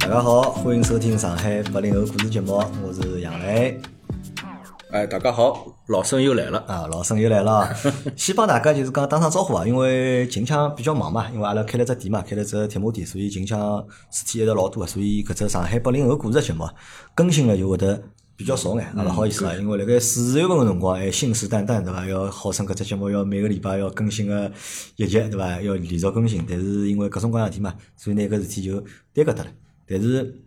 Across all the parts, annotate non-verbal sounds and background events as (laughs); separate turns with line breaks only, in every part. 大家好，欢迎收听上海八零后故事节目，我是杨磊。
哎，大家好，老孙又来了。
啊，老沈又来了啊，先帮大家就是讲打声招呼啊，因为近腔比较忙嘛，因为阿拉开了只店嘛，开了只铁马店，所以近腔事体一直老多啊，所以搿只上海八零后故事节目啊更新了就会得比较少眼，啊，勿好意思啊，因为辣盖四月份个辰光还信誓旦旦对伐，要号称搿只节目要每个礼拜要更新个一集对伐，要连续更新，但是因为各种各样事体嘛，所以呢搿事体就耽搁脱了，但是。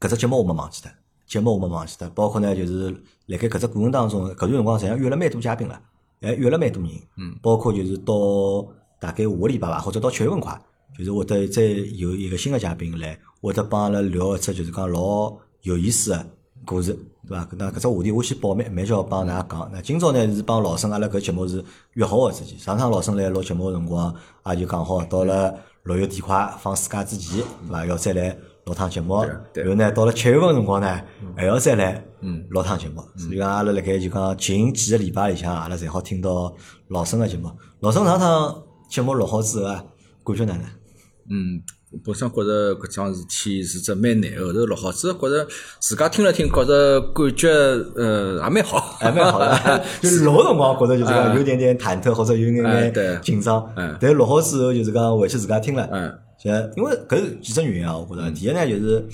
搿只节目我没忘记脱，节目我没忘记脱，包括呢就是辣盖搿只过程当中，搿段辰光实际上约了蛮多嘉宾了，还约了蛮多人，嗯，包括就是到大概下个礼拜吧，或者到七月份快，就是会得再有一个新的嘉宾来，会得帮阿拉聊一只就是讲老有意思个故事，对伐？搿那搿只话题我先保密，慢叫帮大家讲。那今朝呢是帮老沈阿拉搿节目是约好个事体，上趟老沈来录节目个辰光，也就讲好到了六月底快放暑假之前，对伐？要再来录趟节目，
对
然后呢，到了七月份的辰光呢，
嗯
还要再来录趟节目。所以讲，阿拉辣盖就讲近几个礼拜里向，阿拉才好听到老孙个节目。老孙上趟节目录好之后啊，感觉哪
(laughs)
能？
嗯，本身觉着搿桩事体是只蛮难的，后头录好，只是觉着自家听了听，觉着感觉呃也蛮好，
还蛮好
(laughs)
的，就是录个辰光觉着就是讲
嗯
有点点忐忑，或者有眼
哎
眼
对
紧张
嗯。
但录好之后，就是讲回去自家听了，
嗯
就因为搿是几只原因啊，我觉着。第一呢，就是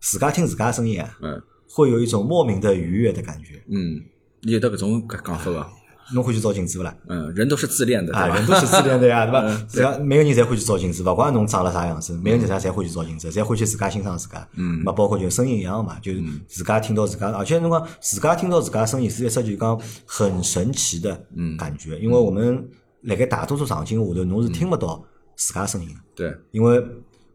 自家听自家声音啊，
嗯
会有一种莫名的愉悦的感觉。
嗯，你有得搿种搿讲法伐？
侬会去照镜子勿啦？
啊嗯，人都是自恋的，
啊，
对嗯
人
伐？
都是自恋的呀，对伐？自家每个人侪欢喜照镜子，勿管侬长了啥样子，每个人侪侪欢喜照镜子，侪欢喜自家欣赏自家。
嗯
嘛，包括就声音一样嘛，就是自家听到自家，而且侬讲自家听到自家声音是一只就是讲很神奇的
嗯
感觉，因为我们辣盖大多数场景下头，侬是听勿到自家声音的，
对，
因为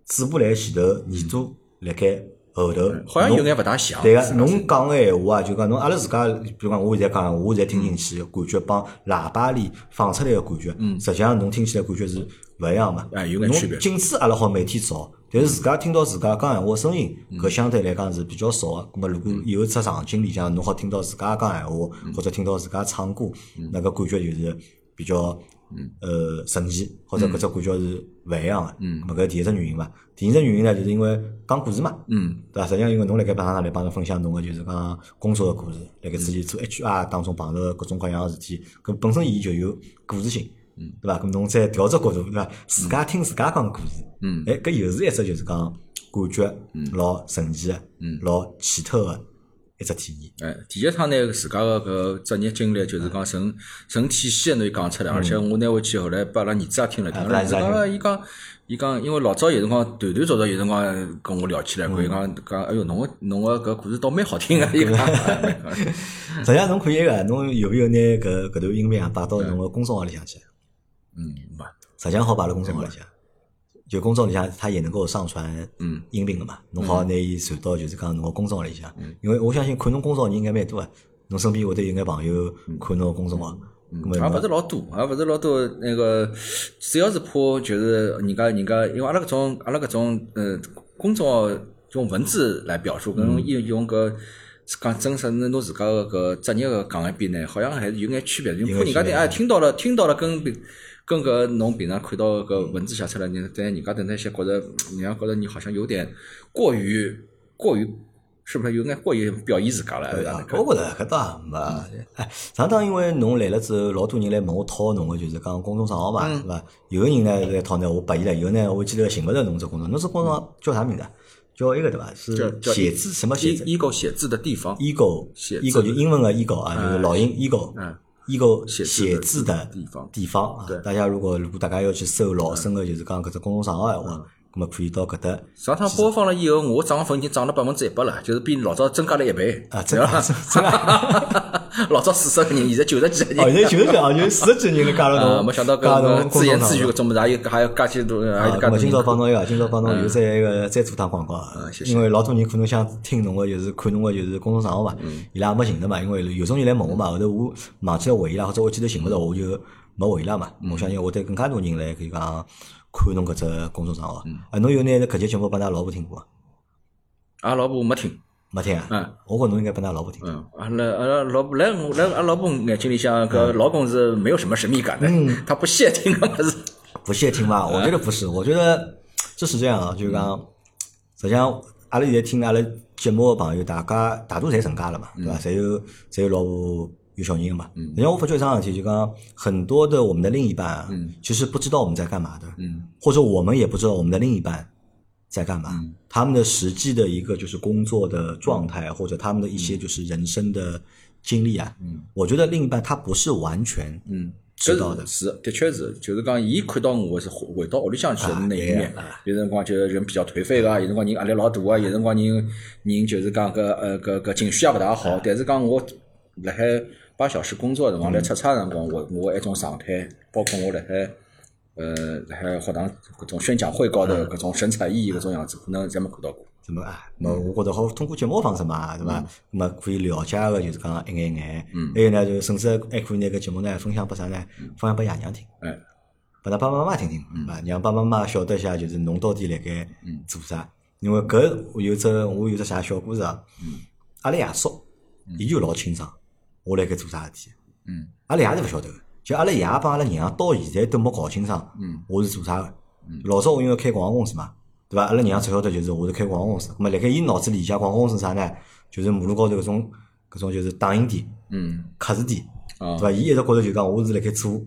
嘴巴辣前头，耳朵辣盖后头，
嗯好像有
侬
眼勿大像。
对
是
个，
吧
侬讲个闲话啊，就讲侬阿拉自家，比如讲我现在讲，我现在听进去的感觉帮喇叭里放出来个感觉，实际上侬听起来感觉是勿一样嘛。
啊有眼区别
侬镜子阿拉好每天照，但是自家听到自家讲闲话声音，
嗯
搿相对来讲是比较少个。咁么如果有一只场景里向侬好听到自家讲闲话，
嗯
或者听到自家唱歌，那个感觉就是比较。
嗯
呃，神奇或者搿只感觉是勿一样个，嗯，搿第一只原因嘛。第二只原因呢，就是因为讲故事嘛，
嗯
对伐？实际上，因为侬辣盖帮上来帮侬分享侬个就是讲工作个故事，辣盖
嗯
之前做 HR 当中碰到个各种各样个事体，搿本身伊就有故事性，嗯对伐？搿侬再调只角度，对伐？自家听自家讲个故事，
嗯
哎，搿又是一只就是讲感觉老神奇个，
嗯
老奇特个一只体验。
哎，第一趟呢，自家个搿职业经历就是讲
嗯
成成体系的，侬讲出来，而且我拿回去后来拨阿拉儿子也听了听，
啊
阿
拨阿
拉儿
拉
子
儿子也
讲，伊讲伊讲，因为老早有辰光断断续续有辰光跟我聊起来
嗯
过，伊讲讲，哎哟，侬个侬个搿故事倒蛮好听个，啊
(laughs)
伊讲，
实际上，侬可以个，侬有没有拿搿搿段音频啊摆到侬个公众号里向去？
嗯，嘛，
实际上好摆辣公众号里向，就公众号里向它也能够上传
嗯嗯
音频个嘛，侬好拿伊传到就是讲侬个公众号里向，因为我相信看侬公众号人应该蛮多啊，侬身边会得有眼朋友看侬个公众号，
嗯
咁么
也勿是老多，也勿是老多。那个主要是怕就是人家人家，因为阿拉搿种阿拉搿种呃公众号用文字来表述，跟用用搿讲真实侬自家个搿职业个讲一遍呢，好像还是有眼区别。因为怕人家
有眼区别
听哎听到了听到了跟平跟搿侬平常看啊到搿文字写出来，你但人家等那些觉着，人家觉着你好像有点过于过于。是不是有眼过于表现自家了？
对
这样
啊
子，
我觉着搿倒也没。
嗯
哎，上趟因为侬来了之后，老多人来问我讨侬个，就是讲公众账号嘛，
嗯
对伐？有个人呢来讨呢，我拨伊了，有个呢我记得寻勿着侬只公众，侬只公众号叫啥名字啊？叫一个对伐？
叫
是
叫
写字什么写字
一一个写字的地方，
？ego
写字哎
ego 就英文个 ego 啊，就是老鹰 ego。
嗯，
ego
写字
写
的
字的
地方
地方啊
对，嗯
大家如果如果大家要去搜老生的，就是讲搿只公众账号闲话，葛么可以到搿
(laughs)
搭
上趟播放了以后，我涨粉已经涨了百分之一百了，就是比老早增加了一倍。
啊，真的真的啊，
(laughs) 老早四十个人，现在九十几个
哦，
人。
现在就是这样，就是四十几人加了
啊，
侬，
没想到
加了
搿个
侬
自言自语
公
搿
众
种物事，也有还有介许多，
账
还
号
有
啊，
哎介
我今朝
多
帮
人。
侬要，今朝帮侬又再一个再做趟广告啊
谢，谢
因为老多人可能想听侬个就是看侬个就是公众账号嘛，
嗯
伊拉也没寻着嘛，因为有种人来问我嘛，后头我忘记了回伊拉，或者我记头寻勿着，我就没回伊拉嘛。我相
嗯
信会得更加多人来搿讲看侬搿只公众账号
嗯
啊，侬有拿搿节节目帮㑚老婆听过伐？
阿拉啊老婆没听，
没听啊
嗯？
我觉着侬应该拨㑚老婆听。
嗯，阿拉阿拉老婆来我来阿拉老婆眼睛里向，
嗯
搿老公是没有什么神秘感的，他不屑听搿物事。嗯
不屑听吧？我觉得不是，我觉得这是这样啊，就是讲，实际上，阿拉现在听阿拉节目个朋友，大家大多侪成家了嘛，
嗯
对伐？侪有侪有老婆有小人个嘛。实际上，我发觉一桩事体，就讲很多的我们的另一半啊，其实不知道我们在干嘛的，
嗯
或者我们也不知道我们的另一半在干嘛。
嗯
他们的实际的一个就是工作的状态，或者他们的一些就是人生的经历啊。
嗯
我觉得另一半他不是完全
嗯，
知道的
搿是是的确是，就是讲伊看到我是回回到屋里向去的那一
啊
面
对啊，嗯
有辰光就是人比较颓废啊个，有辰光人压力老大个，有辰光人人就是讲搿呃搿搿情绪也勿大
嗯
好，但是讲我辣海八小时工作的辰
嗯
光，来出差的辰光，我我一种状态，包括我辣海。呃，辣海学堂搿种宣讲会高
嗯
头搿种神采奕奕搿种样子，可能侪没看到过。
怎么啊？那我觉得好通过节目方式嘛，对伐？那么可以了解个就是讲一眼眼，还有呢，就甚至还可以拿搿节目呢分享拨啥呢？分享拨爷娘听，
哎，
拨㑚爸爸妈妈听听，
嗯
对伐？让爸爸妈妈晓得一下，就是侬到底辣盖做啥？因为搿我有只我有只啥小故事啊？
嗯
阿拉爷叔，伊就老清爽，我辣盖做啥事体？
嗯
阿拉爷是勿晓得个，就阿拉爷帮阿拉娘到现在都没搞清爽，
嗯
我是做啥个。老早我因为开广告公司嘛，对伐？阿拉娘只晓得就是我是开广告公司。咁么，辣盖伊脑子里理解广告公司啥呢？就是马路高头搿种搿种就是打印店、
嗯
刻字店，
啊
对伐？伊一直觉着就讲我是辣盖做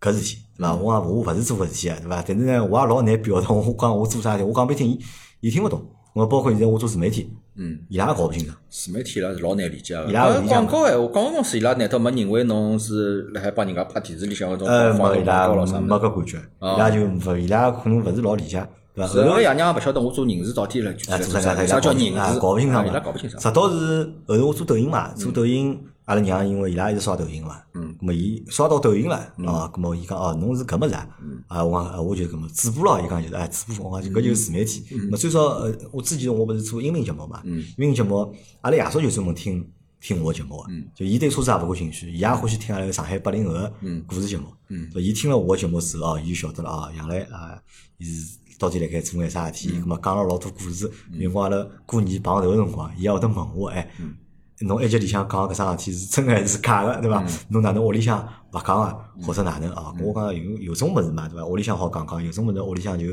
搿事体，对伐？我讲我勿是做搿事体个，对伐？但是呢，我也老难表达，我讲我做啥事体，我讲拨伊听，伊伊听勿懂。我包括现在我做自媒体，
嗯。
伊拉也搞勿清爽。
自媒体伊拉是老难理解哎个。
伊拉勿理解
广告闲话，广告公司伊拉难道没认为侬是辣海帮人家拍电视里向搿种
呃，
放
没伊
广
拉
告
没
咯啥
搿
物
感觉，伊拉就勿伊拉可能勿是老理解，对伐？
事？后头爷娘也勿晓得我做人事到底辣具体
啊，
辣
做
做
啥
啥，
啥
啥叫人
啊
事，
搞勿清爽
啊伊拉
嘛
搞勿清爽。
直到是后头我做抖音嘛，做抖音，阿拉娘因为伊拉一直刷抖音嘛，
嗯，
咁么伊刷到抖音了，啊，咁么伊讲哦，侬是搿么子啊？
嗯
啊，我讲啊我就是搿么子，主播咯，伊讲就是哎，主播，我讲就搿就是自媒体。咁么最早呃，我之前我勿是做音频节目嘛，
嗯
音频节目，阿拉爷叔就专门听听我节目个
嗯，
就伊对车子也勿感兴趣，伊也欢喜听阿拉上海八零后个
嗯
故事节目。
嗯
所以伊听了我节目之后啊，伊就晓得了啊，杨澜啊，伊是到底辣盖做眼啥事体，
嗯
咁么讲了老多故事。有辰光阿拉过年碰头个辰光，伊也会得问我，哎，
嗯
侬一集里向讲搿桩事体是真个还是假个，对伐？侬哪能屋里向勿讲啊，或者哪能啊？我讲有有种物事嘛，对伐？屋里向好讲讲，有种物事屋里向就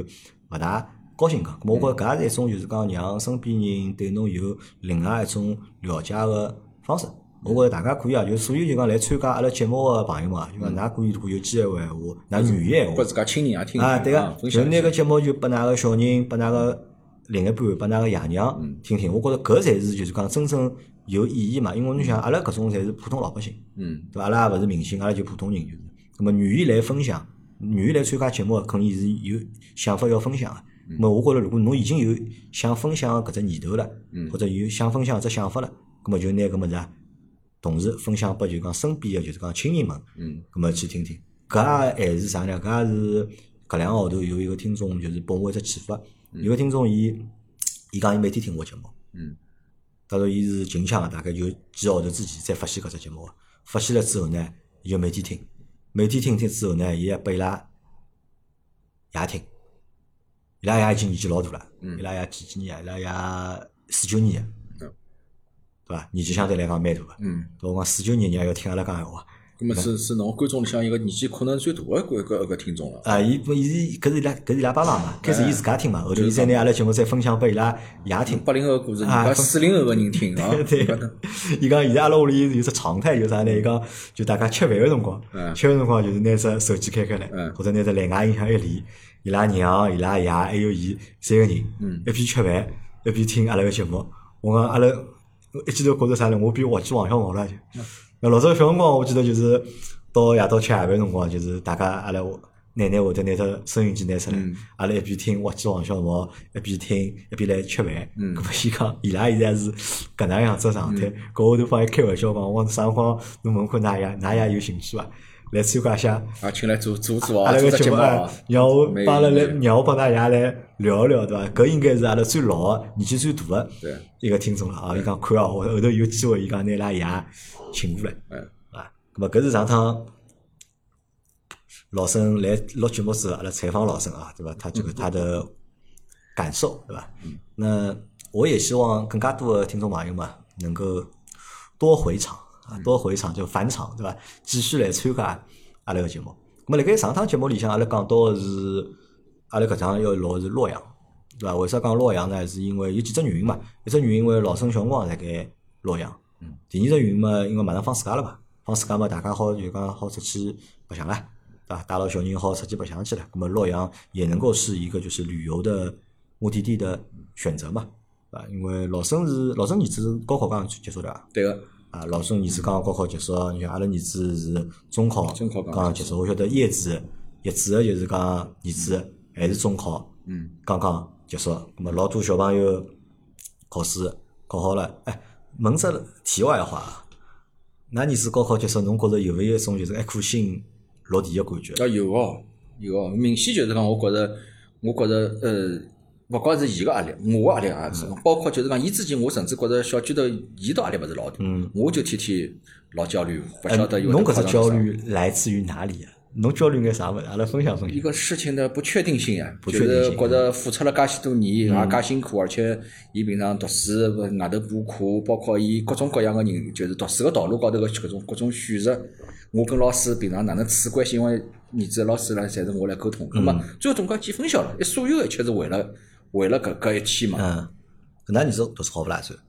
勿大。高兴讲，咁我觉着搿也是一种就是讲让身边人对侬有另外一种了解个方式。我觉着大家可以啊，就所有就讲来参加阿拉节目个朋友嘛，就讲㑚可以如果有机会闲话，㑚愿意闲
拨
话
自家亲人也听
啊，对
个
个，，就
分享一
拿
下
搿节目就拨㑚个小人，拨㑚个另一半，拨㑚个爷
嗯
娘听听。我觉着搿才是就是讲真正有意义嘛，因为侬想阿拉搿种侪是普通老百姓，
嗯
对伐？阿拉也勿是明星，阿拉就普通人就是。那么愿意来分享，愿意来参加节目，肯定是有想法要分享个。
嗯
那么我觉着，如果侬已经有想分享搿只念头了，
嗯
或者有想分享只想法了，那么就拿搿物事啊，同时分享拨就讲身边个就是讲亲人们，
嗯
那么去听听。搿也还是啥呢？搿也是搿两个号头有一个听众就是拨我一只启发，有个听众伊伊讲伊每天听我节目，
嗯
他说伊是近腔的，大概有几个号头之前才发现搿只节目的，啊发现了之后呢，伊就每天听，每天听听之后呢，伊还拨伊拉爷听，伊拉爷已经年纪老大了，
嗯
伊拉爷几几年啊？伊拉爷四九年的
嗯，
对伐？年纪相对来讲蛮大个，
嗯，
对我讲四九年人家要听阿拉讲闲话，
那么
嗯
是是侬观众里向一个年纪可能最大个一个一个听众了。
啊，伊不伊搿是伊拉搿是伊拉爸爸嘛，开始伊自家听嘛，后头伊再拿阿拉节目再分享拨伊拉爷听。
八零后故事，人
啊
家四零后个人听啊，
(laughs) 对，伊讲现在阿拉屋里有只常态，就是啥呢？伊讲就大家吃饭个辰光，
嗯
吃饭辰光就是拿只手机开开来
嗯，
或者拿只蓝牙音响一连，伊拉娘、伊拉爷还有伊三个人，
嗯
一边吃饭一边听阿拉个节目。我讲阿拉一记头觉着啥呢？我比滑稽王小毛了就。
嗯
那老早小辰光，我记得就是到夜到吃夜饭辰光，就是大家阿拉奶奶会得拿只收音机拿出来
嗯，
阿拉一边听滑稽王小毛，一边听一边来吃饭。
嗯
咁么伊讲伊拉现在是搿能样子状态，搿我头帮伊开玩笑讲，我讲啥辰光侬问看㑚爷，㑚爷有兴趣伐？来参加一下
啊，请来做做做
阿
啊，
拉
做
个节
只节
目
目
啊
啊，，
让我
没
帮阿拉来
没，
让我帮㑚爷来聊一聊，对伐？搿应该是阿拉最老个、年纪最大个
对
一个听众了啊！伊讲看啊，我后头有机会，伊讲拿伊拉爷请过来。
嗯
啊，咁么搿是上趟老生来录节目之后，阿拉采访老生啊，对吧？他这个他的感受，对吧？那我也希望更加多的听众朋友嘛，能够多回场啊，多回场就返场，对吧？继续来参加阿拉个节目。咁么辣盖上趟节目里向，阿拉讲到的是阿拉搿趟要录的是洛阳，对伐？为啥讲洛阳呢？是因为有几只原因嘛？一只原因因为老生小辰光辣盖洛阳，第二只原因嘛，因为马上放暑假了嘛，放暑假嘛，大家好就讲好出去白相啦，对伐？带牢小人好出去白相去了，那么洛阳也能够是一个就是旅游的目的地的选择嘛，对伐？因为老生是老生儿子高考刚结束对伐？
对个，
啊，老孙儿子刚刚高考结束，你像阿拉儿子是中考，
中考刚
刚
刚
刚结束。我晓得叶子，叶子就是讲儿子还是中考，
嗯，
刚刚结束。那么老多小朋友考试考好了，哎，问只题外话啊，㑚儿子高考结束，侬觉着有没有一种就是一颗心落地的感觉？
要有哦，有哦，明显就是讲，我觉着，我觉着，呃，勿光是伊个压力，我个压力也是，
嗯
包括就是讲，伊之前我甚至觉着小巨头伊的压力勿是老大，我就天天老焦虑，勿
嗯哎
晓得有
侬搿
只
只焦，虑来自于哪里啊？侬焦虑眼啥物事？阿拉分享分
一
享。
个事情的不确定性呀，
不
就
确定
是
性嗯
觉着付出了介许多年，也介辛苦，而且伊平常读书外头补课，包括伊各种各样个人，就是读书个道路高头个各种各种选择。我跟老师平常哪能处关系？因为儿子的老师呢，侪是我来沟通。
嗯
那么最后总归见分晓了，一所有的一切是为了为了搿搿一天嘛。
嗯，搿㑚儿子读书好勿啦？算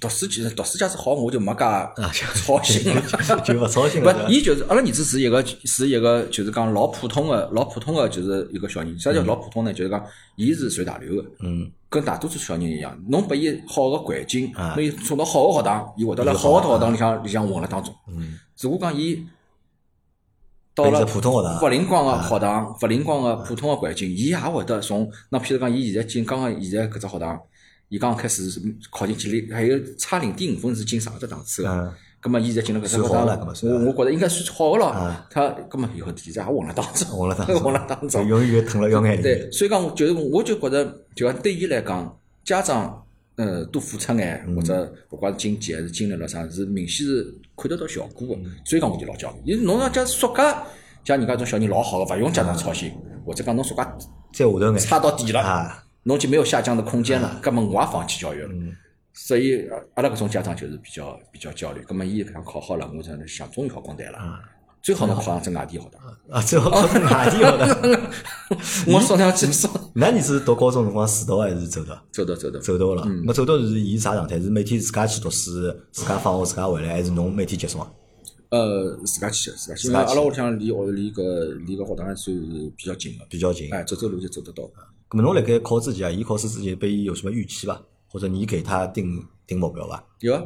读书其实读书假使好，我就没介
啊，就
操心了。
(laughs) 就就勿操心了。对伐
不，伊就是阿拉儿子是一个是一个就是讲老普通的老普通的就是一个小人。啥叫老普通呢？就是讲伊是随大流的，
嗯，
跟大多数小人一样。侬拨伊好个环境，
啊
侬伊送到好个学堂，伊会得辣
就
好个
好啊
学堂里向里向混了当中。
嗯，
只不过讲伊到
被
了
一只普通啊学堂
勿灵光个学堂，勿灵光个普通个环境，伊也会得从那譬如讲，伊现在进刚刚现在搿只学堂，伊刚刚开始是考进去里，还有差零点五分是进上只档次个。
嗯
咁么，伊现在进了搿只
算
学
好
堂
了搿么，算
我我觉着应该算好个咯
啊。
他咁么以后现在也混了当中，
混了当
(laughs)
中
混了当
就
中。
永远疼了要眼里。
对，所以讲，我就是我就觉着，就讲对伊来讲，家长呃多付出眼，
嗯
或者不管经济还是精力了啥，是明显是看得到效果
嗯
个。所以讲，我就老焦虑。因为侬要讲说家，像人家种小人老好个，勿用家长操心，或者讲侬说家
再下头眼
差到底了，
啊，
侬就没有下降的空间了，搿么我也放弃教育了。所以呃阿拉搿种家长就是比较比较焦虑，搿么伊想考好了，我想想终于考光台了，最好能考上只外地学堂。
啊，最好考成外地好了。
我送他去送，
(laughs) 那你是读高中辰光迟到还是走读？
嗯走的走的，
走读了。那走读是以啥状态？是每天自家去读书，自家放学自家回来，还是侬每天接送啊？
呃，自家去，自家去，
自
因为
家
阿
去
拉屋里向离学离个离个学堂还算是比较近的，
比较近。
哎，走走路就走得到。
那么侬辣盖考之前啊，伊考试之前对伊有什么预期伐？或者你给他定定目标伐？
有啊，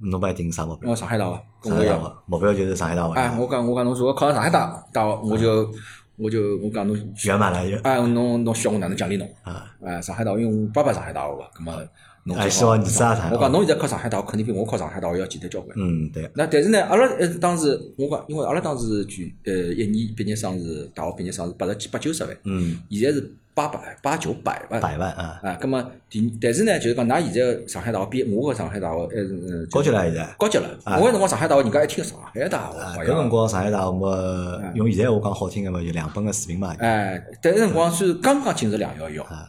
侬帮伊定啥目标
嗯我？上海啊大学
上海
跟我一
大
样。
学目标就是上海大
哎，
学
我讲我讲侬如果考上上海大大学，我就我就我讲侬，
圆满了就
哎，侬侬需要我哪能奖励侬？
啊，
哎，上海大学，因为我爸爸上海大学个，葛么啊侬
哎
最好
希望你上海大学
我讲侬现在考上海大学，肯定比我考上海大学要简单交关。
哦嗯对，
那但是呢，阿拉呃当时我讲，因为阿拉当时举呃一年毕业生是大学毕业生是八十几八九十万，
嗯，
现在是八百八九百万。
百万啊，
啊，葛么第，但是呢，就是讲，㑚现在上海大学比我个上海大学还是呃
高级
了，
了现在。
高级了。我个辰光上海大学，人家一听上海大学，
啊，
好
搿辰
像
光上海大学么，用现在话讲好听个嘛，就两本个水平嘛，
哎，但是辰光虽然刚刚进入两幺幺
啊，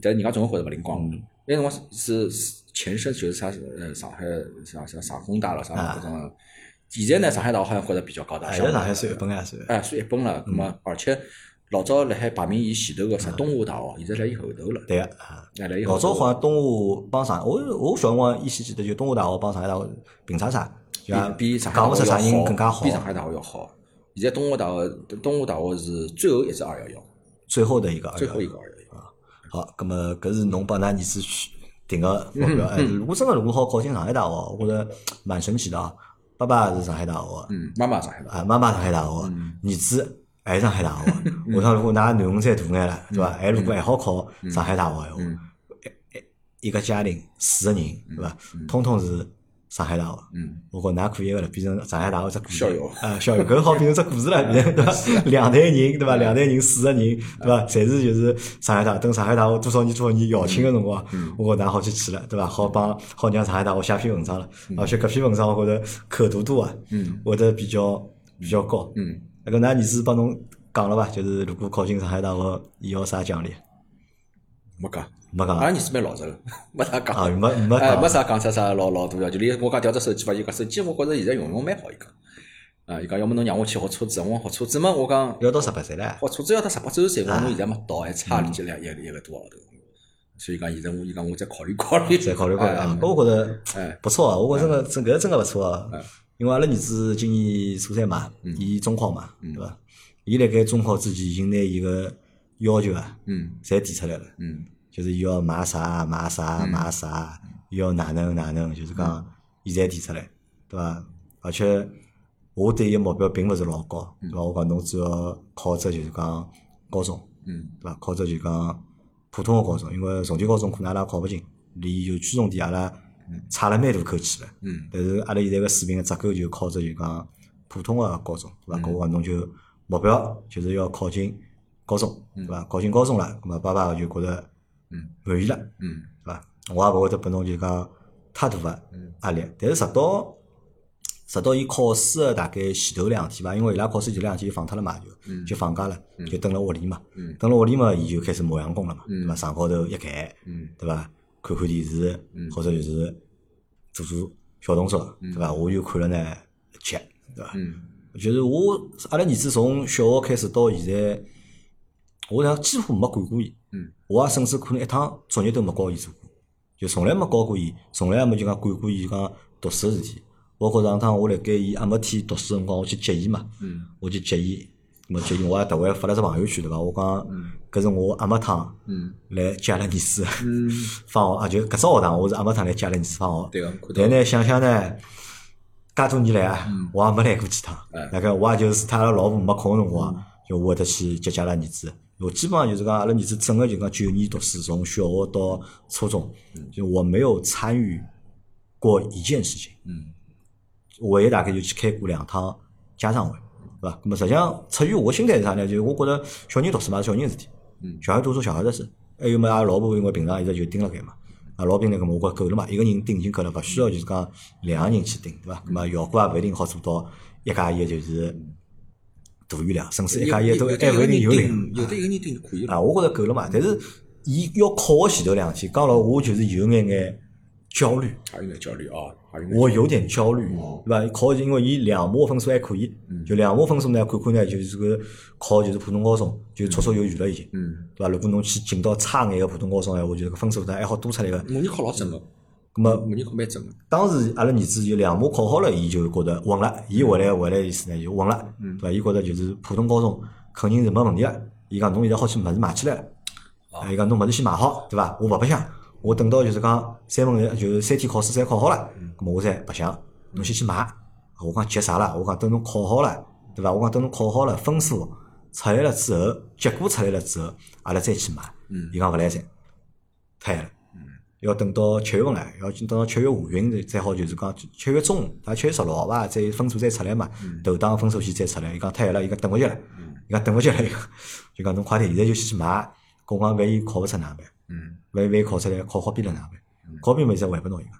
但人家总归觉得勿灵光。那辰光是是前身就是啥呃上海啥啥上工大了啥
啊
搿种，现在呢上海大学好像觉得比较高大
哎，
上
在上
了，
海算一本啊，算。
哎算一本了。葛么而且老早辣海排名伊前头个啥东华大学，现在辣伊后头了，
对个啊。
哎辣伊
老
后
早
头。
好像东华帮上，我我小辰光依稀记得就东华大学帮上海大学平常啥，就像
比比上海
讲
大
勿
学
出啥
要
人
好
更加好
比。上海大学要好。现在东华大学，东华大学是最后一只二幺幺，
最后的一个，
最后一
个。
个二幺幺。
好，那么搿是侬帮㑚儿子去定个目
嗯
标。哎，如果真个如果好考进上海大学，我觉着蛮神奇的啊。爸爸是上海大学，
嗯，妈妈上海大学。
啊，妈妈上海大学，儿子还是上海大
(laughs)
学。我想如果㑚囡恩再大眼了，对
嗯
伐？还如果还好考上海大学闲话，一一个家庭四个人，对伐？通通是上海大学。
嗯，
我觉㑚可以个了，变成上海大学只故事，
校友啊
啊，校友搿好变成只故事
(laughs)
了，变成对伐？两代人对伐？
嗯
两代人四个人对伐？侪是就是上海大等上海大学多少年多少年校庆个辰光，
嗯
我觉㑚好去去了对伐？好帮好让上海大学写篇文章了，而且搿篇文章我觉着口读度啊，
嗯
会得比较比较高。
嗯，
那搿㑚儿子帮侬讲了伐？就是如果考进上海大学，伊要啥奖励？
没讲。
没讲
阿拉儿子蛮老实个，没啥
啊，
讲。
没没
哎，
讲
没。啥讲出啥老老多要求。就连我讲调只手机伐，伊讲手机，我觉着现在用用蛮好。伊讲，啊，伊讲要么侬让我去学车子，我讲学车子嘛，我讲
要到十八岁了，
学车子要到十八周岁，我讲侬现在嘛到还差了几两一个一个多号头。所以讲现在我就讲我再考虑考虑，
再考虑考虑
哎
啊。搿我觉得
哎
不错啊，我觉着真个真搿真个不错啊。因为阿拉儿子今年初三嘛，
嗯
伊中考嘛，对伐？伊辣盖中考之前已经拿伊个要求啊，
嗯
侪提出来了，
嗯
就是伊要买啥买啥买啥，伊要哪能哪能，就是
嗯
讲伊侪提出来，对伐？而且我对伊个目标并勿是老高，对伐？我讲侬只要考只就是讲高中，
嗯
对伐？啊考只就讲普通个高中，因为重点高中可能阿拉考勿进，离有区重点阿拉呃差了蛮大口气了。
嗯
但是阿拉现在个水平个结构就靠着就讲普通个高中，对伐？搿我讲侬就目标就是要考进高中，对伐？考进高中了，葛末爸爸就觉着
嗯
满意了，对
嗯
伐？我也勿会得拨侬就讲太大个
嗯
压力，但是直到直到伊考试个大概前头两天伐，因为伊拉考试前两天就放脱了嘛，就
嗯
就放假了，就蹲辣屋里嘛
嗯，
蹲辣屋里嘛，伊就开始磨洋工了嘛，
嗯
对伐？上高头一盖，
嗯
对伐？看看电视
嗯，
或者就是做做小动作，对伐？我就看了呢一集，对伐？
嗯
就是我阿拉儿子从小学开始到现在，我讲几乎没管过伊，
嗯
我也甚至可能一趟作业都没教伊做过，就从来没教过伊，从来也没就讲管过伊就讲读书个事体。包括上趟我辣盖伊阿没天读书个辰光，我去接伊嘛，
嗯
我去接伊，咹接伊我也特为发了只朋友圈，对伐？我讲，搿是我阿没趟
嗯
来接阿拉儿子的
嗯，
放学啊，就搿只学堂我是阿没趟来接阿拉儿子放学。
对个，看到
但呢，想想呢，介多年来啊，我也没来过几趟
哎。
那个我也就是他阿拉老婆没空个辰光，就我会得去接接阿拉儿子。我基本上就是讲，阿拉儿子整个就讲九年读书，从小学到初中，就我没有参与过一件事情。
嗯
我也大概就去开过两趟家长会，对伐？那么实际上出于我心态是啥呢？就是我觉着小人读书嘛，是小人事体，
嗯
小孩读书小孩的事。还有嘛，阿拉老婆因为平常一直就盯辣盖嘛，啊，老兵那个嘛，我觉着够了嘛，一个人盯已经够了，勿需要就是讲两个人去盯，对伐？那么效果也勿一定好做到一加一就是大于两，甚至一加一都还勿一定有两。
有的一个人定就可以了。
啊，我觉着够了嘛。但是伊要考个前头两天，讲了我就是有眼眼焦虑。
还有点焦虑啊，还有
我有点焦虑，对吧？考因为伊两模分数还可以，就两模分数呢，看看呢，就是个考就是普通高中，就绰绰有余了已经，
嗯，
对吧？如果侬去进到差眼个普通高中闲话，就是个分数呢还好多出来个。
模拟考老准个，
那么
模拟考蛮准个。
当时阿拉儿子就两模考好了，伊就觉得稳了，伊回来回来意思呢就稳了，对吧？伊觉得就是普通高中肯定是没问题个。伊讲侬现在好去物事买起来了，啊伊讲侬物事先买好，对伐？我勿白相，我等到就是讲三门日就是三天考试侪考好了，咁么我再白相，侬先去买。我讲急啥啦？我讲等侬考好了，对伐？我讲等侬考好了，分数出来了之后，结果出来了之后，阿拉再去买。伊讲勿来三，太晚了。要等到七月份来，要等到七月下旬再好，就是讲七月中，大概七月十六号伐，再分数再出来嘛，头档分数线再出来。伊讲太晚了，伊讲等勿及了，伊讲等勿及 (laughs) 了，伊讲就讲侬快点，现在就先去买。跟我讲万一考勿出哪能办？
嗯
万一万一考出来考好编了哪能办？考编么再还拨侬伊讲，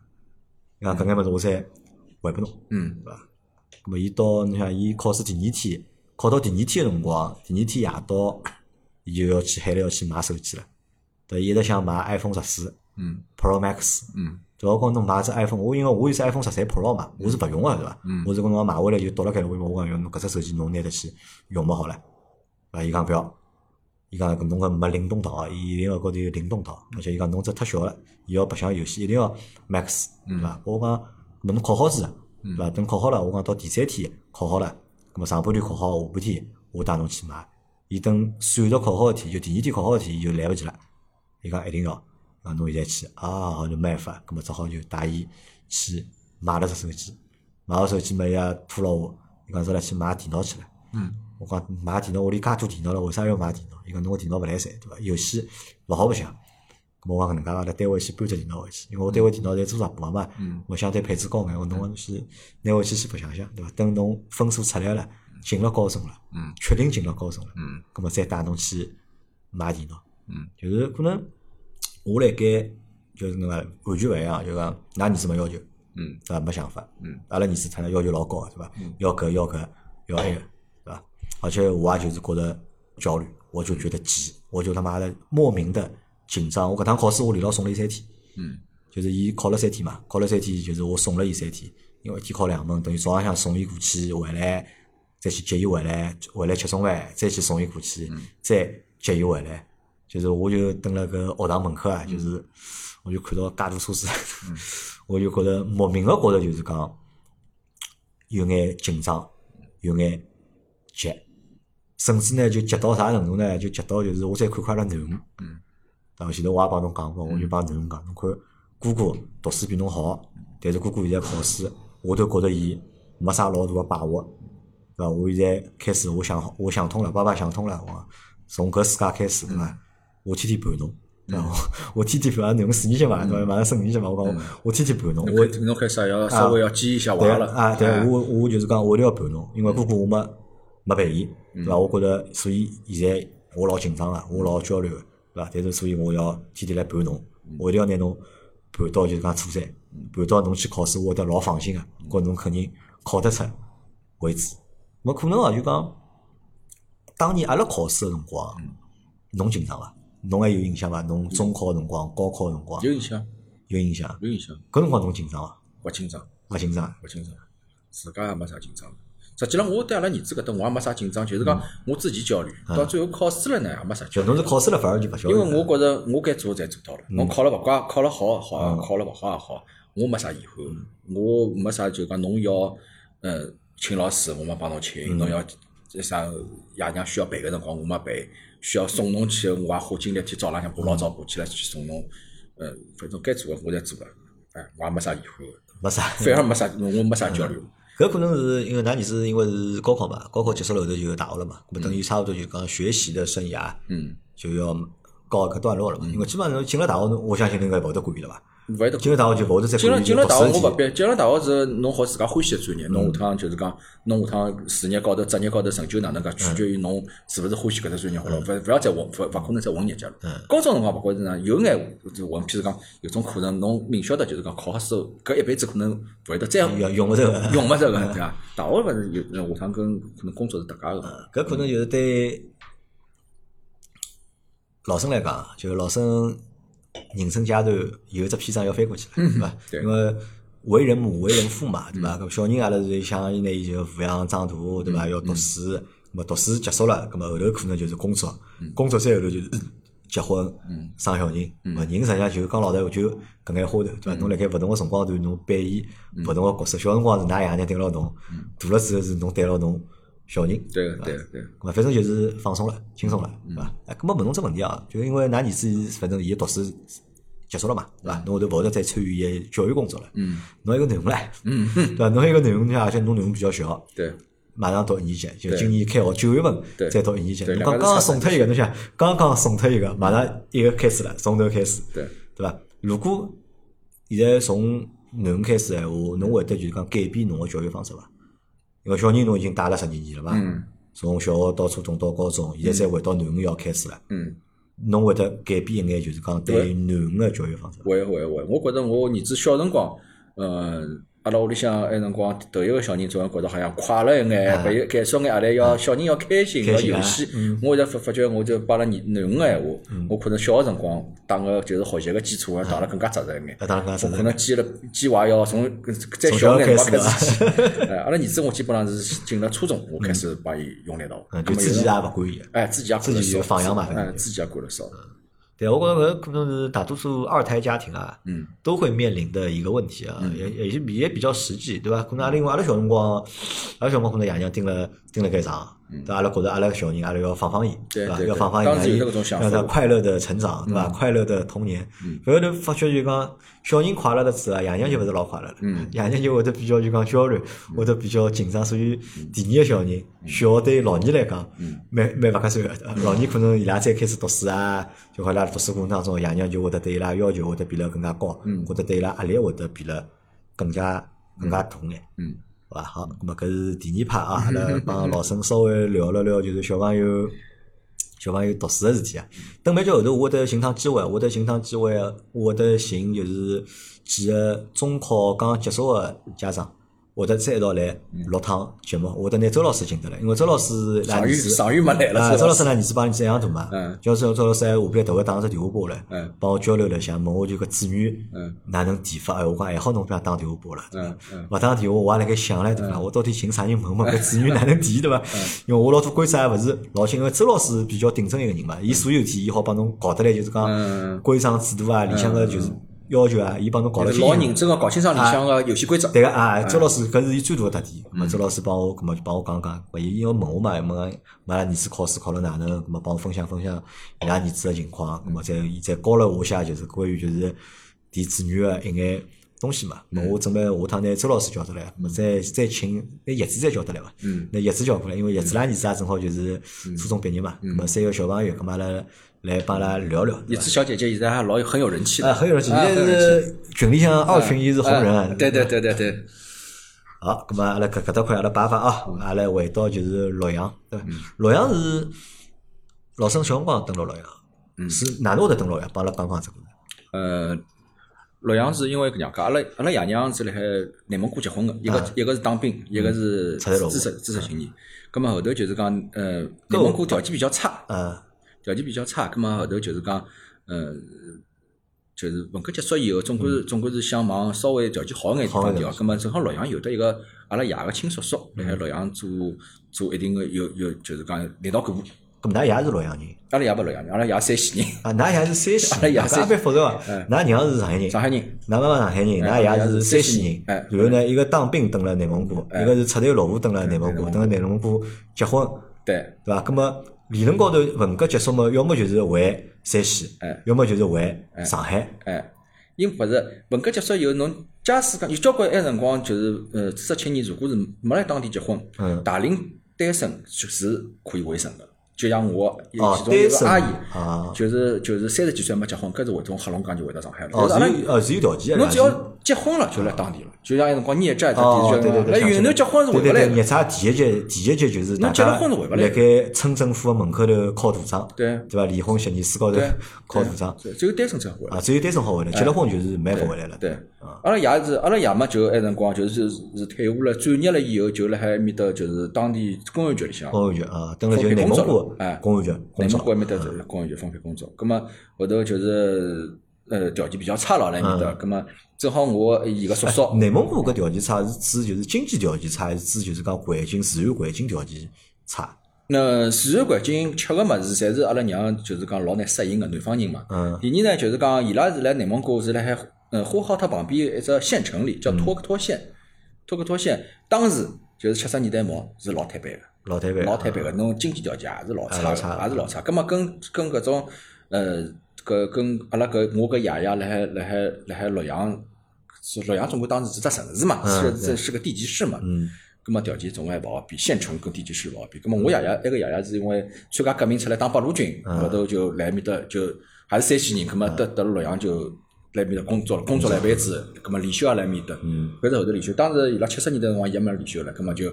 伊讲搿眼物事我再还拨侬。
嗯
对伐？咁么伊到侬想，伊考试第二天，考到第二天个辰光，第二天夜到，伊就要去海里要去买手机了。对，伊一直想买 iPhone 十四
嗯
Pro Max。
嗯
主要讲侬买只 iPhone，我因为我有只 iPhone 十三 Pro 嘛，我是勿用个对伐？
嗯
我是跟侬买回来就倒辣盖了，我我讲侬搿只手机侬拿得去用没好了。啊，伊讲不要，伊讲搿侬搿没灵动岛啊，伊一定要高头有灵动岛，而且伊讲侬这太小了，伊要白相游戏一定要 Max，对伐？我讲搿侬考好试啊，对伐？等考好了，我讲到第三天考好了，搿么上半天考好，下半天我带侬去买。伊等算到考好个天，就第二天考好个天，伊就来勿及了。伊讲一定要，啊，侬现在去啊，就没办法，葛么只好就带伊去买了只手机，买啊了手机嘛，伊也拖牢我，伊讲阿拉去买电脑去了。
嗯
我讲买电脑，屋里介多电脑了，为啥要买电脑？伊讲侬个电脑勿来三，对伐？游戏勿好白相。咁我讲搿能介，阿拉单位先搬只电脑回去，因为我单位电脑侪做直播嘛
嗯，
我相对配置高眼，我侬先拿回去先白相相，对伐？等侬分数出来了，进了高中了，
嗯
确定进了高中了，
嗯
咁么再带侬去买电脑。
嗯
就是可能我辣盖就是那个完全勿一样，就讲㑚儿子没要求，
嗯
对伐？没想法，
嗯，
阿拉儿子他要求老高，对伐？要搿要搿要埃个，对伐？而且我也就是觉得焦虑，我就觉得急，我就他妈的莫名的紧张。我搿趟考试我连牢送了伊三天，
嗯
就是伊考了三天嘛，考了三天，就是我送了伊三天，因为一天考两门，等于早浪向送伊过去，回来再去接伊回来，回来吃中饭，再去送伊过去，再接伊回来，就是我就蹲辣搿学堂门口啊，就是我就看到介多车子， (laughs) 我就觉着莫名个觉着就是讲有眼紧张，有眼急，甚至呢就急到啥程度呢？就急到就是我再看看阿拉囡恩，
嗯，
对伐？前头我也帮侬讲过，我就帮囡恩讲，侬看哥哥读书比侬好，但是哥哥现在考试，我都觉着伊没啥老大个把握，对伐？我现在开始我想好，我想通了，爸爸想通了，我讲从搿暑假开始，对伐？我天天陪侬。对伐？ (laughs) 我我天天陪阿拉囡恩四年级嘛，对伐？马上升五年级嘛，我讲我我天天陪侬，我
我侬开始也要稍微要记一下娃了
啊，对
哎
我我就是讲，我一定要陪侬，因为哥哥我没没陪伊，对伐？我觉着，所以现在我老紧张个，我老焦虑个，对伐？但是所以我要天天来陪侬，我一定要拿侬陪到就是讲初三，陪到侬去考试，我会得老放心个，觉着侬肯定考得出为止。没可能哦，就讲当年阿拉考试个辰光，侬紧张伐？侬还有印象伐？啊侬中考个辰光、高考个辰光
有印象，
有印象？啊
有印象，
搿辰光侬紧张伐？
不紧张，
勿啊紧张？
不紧张，自家也没啥紧张。实际上，我对阿拉儿子搿搭我也没啥紧张，就是讲我自己焦虑，到最后考试了呢也没啥焦
就
虑。
侬是考试了，反而就勿晓得。
因为我觉着我该做的侪做到了，侬考了勿怪，考了好也啊好，考了勿好也好，我没啥遗憾，我没啥就讲侬要呃请老师，我没帮侬请，侬要这啥爷娘需要陪个辰光我没陪，需要送侬去，我也花精力去早浪向爬老早爬起来去送侬，呃，反正该做的我侪做了，哎，我也没啥遗憾，
没啥。
反而没啥，我没啥焦虑。
搿可能是因为㑚儿子因为是高考嘛，高考结束了后头就大学了嘛，咾么等于差不多就讲学习的生涯
嗯，
就要告一个段落了嘛。因为基本上侬进了大学，侬我相信侬应该勿会得管伊了吧？
勿会得
进了大学就勿会得再
进了
管伊
进了
读
大
书
学
的
我
事
勿
体。
必，进了大学是侬好自家欢喜个专业，侬下趟就是讲，侬下趟事业高头、职业高头成就哪能介，取决于侬是勿是欢喜搿只专业好了，勿勿要再混，勿勿可能再混业界了。高中辰光勿觉着呢，有眼就混，譬如讲有种课程，侬明晓得就是讲考好试，搿一辈子可能勿会得再用
用用勿着个，
用勿着个，对伐？大学勿是有下趟跟可能工作是搭界个，
啊搿可能就是对老生来讲，就是老生人生阶段有一只篇章要翻过去了，对伐？
对
因为为人母、为人父嘛，对伐？搿小人阿拉是想伊呢，伊就抚养长大，对伐？要读书，那么读书结束了，那么后头可能就是工作，工作再后头就是结婚、生小人。那么人实际上就讲老实闲话，就搿眼花头，对伐？侬辣盖勿同个辰光段，侬扮演勿同个角色。小辰光是㑚爷娘对牢侬，大了之后是侬对牢侬小人，
对
伐
个对个对个。
咁啊，反正就是放松了，轻松了，
嗯
对伐？哎，咁么问侬只问题啊，就是因为㑚儿子反正伊读书结束了嘛，对
嗯
伐？侬后头勿会得再参与伊个教育工作了，嗯，侬还有个囡恩唻，嗯，对伐？侬还有个囡恩，而且侬囡恩比较小，
对，
马上读一年级，就
对
今年开学九月份
对
再读一年级，
对
侬
两
刚
个
刚
是差
送脱一个，侬想刚刚送脱一个，马上一个开始了，从头开始，
对
对伐？如果现在从囡恩开始闲话，侬会得就是讲改变侬个教育方式伐？因为小人侬已经带了十二年了嘛，
嗯
从小学到初中到高中，现在再回到囡恩要开始了，
嗯。
侬会得改变一眼就是讲对囡恩个教育方式伐？
会会会，我觉着我儿子小辰光，呃，阿拉屋里向埃辰光头一个小人总归觉着好像快乐一眼，不有减少眼压力，要小人要开心，
开
要
心啊
游戏。我现在发发觉，我就帮阿拉囡囡恩个闲
嗯
话，我可能小个辰光打个就是学习个基础啊，打了更加扎实一眼。
啊，当然讲是
我可能记了记娃要从再小眼光开始记。
啊
(laughs) 哎，阿拉儿子我基本上是进了初中，我开始帮伊用力道。
嗯，
那
就
么
自
有
己
辰
也勿管伊。
哎，自己也管
自
得
己
少，
放养嘛反正
哎，自己也管得少。
对，我觉着搿可能是大多数二胎家庭啊，
嗯，
都会面临的一个问题啊，也也是比也比较实际，对伐？可能阿拉因为阿拉小辰光，阿拉小辰光可能爷娘盯了盯了盖上，对伐阿拉觉着阿拉个小人阿拉要放放伊，
对
伐？
对
要
对
放放伊，
当时
让
有
伊
那种想法
让他快乐的成长，对伐？快乐的童年。反正发觉就讲小人快乐的之后啊，爷娘就勿是老快乐了，爷娘就会得比较就讲焦虑，会得比较紧张，所以第二个小人小对老二来讲，蛮蛮勿合算个。呃老二可能伊拉再开始读书啊，就好伊拉读书过程当中，爷娘就会得对伊拉要求会得变得更加高，或者对伊拉压力会得变得更加更加大眼。
嗯，
好吧，好，那么搿是第二趴啊，阿拉帮老沈稍微聊了聊，就是小朋友小朋友读书个事体啊。等蛮久后头，我会得寻趟机会，我会得寻趟机会，我会得寻就是几个中考刚刚结束个家长，我会得再一道来录趟节目，我会得拿周老师请得来，因为周老师
上
来
月
儿子。
上月没来
啊，
了，
周老
老
师呢，儿子帮儿子一样大嘛。
嗯
就是周老师还下班特会打只电话拨来
嗯，
帮我交流了一下，问我就搿子女
嗯
哪能提法？哎，我讲还好侬不要打电话拨了，对伐
嗯嗯？
勿打电话我也辣盖想唻，对伐？我到底寻啥人
(laughs)
问问搿子女哪能提，对伐？
嗯
因为我老多规则也勿是老清，因为周老师比较顶真一个人嘛，伊所有事体伊好帮侬搞得来，就是
嗯
讲规章制度啊，里向个就是要求啊，伊帮侬搞得清
老
爽。
认真个搞清爽里向个游戏规则。
哎对个
嗯
啊，周老师搿是伊最大个特点。咁么周老师帮我，咁么就帮我讲讲，咁么伊要问我嘛，问我阿拉儿子考试考了哪能，咁么帮我分享分享伊拉儿子个情况，咁么再伊再教了我一下，就是关于就是提子女个一眼东西嘛。
嗯
咁么我准备下趟拿周老师叫得来，咁么再再请拿叶子再叫得来伐？
嗯，
拿叶子叫过来，因为叶子拉儿子也正好就是初中毕业嘛，
嗯
咁么三个小朋友，咁么阿拉来帮阿拉聊聊。对
叶
伐
子小姐姐现在还老有很有人气
啊，
的，
很有人气，
啊
现在
很有人气
是群里向二群，伊是红人啊
啊。对对对对对，
好，咁么阿拉搿搿搭块阿拉摆摆啊，阿拉回到就是洛阳，对伐？
嗯
洛阳是老生小辰光登到洛
嗯
阳，是哪能会得登洛阳？帮阿拉讲讲这个。
呃，洛阳是因为搿能介，阿拉阿拉爷娘是辣海内蒙古结婚个，一个一个是当兵，一个是
啊嗯出来老婆
知识知识青年。葛末后头就是讲，呃，内蒙古条件比较差，
呃，
条件比较差，
嗯
葛末后头就是讲，呃，就是文革结束以后，总归是总归是想往稍微条件好一眼
嗯
地
好一
方
点嗯
调。葛末正好洛阳有得一个阿拉爷个亲叔叔辣海洛阳做做一定个有有就是讲领导干部，
咁么㑚爷是洛阳人
阿拉爷勿洛阳人，阿拉爷山西人，
啊，㑚爷是山
阿
西
拉
人，
(laughs) 爷
搿也蛮复杂啊。㑎娘是上海人，
嗯上海人。
㑚妈妈上海人，㑚
哎
爷是
是
山
山
西
西
人
人，嗯
然后呢，一个当兵登了内蒙古，一个是出头落户登了内蒙
嗯
古，登了内蒙古结婚，
对，
对伐？咁么理论高头文革结束嘛，要么就是回山西
哎，
要么就是回上海。
哎，因勿是文革结束以后，侬假使讲有交关一段辰光，就是呃，知识青年如果是没来当地结婚
嗯，
大龄单身就是可以回省的。就像我有
哦
其中有
单
个
身
阿姨，
啊
就是就是三十几岁没结婚，搿是会从黑龙江就回到上海了。
哦，
就是阿拉
是有哦是有条件的
侬
啦，
只
是
要啊结婚了就来当地了，就像有辰光孽债这
哦，
地
对对
就
对，
来
想起
云
来
南结婚是回
对
不
对
来
对，
的
热。差第一节，第一节就是大
侬结
家
了婚是回不来
辣
的
盖村政府的门口头敲土章，
对
对吧？离婚协议书高头
对
(laughs) 敲土章
只有单身才回来
啊，。只有单身好回来，结了婚就是蛮啊不回来了。
对，阿拉爷是阿拉爷嘛，就埃辰光就是是退伍了，转业了以后，就辣海埃面搭就是当地公安局里向，
公安局啊，登了就是内蒙古
哎
公安局工
内蒙
作嗯
古埃面搭就是公安局分配工作。葛么后头就是呃条件比较差了，辣埃面搭。葛么正好我伊个叔叔，
嗯哎内蒙古搿条件差是指就是经济条件差，还是指就是讲环境自然环境条件差？
那自然环境吃个物事，侪是阿拉娘就是讲老难适应个南方人嘛。
嗯
第二呢，就是讲伊拉是来内蒙古是辣海呃呼和浩特旁边一只县城里，
嗯
叫托克托县。托克托县当时就是七十年代末是老坦白个。
老太板，
老坦白个，侬经济条件也是老
哎老差
差个，也是老差。葛末跟跟搿种呃搿跟阿拉搿我搿爷爷辣海辣海辣海洛阳，是洛阳总归当时是只城市嘛，
嗯
是这是个地级市嘛。
嗯。
葛末条件总归勿好比，县城跟地级市勿好比。葛末我爷爷埃个爷爷是因为参加革命出来当八路军，后头就来埃面搭就还是山西人，葛末得得了洛阳就来埃面搭工作了，工作了一辈子，葛末离休也来埃面搭。
嗯
搿是后头离休，当时伊拉七十年代辰光也没离休了，葛末就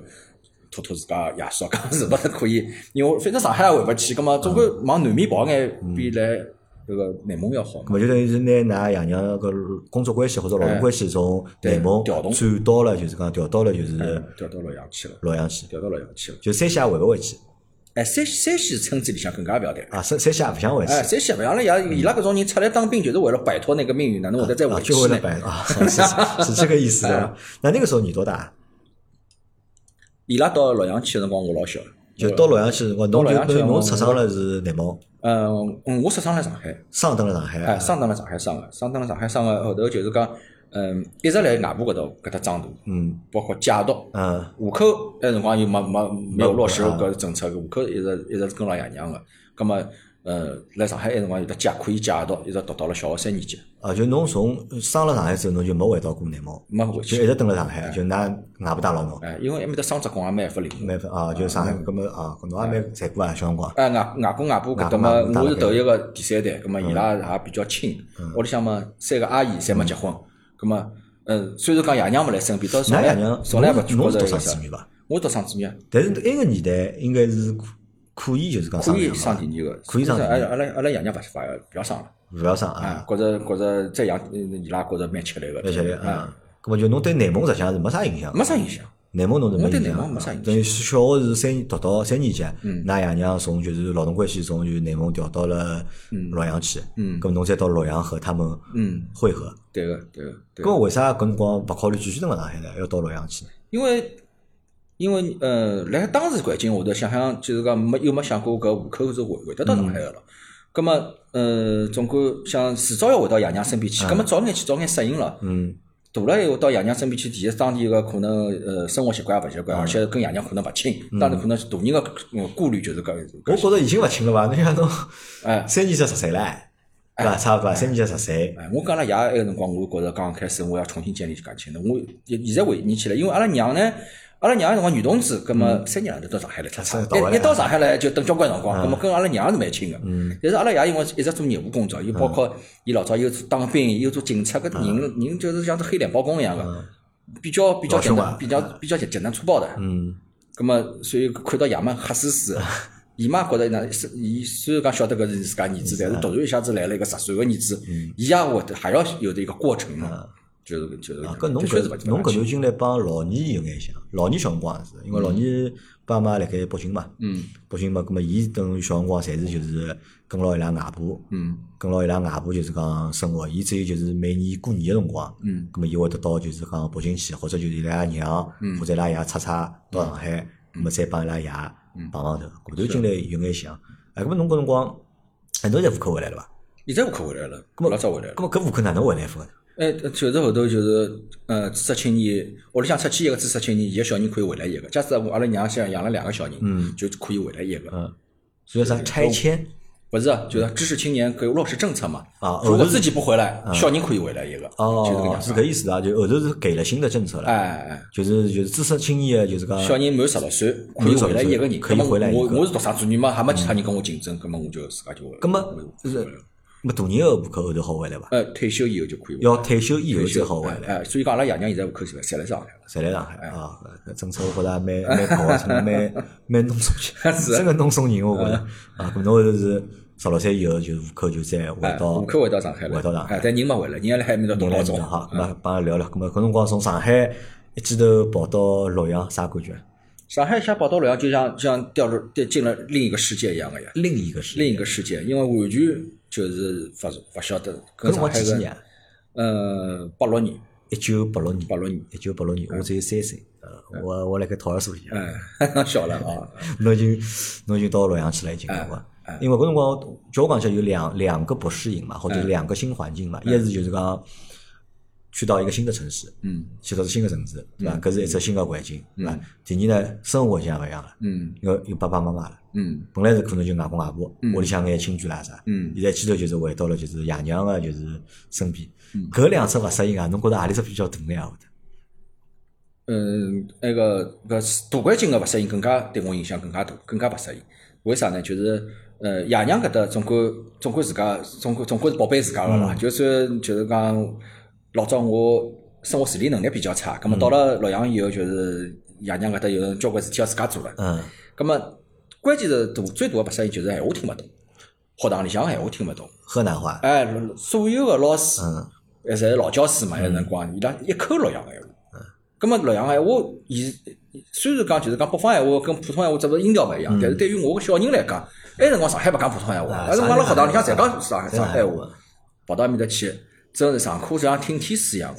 托托自家爷叔啊讲是勿是可以，因为反正上海也回勿去，葛末总归往南面跑眼比来迭个内蒙要好嘛
咁。么就等于是拿㑚爷娘个工作关系或者劳动关系从内蒙
哎调动
转到了，就是讲调到了就是
调到洛阳去了，
洛阳去，
调到洛阳去了。
就山西也回勿回去
哎，山西山西村子里向更加勿要谈。
啊，山山西也勿想回去
哎，山西勿像了，伊伊拉搿种人出来当兵就是为了摆脱那个命运，哪能会得再
啊，
回去
就为了
呢？
摆啊， (laughs) 是是是这个意思啊的。
哎
那那个时候你多大？
伊拉到洛阳去个辰光，我老小。
就到洛阳去的辰光，
到
侬就
洛阳去
侬侬
我
出生了是内蒙，
嗯，嗯我出生辣上海，
上登了上海
哎，
啊，
上当了上海上个，上当了上海上个，后头就是讲，嗯，一直辣外婆搿搭搿搭长大，
嗯
包括戒毒。
嗯
户口那辰光又没没没有落实
没有
搿政策，户口一直一直是跟牢爷娘个。葛末呃，来上海那辰光有得戒，可以戒毒，一直读到了小学三年级，
啊，就侬从上了上海之后，侬就没回到过内蒙，
没回
就一
去。
直蹲了上
哎
海，就㑚外婆带牢侬，
哎，因为埃面搭双职工也蛮勿灵活。
没法啊，就上海，搿么啊，搿侬也蛮残酷啊，小辰光，
哎，外外公外婆搿
外
搭嘛，
公外婆
啊我是头一个第三代，葛末伊拉也比较亲，屋里向嘛三个阿姨侪没结婚，葛末嗯，虽然讲爷娘勿来身边，到从
㑚爷
来
娘
从来勿去
侬
觉
是独
着有
生
啥
子。女伐？
我独生子女，
但是那个年代应该是可可以，就是讲
可以
上
生第二个，
可以生第
阿
二
拉阿拉阿拉爷娘勿勿勿要生了，
勿要上啊，
啊，觉着觉着再养嗯伊拉觉着蛮吃力个，
而且
啊
啊，，搿么就侬对内蒙实际上是没啥影响的。
没啥影响。
内蒙侬是没
我对
影
内蒙
响
没
的
啥影响嗯
等于小学是三读到三年级，㑚爷娘从就是劳动关系从就内蒙调到了洛阳去，
嗯
搿么侬再到洛阳和他们
嗯，
汇合。
对个对个对哎
搿
个，
为啥搿辰光勿考虑继续蹲辣上海呢？要到洛阳去呢？
因为因为呃，辣海当时环境下头想想，就是讲没又没想过搿户口是回回得到上海个了。葛么呃，总归想迟早要回到爷娘身边去，葛么早眼去早眼适应了。
嗯
大了以后到爷娘身边去，第一当地个可能呃生活习惯也勿习惯，而且跟爷娘可能勿亲，当然可能是大人个呃顾虑就是搿
我
搿
觉着已经勿轻了伐？侬想侬
哎。
三年级十岁唻，对伐？差勿多三年级十岁，
哎，我跟阿拉爷埃个辰光，我觉着刚开始我要重新建立感情的。我现现在回忆起来，因为阿拉娘呢，阿拉娘个辰光女同志，葛么三年就到上海来出差
是嗯到了嗯
一一到上海来就等交关辰光，葛么跟阿拉娘是蛮亲个。但是阿拉爷因为一直做业务工作，又
嗯
包括伊老早又做当兵，又做警察，搿人人就是像只黑脸包公一样个，比较比
嗯
较
老
简
凶
单
啊，
比较比较简简单粗暴的。
嗯，
咁么，所以看到爷妈黑
(laughs)
死死的，姨妈觉得呢，是伊虽然讲晓得搿是自家儿子，但是突然一下子来了一个十岁个儿子，
嗯
伊也会得还要有的一个过程嘛，就是就是，
啊，搿侬
的确是勿
搿侬搿段经历帮老年有眼像，老年小辰光也是，因为老年爸妈辣盖北京嘛，
嗯
北京嘛，葛末伊等于小辰光侪是就是跟牢伊拉外婆，
嗯
跟牢伊拉外婆就是讲生活，伊只有就是每年过年个辰光，
嗯
葛末伊会得到就是讲北京去，或者就是伊拉娘
嗯
或者伊拉爷出差到上海，葛末再帮伊拉爷
嗯
帮忙头，搿段经历有眼像。哎，葛末侬搿辰光，哎，侬侪户口回来了伐？
现在户口回来了，老早回来了
葛。末搿户口哪能回来法呢？
哎，就是后头就是，呃，知识青年，屋里向出去一个知识青年，伊个小人可以回来一个。假使我阿拉娘想养了两个小人，
嗯
就可以回来一个。
嗯，所以啥拆迁？
不是啊，就是知识青年可以落实政策嘛。
啊后
如果
头啊
自己不回来，小人可以回来一个。就这个
哦
样，
是。
子
搿意思啊，就后头是给了新的政策
哎
了，
哎。哎
就是就是知识青年的，就是讲
小人满十六岁可以回来一个人，
哎可以回来一个
那么我我是独生子女嘛，还没其他人跟我竞争，那么我就自家就回来。
葛么
回
是
回来了
没大人的户口后头好回来伐？
呃，退休以后就可以回来。
要退休以后
退
才
休
好回来，
哎，哎所以讲阿拉爷娘现在户口是侪来上海
才来上海
哎
啊！搿政策我觉着还蛮蛮好啊，真的蛮蛮弄松
啊
人，真个弄松人，我觉着
嗯
啊。搿侬后头是十六岁以后，就是户口就再回
了，
到
户嗯口回到上海了，
回到上海
哎，但人没回来，人还辣海面搭读
人来
高
面
中
搭。哈，咾帮阿拉聊聊。搿么搿辰光从上海一记头跑到洛阳，啥感觉？
上海一下跑到洛阳，就像就像掉入掉进了另一个世界一样的呀，
另一个是
另一个世界，因为完全就是勿勿晓得
搿
跟
辰
上
光
海
几几年
个
啊？
呃八六年
一九八六年
八。六年，
一九八六年，我只有三岁，呃，我我辣盖托儿所里向，
哎， (laughs) 小了啊，
侬已经侬已经到洛阳去了，已经对伐？因为搿辰光，叫我讲起来有两两个不适应嘛，或者是两个新环境嘛，一是就是讲去到一个新的城市，
嗯
去到新的城市，对伐？搿是一只新的环境，对伐？第二呢，生活已经也勿一样了，
嗯
因为有爸爸妈妈了。
嗯
本来是可能就外公外婆，屋里向眼亲眷啦啥，
嗯
现在基头就是回到了就是爷娘个就是身边，搿两只勿适应啊，侬觉着何里只比较大呢？啊会得
嗯，那个搿大环境个勿适应更加对我影响更加大，更加勿适应。为啥呢？就是呃，爷娘搿搭总归总归自家总归总归是宝贝自家个啦。就算就是讲老早我生活自理能力比较差，葛末到了洛阳以后，就是爷娘搿搭有交关事体要自家做了。
嗯。
葛末关键是大最大个勿适应就是闲话听勿懂，学堂里向个闲话听勿懂。
河南话，
哎，所有个老师，
嗯
还侪是老教师嘛，有辰光伊拉一口洛阳闲
嗯
话。咁么洛阳闲话，伊虽然讲就是讲北方闲话跟普通闲话只不过音调勿一样，但是对于我个小人来讲，埃辰光上海勿讲普通闲话，
嗯啊
埃辰光阿拉学堂里向侪
上
讲上
海
海
上
上
海
海闲话，跑到埃面搭去，真是上课像听
(laughs)
天书一样。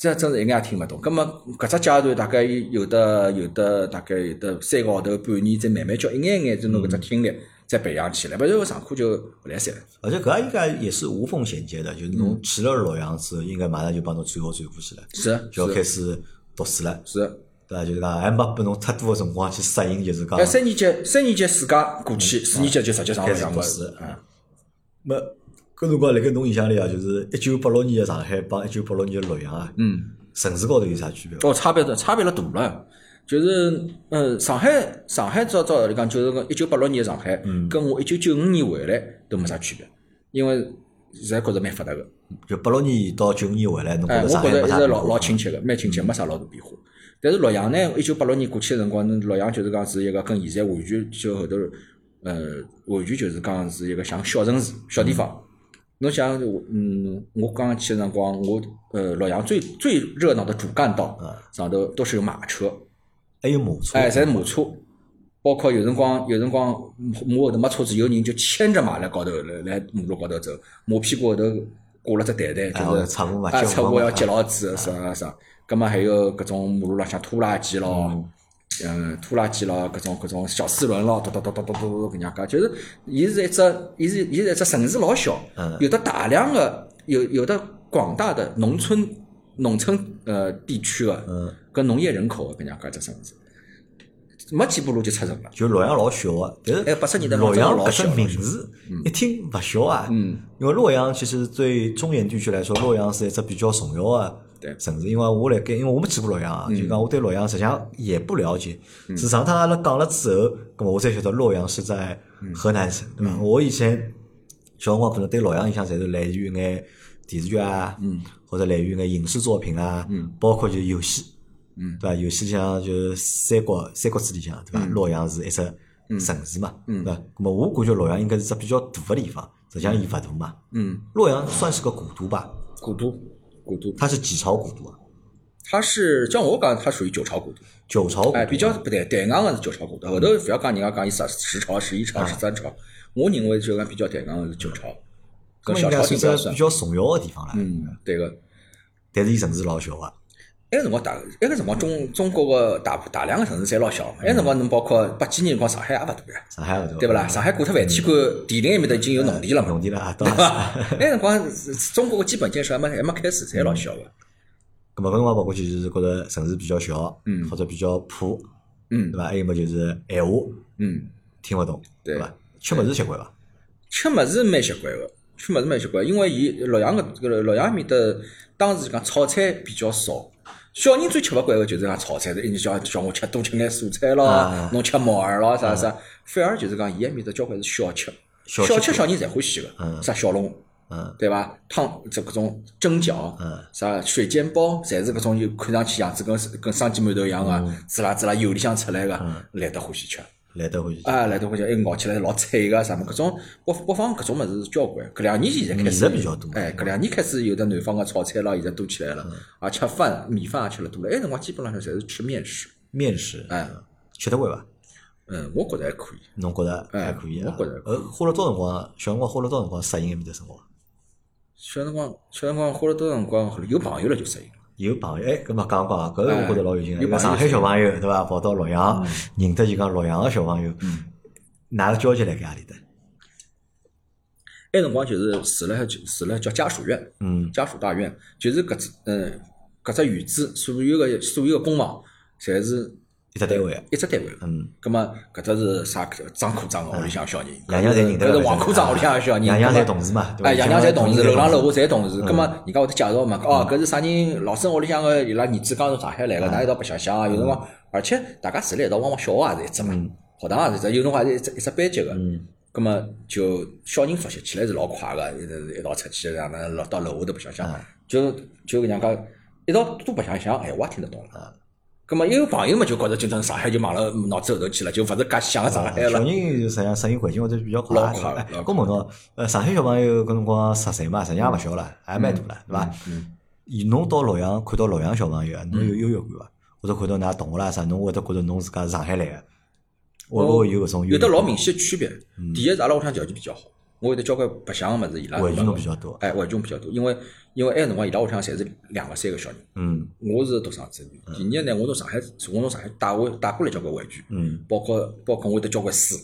这真是一眼也听勿懂。咁么搿只阶段大概有的有的大概有的三个号头半年，再慢慢叫一眼眼，就拿搿
嗯
只听力再培养起来，勿然我上课就勿来三。
而且搿应该也是无缝衔接的，就是侬去了洛阳之后，应该马上就帮侬转学转过去了，
嗯是啊
就要
是
开始读书了，
是啊。
对伐？就是讲还没拨侬太多的辰光去适应，就是讲
哎，三年级，三年级暑假过去，四年级就直接上
开
洛
始
阳
读
了
书。
嗯
没搿辰光辣盖侬印象里啊，就是一九八六年的上海帮一九八六年的洛阳啊，
嗯，
城市高头有啥区别伐？
哦，差别的差别了大了，就是呃，上海上海照照道理讲，就是讲一九八六年的上海，跟我一九九五年回来都没啥区别，因为现在觉着蛮发达个。
就八六年到九五年回来，侬觉
哎，
着
我
上海
觉着
没
一
啥
直老
变化
老亲切个，蛮亲切，
嗯
没啥老大变化。但是洛阳呢，一九八六年过去个辰光，那洛阳就是讲是一个跟现
嗯
在完全就后头，呃，完全就是讲是一个像小城市、小地方。侬想，我嗯，我刚刚去的辰光，我呃，洛阳最最热闹的主干道
嗯
上头都是有马车，
还有马车，
哎，侪是马车，包括有辰光有辰光马后头没车子，有人就牵着马来高头来来马路高头走，马屁股后头挂了只袋袋，
哎
就
我
是
的擦过嘛
啊，
接
车
过
我要
嘛哎
接老子啥啥，葛么还有各种马路浪向拖拉机咯，嗯，拖拉机咯，各种各种小四轮咯，嘟嘟嘟嘟嘟嘟嘟搿样介，就是伊是一只，伊是伊是一只城市老小
嗯，
有的大量的有有的广大的农村农村呃地区的
嗯，
跟农业人口的搿样介只城市，没几步路就出城了。
就洛阳老小个，但
哎
是
八十年代
洛
真
阳
的老
搿
小
只
老
名
小
字一听勿小啊。
嗯，
因为洛阳其实对中原地区来说，洛阳是一只比较重要的
对嗯
城市。因为我辣盖，因为我没去过洛阳啊，就讲我对洛阳实际上也不了解。是上趟阿拉讲了之后，咁么我才晓得洛阳是在河南省，对
嗯
伐？我以前小辰光可能对洛阳印象侪是来源于一眼电视剧啊，
嗯
或者来源于一眼影视作品啊，包括就是游戏。
嗯
对伐？游戏里向就是三国三国志里向，对伐？洛阳是一只
嗯
城市嘛，对伐？那么我感觉洛阳应该是只比较大个地方，实际上伊勿大嘛。
嗯，
洛阳算是个古都吧？
古都，古都，
它是几朝古都啊？
它是叫我讲，它属于九朝古都。
九朝古
哎，
都
比较不对，对硬个是九朝古都，后头勿要讲人家讲伊十十朝、十一朝、十三朝，我认为就讲比较对硬个是九朝，，
那
跟
么
小
应该
朝
是
廷不要
只
算
比。较重要个地方了。
嗯，对个。
但是伊城市老小啊，
埃个辰光大，埃个辰光中中国个大大量个城市侪老小
嗯
嘛，埃个辰光侬包括八几年辰光上海也勿大呀，
上海勿大，
对勿
(laughs)
啦？上海过脱饭天关，
嗯
钿林埃面头已经有农田了嘛，
农田了啊，当然。
对 (laughs) 伐？埃辰光中国个基本建设还没还没开始，侪老小个。
那啊么搿辰光包括就是觉着城市比较小，
嗯
或者比较破，
嗯
对伐？还有么就是闲话
嗯，
听勿懂，
对
伐？吃物事习惯伐？
吃物事蛮习惯个，吃物事蛮习惯，因为伊洛阳个搿个洛阳面的当时讲炒菜比较少，小人最吃勿惯个就是讲炒菜，一直叫叫我吃多吃眼蔬菜咯
啊，
侬吃毛儿咯啥啥，反而就是讲伊埃面的交关是小吃，
小
小
吃
吃小人侪欢喜个，
嗯
啥小笼。
嗯
对伐？汤这各种蒸饺
嗯，
啥水煎包，侪是搿种就看上去样子跟跟生煎馒头一样
嗯
个，滋啦滋啦油里向出来个，来得欢喜吃。
来得欢喜。
啊，来得欢喜，哎，咬起来老脆个，啥么，搿种北北方搿种物事是交关。搿两年现在开始
嗯现在比较多
哎，搿两年开始有的南方个炒菜咯，现在多起来了，
嗯
啊，吃饭米饭也吃了多了。哎埃辰光基本浪向侪是吃面食，
面食，
哎，
吃得惯伐？
嗯，我觉着还可以。
侬觉着
哎
还可以啊？
我觉着还
呃，花了多少辰光？小辰光花了多少辰光适应埃面搭生活？
小辰光，小辰光花了多少辰光？后来有朋友了就适应了。
有朋友哎，搿么讲讲啊，搿个我觉着老有劲啊。
哎有朋友嗯
因为上海小朋友对伐？跑到洛阳，认得就讲洛阳个小朋友，哪个交集辣盖阿里搭？
埃哎辰光就是住了就住了叫家属院，
嗯，
家属大院，就是搿只嗯搿只院子所有个所有个工房，侪是
一只单位啊。
一只单位。
嗯，
葛么搿搭是啥张科长个屋里向小人，
爷娘侪认得
搿
了
是王科长屋里向个小人，
爷娘
葛
侪
末
同事嘛，对伐？
哎，爷娘侪同事，楼上楼
下。
下侪同事。葛么人家会得介绍嘛？
嗯
哦，搿是啥人？老孙屋里向个伊拉儿子刚从上海来个，㑚一道白相相啊。有辰光，而且大家住辣一道，往往小学也是一只
嗯
嘛，学堂也是一只，有辰光也是一只一只班级个。葛么就小人熟悉起来是老快个，一直一道出去，然后呢落到楼下头白相
嗯
相，就就搿能介一道多白相相，闲话也听得懂了。葛么有朋友嘛，就觉着就等上海就忙了脑子后头去了，就勿是介想上海
小人。啊
了
就实际上适应环境或者比较快
老快了
哎
老快
搿问侬，呃，上海小朋友搿辰光十岁嘛，实际上
嗯
也勿小了，也蛮大了，对伐？以侬到洛阳看到洛阳小朋友啊，侬
嗯
有优越感伐？或者看到㑚同学啦啥，侬会得觉着侬自家是上海来个，会勿会有搿种优
哦有
越
得
感？
老明显的区别。
嗯
第一是阿拉屋里向条件比较好，我会得交关白相个物事伊拉
围裙侬比较多
哎，围裙比较多，因为因为埃个辰光伊拉屋里向侪是两个三个小人，
嗯
我是独生子女。第二呢，我从上海我从上海带回带过来交关玩具，
嗯，
包括包括我会得交关书，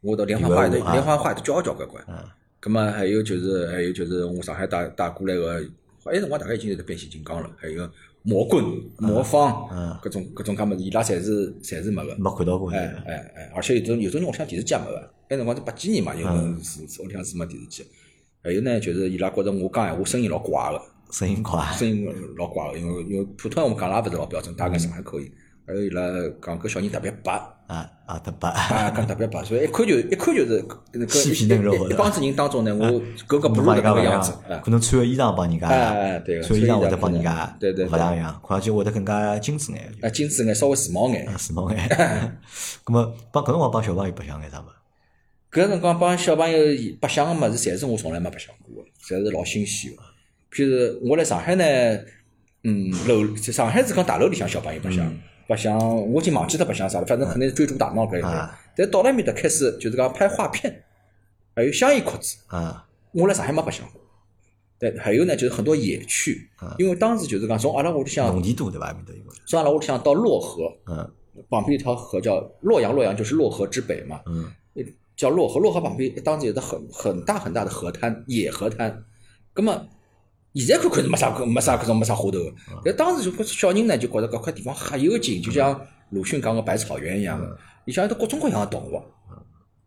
我会得连环画的
礼物啊
连环画会得交交关关
嗯。
咁么还有就是还有就是我上海带带过来个，埃辰光大概已经有得变形金刚了，还有魔棍、魔方
嗯，
各种各种介物事，伊拉侪是侪是没个。
没看到过。
哎哎哎，而且有种有种人屋里向电视机也没个，埃辰光是八几年嘛，有
嗯
人是是屋里向是没电视机。还有呢，就是伊拉觉着我讲闲话声音老怪个，
声音快，
声音老怪个，因为因为普通话讲了也勿是老标准，大概上海口音。还有伊拉讲搿小人特别白，
啊啊，得
(laughs)
白，
啊，讲特别白，所以一看就一看就是那个
细皮嫩肉
一一一帮子人当中呢，我格格不
侬
入
帮人家勿
的搿个
一
样
样 (laughs)
子，哎
可能穿个衣裳帮人家，
哎哎对个
穿衣裳会得帮人家，
穿衣裳帮人家对对对
勿大一样，看上去会得更加精致眼，
啊，精致眼，稍微时髦眼。
哎时髦眼。咁么帮搿辰光帮小朋友白相眼啥物事？
搿辰光帮小朋友白相个物事，侪是我从来没白相过个，侪是老新鲜个。譬如我来上海呢，嗯，楼就上海是讲大楼里向小朋友白相，白相我已经忘记脱白相啥了，反正可能是追逐打闹搿一类
啊。
但到了埃面搭开始就是讲拍画片，还有香烟壳子，
啊
我来上海没白相过。对，还有呢，就是很多野趣，因为当时就是讲从阿拉屋里向，
农田多对伐？埃面搭因为，
从阿拉屋里向到洛河，
嗯
旁边一条河叫洛阳，洛阳就是洛河之北嘛，
嗯
叫洛河。洛河旁边当时有的很很大很大的河滩，野河滩。那么现在看看是没啥没啥搿种没啥花头的，但当时就觉着小人呢就觉着搿块地方很有劲，就像鲁迅讲个百草园一样的，里向有得各种各样的动物，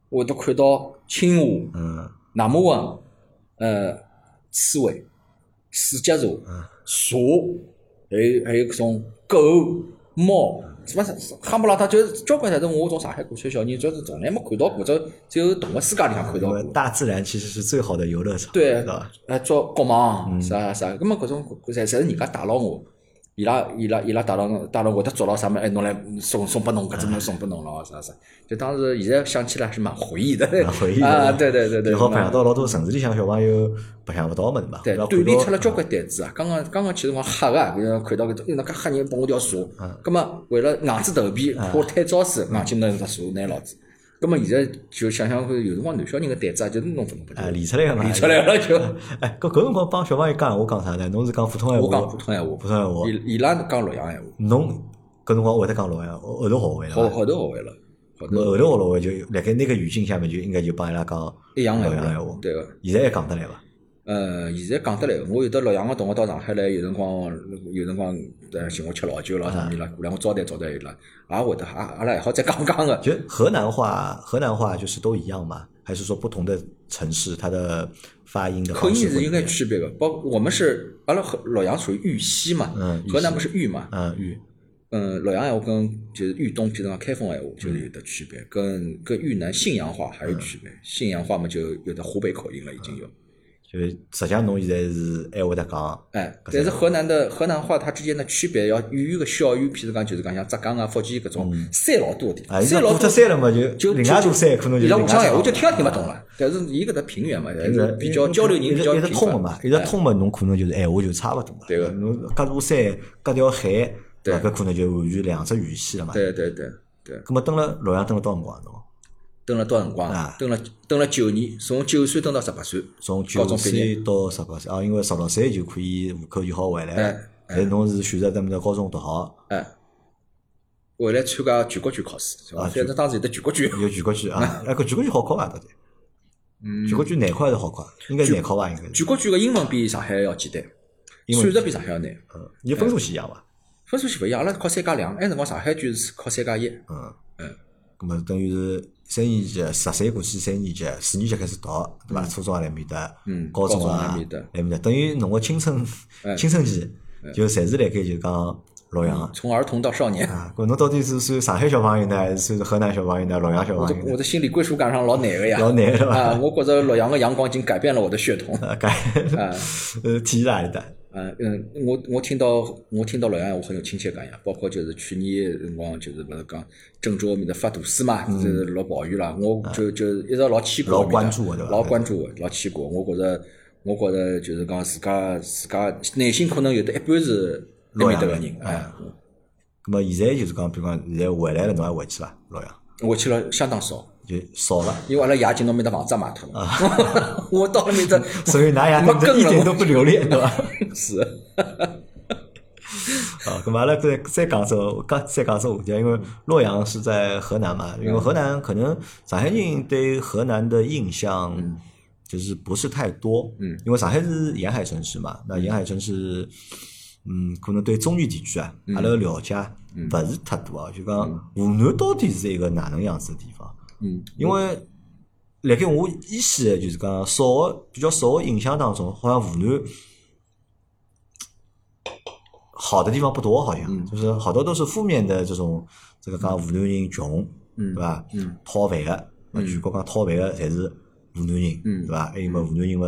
我都看到青蛙、
嗯
纳摩王、呃刺猬、四脚蛇、
嗯
蛇，还有还有搿种狗、猫，什么啥哈姆拉达，就是交关侪是我从上海过去的小人，就是从来没看到过，只只有动物世界里向看到
因为
过。
大自然其实是最好的游乐场，
对
吧？，
呃，捉国
嗯
蟒啥啥，葛么搿种搿侪侪是人家带牢我，伊拉伊拉伊拉带牢我，带牢我，他捉牢啥么，哎，侬来送送拨侬，
嗯
搿只侬送拨侬了啥啥，就当时现在想起来还是蛮回忆的，
蛮回忆的
(laughs) 啊，对对对对，
就好白
蛮
相到老多城市里向小朋友白相勿到么子嘛，
对，
要
锻炼出
看
了
到嗯
交关胆子啊！刚刚刚刚去辰光吓个啊，比如讲看到搿种，因为那介吓人帮我条蛇，
嗯
葛么为了硬着头皮怕太招式，硬去拿只蛇拿牢住。葛么现在就想想看，有辰光男小人个胆子啊，就是弄勿弄不
哎，
着，
理出来个嘛，
理出来了就。
哎，搿搿辰光帮小朋友讲闲话讲啥呢？侬是讲普通闲话，
我讲普通闲话
普通闲话，
伊伊拉讲洛阳闲话，
侬搿辰光会得讲老闲话，后头学会了伐？
后后头学会了，后
后头
头
学了会就辣盖那个语境下面就应该就帮伊拉讲
一样
老
闲
样闲
话
话，，
对个。
现在还讲得来伐？
呃，现在讲得来，我有的洛阳个同学到上海来，有辰光有辰光呃请我吃老酒咯
嗯
啥物事啦，过来我招待招待伊拉，也会得，也阿拉还好再讲讲个。
就河南话，河南话就是都一样嘛？还是说不同的城市它的发音的
口
方
音
式
是
会
应该区别的，包括我们是阿拉河洛阳属于豫西嘛，
嗯豫西
河南不是豫嘛，
嗯豫
嗯，洛阳闲话跟就是豫东，譬如讲开封闲话就是有的
嗯
区别，跟跟豫南信阳话还有区别，信阳话嘛就有的湖北口音了已
嗯
经有，
就是实际上侬现在是还会得讲，
哎，但是河南的河南话它之间的区别要远远的小于，譬如讲就是讲像浙江啊、福建搿种山老多的
啊，，伊
山
讲
老
过脱
多。
山了嘛，就
就
另外座山可能就
伊
是
拉
另
武昌
外
闲
座
话就听也听勿懂了，但是伊搿搭平原嘛，还是比较交流人比较
一直
频
通
繁
个嘛，一直通个侬可能就是闲话就差勿多嘛。
对个
侬隔座山，隔条海，
对
伐？搿可能就完全两只语系了嘛。
对对对对。
咁么蹲了洛阳蹲了多少辰光侬？
蹲了多少辰光
啊
蹲了蹲了九年，从九岁蹲到十八岁，
从九
高中毕业。
岁到十八岁啊，因为十六岁就可以户口就好回来
哎。
但侬是选择咱们的高中读好，
哎，回来参加全国军考试，是吧
啊
反正当时有的全国军，
有全国卷
(laughs)
啊，哎，搿全国卷好考伐？到底？
嗯
全国卷难考还是好考？应该是难考伐？应该是。
全国军个英文比上海要简单，
英文
算术比上海要难，
嗯，伊分数线一样伐？
分数线勿一样，阿拉考三加两，哎那辰光上海卷是考三加一，
嗯。
嗯，
咁么等于是三年级，十岁过去三年级，四年级开始读，对伐？初中也辣埃面搭，
嗯
高中
高中也
啊
辣埃面搭
埃面搭，等于侬个青春
(laughs) 哎
青春期就侪是辣盖就讲洛阳啊。
从儿童到少年，
啊，搿侬到底是算上海小朋友呢，还是算是河南小朋友呢？洛阳小
我
朋
的
友
我
呢？
的心理归属感上老难个呀，
哎老难是吧？
啊，我觉着洛阳个阳光已经改变了我的血统，
啊，
啊
搿 (laughs) 呃，体现哪里的？
嗯嗯，我我听到我听到洛阳闲话很有亲切感呀，包括就是去年辰光就是勿是讲郑州埃面搭发大水嘛，就是老暴雨啦，我就就一直老牵
嗯
挂
啊老
埃
关
面搭
注的对吧
老关注的，老牵挂。我觉着我觉着就是讲自家自家内心可能有的一半是埃
洛
面
阳
搭个
人
人，哎，
咁么现在就是讲，比如讲现在回来了，侬还回去伐？洛阳
我去了相当少，
就少了，
因为阿拉爷已经拿埃面搭房子也卖脱了， (laughs) 我到埃面搭
所以
(laughs)
㑚爷
没
跟得
跟
一
了
点
我
都不留恋，啊对伐？
是
(laughs) 啊，咁阿拉再再讲这个，刚再讲这个话题，啊因为洛阳是在河南嘛，因为河南可能上海人对河南的印象就是不是太多，
嗯，
因为上海是沿海城市嘛，那沿海城市，嗯，可能对中原地区啊，
嗯
阿拉的了解不是太多啊，就讲湖南到底是一个哪能样子的地方？
嗯
因为辣盖我依稀的就是讲少的比较少的印象当中，好像湖南好的地方不多，好像、
嗯
就是好多都是负面的这种，这个讲湖南人穷，
嗯
对伐？
嗯，
讨饭的，那全国讲讨饭的侪是湖南人，
嗯
对伐？还有么湖南人么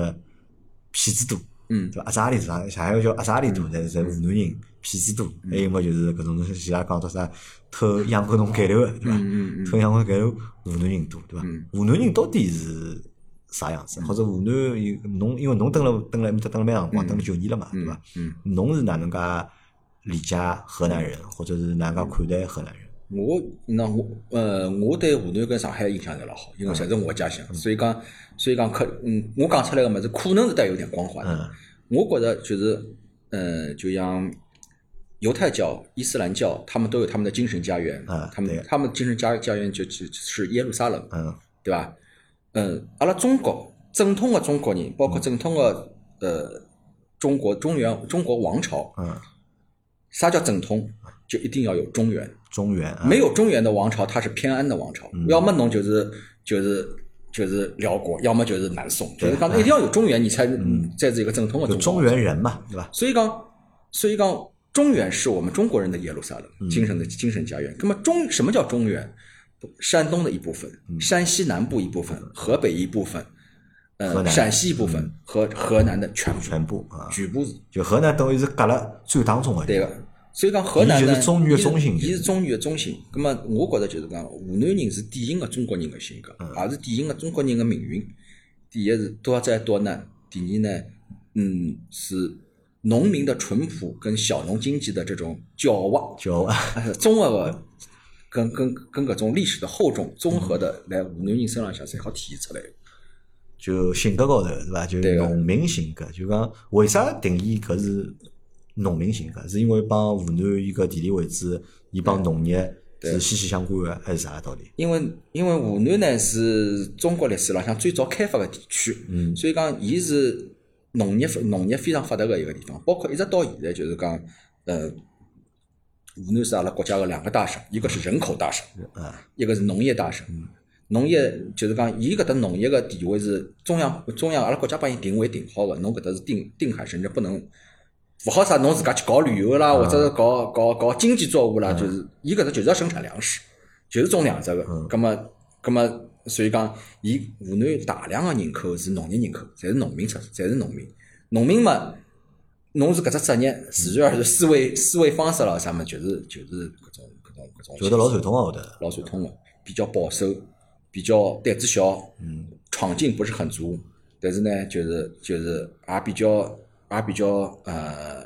骗子多，
嗯
对伐？阿扎里市场，上海话叫阿扎里多，但是湖南人痞子多，
嗯
还有么就是搿种伊拉讲到啥偷养过侬盖头个，对伐？
嗯嗯嗯
偷养过盖头，湖南人多，对伐？湖南人到底是啥样子？或者湖南有侬因为侬蹲了蹲了埃面搭蹲了蛮长光，蹲了九年了嘛，对伐？
嗯，
侬是哪能介理解河南人，或者是哪能介看待河南人？
我那我呃，我对湖南跟上海印象侪老好，因为侪是我家
嗯
乡，所以讲，所以讲可嗯，我讲出来个物事可能是带有点光环的。
嗯
我觉着就是，呃，就像犹太教、伊斯兰教，他们都有他们的精神家园，
啊
他们
对
他们精神家家园就就就是耶路撒冷，
嗯
对伐？嗯，阿拉中国正统的中国人，包
嗯
括正统的呃中国中原中国王朝，
嗯，
啥叫正统？就一定要有中原，
中原啊，
没有中原的王朝，它是偏安的王朝，
嗯
要么侬就是就是就是辽国，要么就是南宋，就是讲一定要有中原，你才才是一个正统的
有哎
中
嗯中
国。
原人嘛，对伐？
所以讲，所以讲，中原是我们中国人的耶路撒
嗯
冷，精神的精神家园。那么中什么叫中原？山东的一部分，
嗯
山西南部一部分，河北一部分，
河
呃，
南嗯
陕西一部分和河南的全部
全部啊，
全部是
就河南等于是隔了最当中个地
对
方
个。所以讲河南
伊
呢，
就是中原的中心
伊是中原的中心。那么我觉着就是讲，湖南人是典型的中国人的性格，
嗯
也是典型的中国人的命运。第一是多灾多难，第二呢，嗯，是农民的淳朴跟小农经济的这种矫枉，
就啊
呃综合的跟跟跟搿种历史的厚重综合
嗯
的来湖南人身浪向才好体现出来。
就性格高头是伐？就
对个
农民性格，就讲为啥定义搿是农民性格？是因为帮湖南伊个地理位置，伊帮农业是息息相关个，还是啥道理？
因为因为湖南呢是中国历史浪向最早开发个地区，
嗯
所以讲伊是农业农业非常发达个一个地方，包括一直到现在就是讲，呃，湖南是阿拉国家个两个大省，一个是人口大省，
啊，
一个是农业大省。
嗯
农业就是讲，伊搿搭农业个地位是中央中央阿拉国家帮伊定位定好个，侬搿搭是定定海神针，不能勿好啥，侬自家去搞旅游啦，
啊
或者是搞搞搞经济作物啦，就是伊搿搭就是要生产粮食，就是种粮食个。
啊
葛么葛么，所以讲，伊湖南大量个人口是农业人口，侪是农民出，侪是农民，农民嘛。侬是搿只职业，自然而然思维思维方式啦，啥么就是就是搿种搿种搿种，
就得老传统个后头。
老传统的，比较保守，比较胆子小，嗯，闯劲不是很足，但是呢，就是就是也比较也比较呃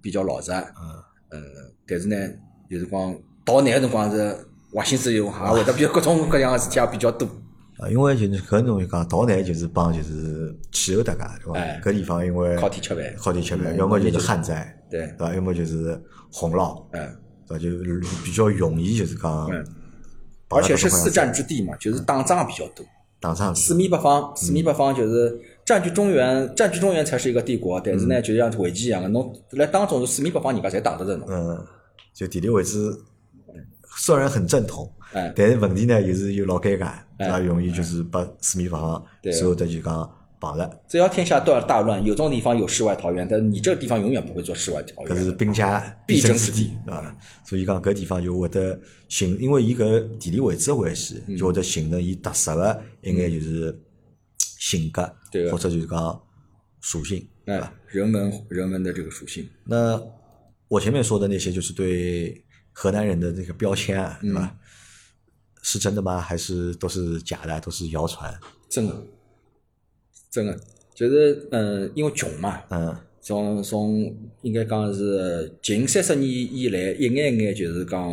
比较老实，
嗯，
呃，但是呢，有辰光到难个辰光是坏心思有，也会得比较各 (laughs) 种各样个事体也比较多，
啊，因为就是搿侬就讲，岛内就是帮就是气候搭界对伐
哎？
搿地方因为
靠天吃嗯饭，
靠天吃饭，要么就是旱灾，
对
对伐？要么就是洪涝，
嗯。
对伐？就比较容易就是讲，
嗯而且是四战之地嘛，就是打仗比较多。
打仗
四面八方，
嗯
四面八方就是占据中原，占据中原才是一个帝国。但是呢，就像围棋一样的，侬来当中四面八方人家侪打得着侬。
嗯，就地理位置虽然很正统，
哎
但是问题呢，又是又老尴尬，对伐？
哎
容易就是把四面八方
对啊
所有的就讲绑了，
只要天下大大乱，有种地方有世外桃源，但是你这个地方永远不会做世外桃
搿是
源。
兵家
(laughs) 必
争
争
之
之
地，对伐？所以讲搿地方就会得形，因为伊搿地理位置的关系，
嗯
就会得形成伊特色的一眼就是性格，
对啊个
或者就是讲属性，对伐
哎？，人文人文的这个属性，
那我前面说的那些，就是对河南人的这个标签啊，对
嗯
吧？是真的吗？还是都是假的？都是谣传？
真的，真的就是嗯，因为穷嘛，
嗯
从从应该讲是近三十年以来，一眼一眼就是讲，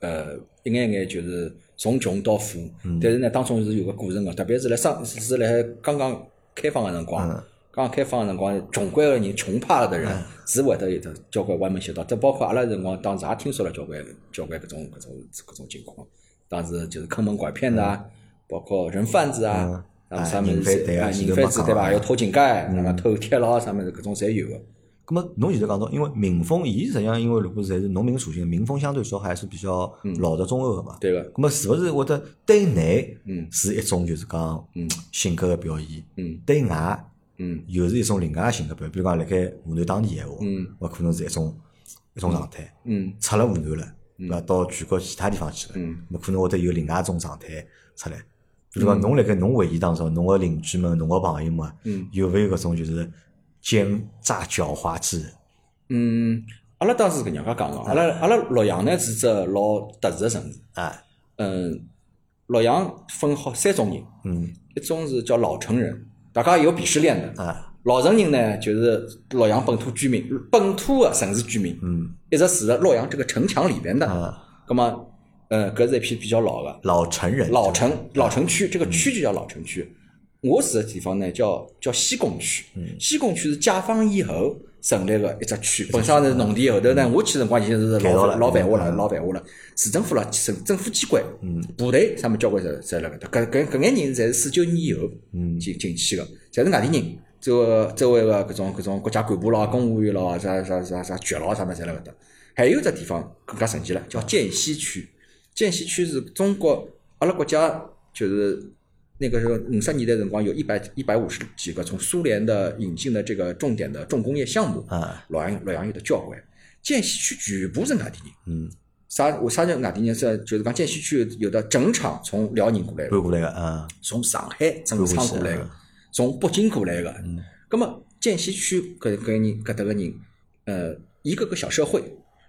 呃，一眼一眼就是从穷到富，
嗯
但是呢，当中是有个过程的，特别是来上是来刚刚开放的辰光，
嗯
刚刚开放的辰光，穷惯的人、穷怕了的人，是会得有的交关歪门邪道。这包括阿拉辰光当时也听说了交关交关搿种搿种搿种情况，当时就是坑蒙拐骗的啊，包括人贩子
嗯
啊，那么啥物
哎人贩
事
子啊
啊，
前头
人贩
没
子
讲啊
对伐？要偷井盖，那么偷铁啦啥物事，搿种侪有的。
那么侬现在讲到，因为民风，伊实际上因为如果侪是农民属性，民风相对来说还是比较老的忠厚的嘛。
嗯对个，
那么是不是会得对内
嗯
是一种就是讲
嗯
性格的表现，
嗯
对外
嗯
又是一种另外的性格表现。比如讲，辣盖湖南当地闲话，
嗯
我可能是一种一种状态。
嗯
出了湖南了，对伐？到全国其他地方去了，
嗯
那可能会得有另外一种状态出来。比如讲，侬辣盖侬回忆当中，侬个邻居们、侬个朋友们，啊
嗯
有没有搿种就是奸诈狡猾之人。
嗯，阿拉当时搿样介讲个，阿拉
嗯
阿拉洛阳呢是只老特殊个城市。
啊，
嗯，洛阳分好三种人，
嗯
一种是叫老城人，大家有鄙视链的。
啊，
老城人呢，就是洛阳本土居民，本土的城市居民，
嗯
一直住在洛阳这个城墙里边的。
啊，
那么，呃，搿是一批比较老的
老成人，啊嗯
老城老城区，这个区就叫老城区。我住的地方呢，叫叫西贡区。
嗯
西贡区是解放以后成立的一只区，本身是农田。后头呢，我去辰光已经是
嗯改造
老
了
老繁华了，
嗯
老繁华了。市政府了，政政府机关、部队啥么交关侪侪辣搿搭。搿搿搿眼人侪是四九年以后进进去的，侪是外地人。周围周围个搿种搿种国家干部咯、公务员咯、啥啥啥啥局咯啥么侪辣搿搭。还有一只地方更加神奇了，叫涧西区。涧西区是中国阿拉国家就是那个时候五十年代辰光有一百一百五十几个从苏联的引进的这个重点的重工业项目，
啊，
洛阳洛阳有的交关，涧西区全部是外地人。
嗯，
啥？我啥叫外地人？是就是讲涧西区有的整厂从辽宁过来的，
搬过来个啊，
从上海整厂过来
嗯
的，从北京过来的。那么涧西区搿搿人搿搭个人，呃，一个个小社会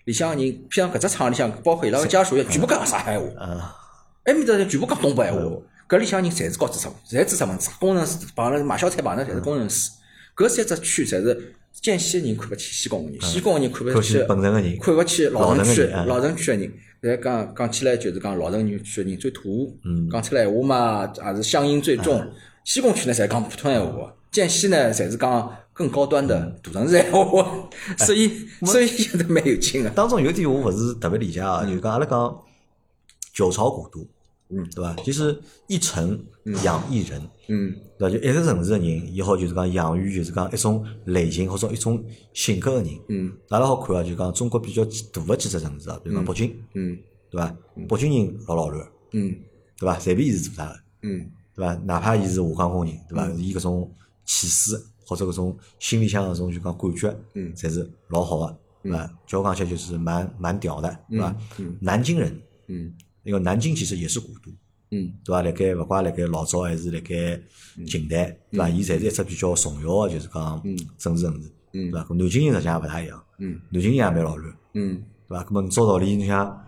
里向的人，像搿只厂里向，包括伊拉个家属也全部讲上海话。
啊，
埃面搭人全部讲东北闲话，
嗯
搿里向人侪是高知识分子，侪知识分子，工程师碰了马小菜碰了侪
嗯
是工程师，搿三只区侪是见西人看勿起西贡个人，西贡个人看勿
嗯看
起
起本城个人
看勿起老城
老城
区
的人嗯
老城区个人。来讲讲起来就是讲老城区个人最土，
嗯
讲出来闲话嘛也是乡音最
哎
重。西贡区呢侪讲普通闲话，见西呢侪是讲更高端的
嗯
大城市闲话，
哎
所以所以现在蛮有劲啊个。
当中有一点我勿是特别理解啊，就是讲阿拉讲九朝古都，
嗯
对伐？就是一城养一人，
嗯
对伐？就一个城市个人，伊好就是讲养育就是讲一种类型或者一种性格个人。
嗯
阿拉好看啊，就讲中国比较大个几只城市啊，比如讲北京，
嗯
对伐？北京人老老乱，
嗯
对伐？随便伊是做啥个，
嗯
对伐？哪怕伊是下岗工人，对伐？伊搿种气势或者搿种心里向搿种就讲感觉，
嗯
侪是老好个，对伐？叫我讲起来就是蛮蛮屌的，对伐
嗯嗯？
南京人，
嗯
因为南京其实也是古都，
嗯。
对伐？辣盖勿怪辣盖老早还是辣盖近代，对伐？伊侪是一只比较重要个，就是讲政治城市，对
嗯
伐？搿南京人实际上也勿大一样，
嗯
南京人也蛮老乱，
嗯
对伐？搿么照道理，你像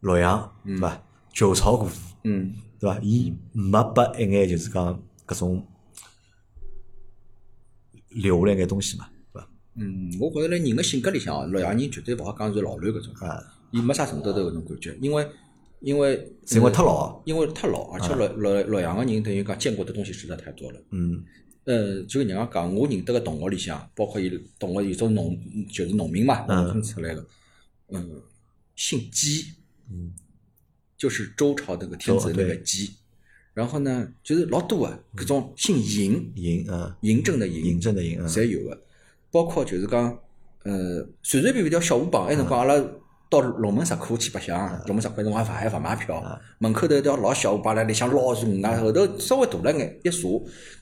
洛阳，对伐？九朝古都，
嗯
对伐？伊没拨一眼就是讲搿种留下来眼东西嘛，对伐？
嗯，我觉着辣人个性格里向哦，洛阳人绝对勿好讲是老卵搿种，
啊，
伊没啥程度头搿种感觉，因为因为呃
是因为太，老，
因为太老，而
啊
且洛洛洛阳个人等于讲见过的东西实在太多了。
嗯
呃，就人家讲，我认得个同学里向，包括伊同学有种农，就是农民嘛，
嗯
农村出来的，嗯，姓姬，
嗯，
就是周朝那个天子那
周
个
对
姬，然后呢，就是老多啊，搿种姓嬴，
嬴啊，
嬴政的
嬴政的嬴啊，
侪有个，包括就是讲，呃，随随便便条小河浜，埃辰光阿拉到龙门石窟去白相，龙门石窟埃辰光还勿还勿买票，门口头一条老小河浜，辣里向捞鱼啊，后头稍微大了眼一查，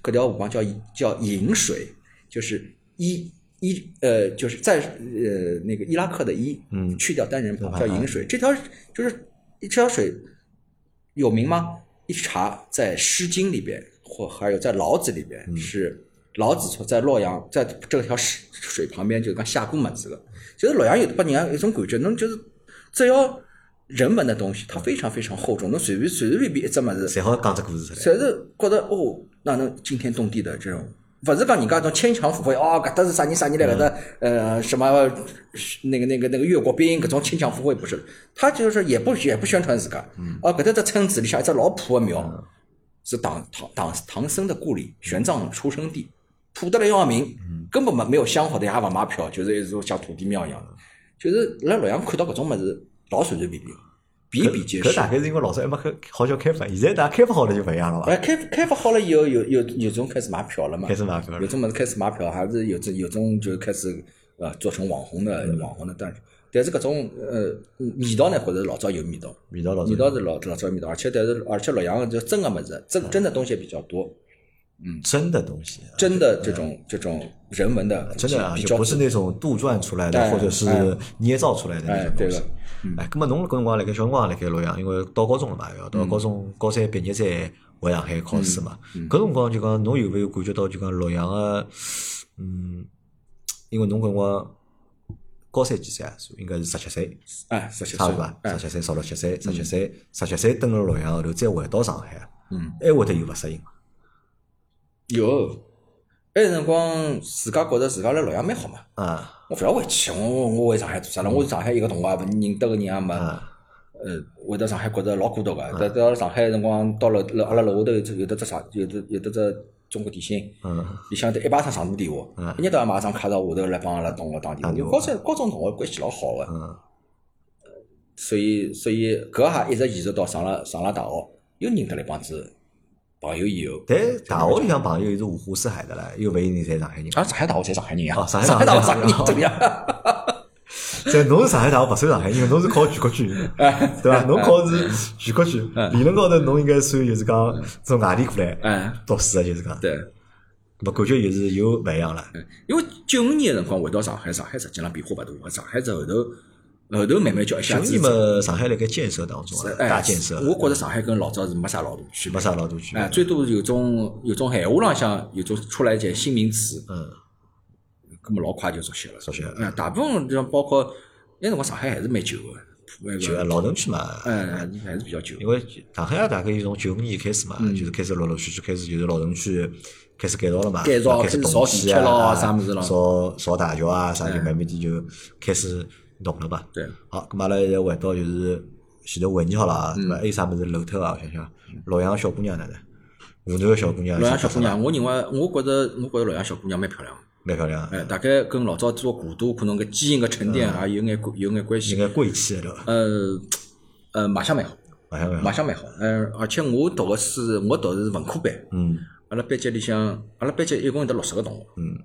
搿条河浜叫叫银水，就是伊伊呃，就是在呃那个伊拉克的伊，
嗯
去掉单人旁
对
叫
吧
银水，这条就是这条水有名吗？一查在《诗经》里边，或还有在《老子》里边，是老子说在洛阳，在这条水水旁边就讲下过么子了。其实洛阳有的把人家有一种感觉，侬就是只要人文的东西，它非常非常厚重，侬随便随随便便一只么子，
侪好讲只故事出来。
侪是觉得哦，哪能惊天动地的这种，勿是讲人家种牵强附会哦，搿搭是啥人啥人来搿搭，呃，什么那个那个那个越国兵搿种牵强附会不是，他就是也不也不宣传自家，哦，搿搭只村子里向一只老破个庙，是唐唐唐唐僧的故里，玄奘出生地，土得来要命，根本没没有香火的，也勿买票，就是一种像土地庙一样的，就是辣洛阳看到搿种物事老随随便便，比比皆是
搿。大概是因为老早还没开好叫开发，现在大家开发好了就勿一样了
哎，
伐？
开开发好了以后，有有有种开始买票了嘛？
开始买票了
有种么子开始买票，还是有种有种就开始呃做成网红的
嗯
网红的但是但是搿种呃味道呢，觉着老早有味道，
味道老早
味道是老老早有味道，而且但是而且洛阳就真个物事，
嗯
真真的东西比较多，
啊真的东西，啊
真的这种这种人文的
嗯真的啊，
比
就
较
不是那种杜撰出来的
哎
或者是捏造出来的那
哎
种东
对个
西。哎，那么侬搿辰光辣盖小辰光辣盖洛阳，因为到高中了嘛，要
嗯
到高中高三毕业再回上海考试嘛。搿辰光就讲侬有没有感觉到就讲洛阳个嗯，因为侬搿辰光高三几岁啊？应该是十七岁，
哎，十七
差
岁
勿多吧？
哎
十，七岁、十六七岁、十七岁、十七岁登了洛阳后头，再回到上海，啊
嗯，
还会得有勿适应伐。
有，埃辰光自家觉着自家辣洛阳蛮好嘛，
啊
我勿要回去，我我回上海做啥了？我上海一个同学也勿认得个人也没，
嗯啊
呃，回到上海觉着老孤独个。到到了上海辰光，到了了阿拉楼下头有只有得只啥，有得有得只中国电信，
嗯
里向头一排上长途电话，一日到夜买张卡到下头来帮阿拉同学打电
打
话。
电
因
啊话
为高三高中同学关系老好个，
嗯
所以所以搿也一直延续到上了上了大学，又认得了一帮子朋友以后。
但大学里向朋友有是五湖四海的唻，又勿一定侪上海人。 (laughs)
啊，上海大学侪上海人呀，
哦上海
上海
大
大
学
学上海人啊对
(laughs)
呀，
在侬是上海大学勿算上海人，侬是考全国卷，
(laughs) 哎
对伐？侬考是全国卷，理论高头侬应该算就是讲从外地过来
哎，
读书的，就是讲，
对。哎
么感觉就是有勿一样了。
因为九五年个辰光回到上海，上海实际上变化勿大，啊上海是后头后头慢慢叫
九
一下
五
子
年。嘛，上海辣盖建设当中啊，
哎
大建设，
我觉着上海跟老早是没啥老大区
没
别，
啥老大区
哎，
别。
最多有种有种闲话浪向有种出来一些新名词，
嗯，
搿么老快就熟悉了。
熟悉了
哎，大部分像包括那辰光上海还是蛮旧个，那
就啊
个
老城区嘛，
哎还是比较旧。
因为上海也大概就从九五年开始嘛，
嗯
就是开始陆陆续续开始就是老城区开始改造了嘛，
改造
开始
开始
动
造
起
地铁咯
啊，
啥物事咯哎
造造大桥啊，啥就慢慢点就开始弄了嘛。
对，
好，咁阿拉现在回到就是前头回忆好了
嗯
啊，对伐？还有啥物事漏脱啊？我想想，洛阳小姑娘哪能？湖南个小姑娘，
洛阳小姑娘，我认为我觉着我觉着洛阳小姑娘蛮漂亮的。
蛮漂亮啊，
哎，大概跟老早做古都可能个基因个沉淀
嗯
啊，有眼关有眼关
应
系。
该贵气对伐？
呃，呃，卖相蛮好，
好像
卖相蛮好。嗯，而且我读个是，我读的是文科班。
嗯
阿拉班级里向，阿拉班级一共有得六十个同学。
嗯。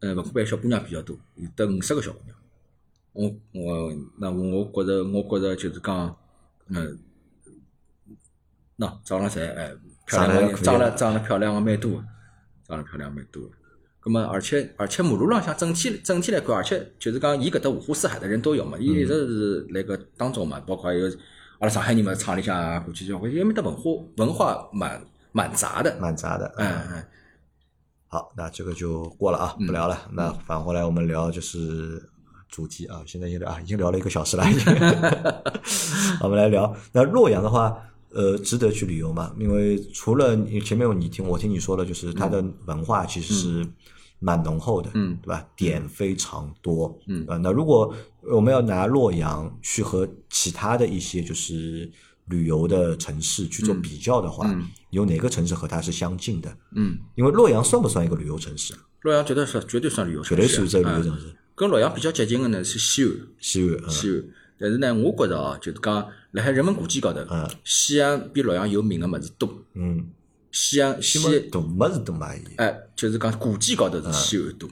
呃，文科班小姑娘比较多，有得五十个小姑娘。我我那我觉着，我觉着就是讲，嗯，喏，长得侪哎，漂亮
长得还
个，
可以啊
长得长得漂亮个蛮多的，长得漂亮蛮多的。咁么，而且而且马路浪向整体整体来看，而且就是讲，伊搿搭五湖四海的人都有
嗯
嘛，伊一直是辣搿当中嘛，包括还有阿拉上海人嘛，厂里向啊，过去交关，因为面搭文化文化蛮蛮杂的，
蛮杂的。
哎哎，
好，那这个就过了啊，
嗯
不聊了。那返回来我们聊就是主题啊，现在已经聊啊，已经聊了一个小
(laughs)
时了，已经。我们来聊，那洛阳的话，呃，值得去旅游嘛？因为除了你前面你听我听你说了，就是它的文化其实是蛮浓厚的，
嗯
对吧？点非常多，
嗯
啊、那如果我们要拿洛阳去和其他的一些就是旅游的城市去做比较的话，
嗯嗯
有哪个城市和它是相近的？
嗯。
因为洛阳算不算一个旅游城市啊？
洛阳绝对是绝对算旅游
绝
城市
对
啊，
是一个旅游城
嗯
市。
跟洛阳比较接近的呢是西安，
西安，嗯
西安。但是呢，我觉着哦，就是讲辣海人文古迹高头，西安比洛阳有名的么子多。
嗯，
西安西
西安大么子都嘛伊，
哎，就是讲古迹高头是西安多。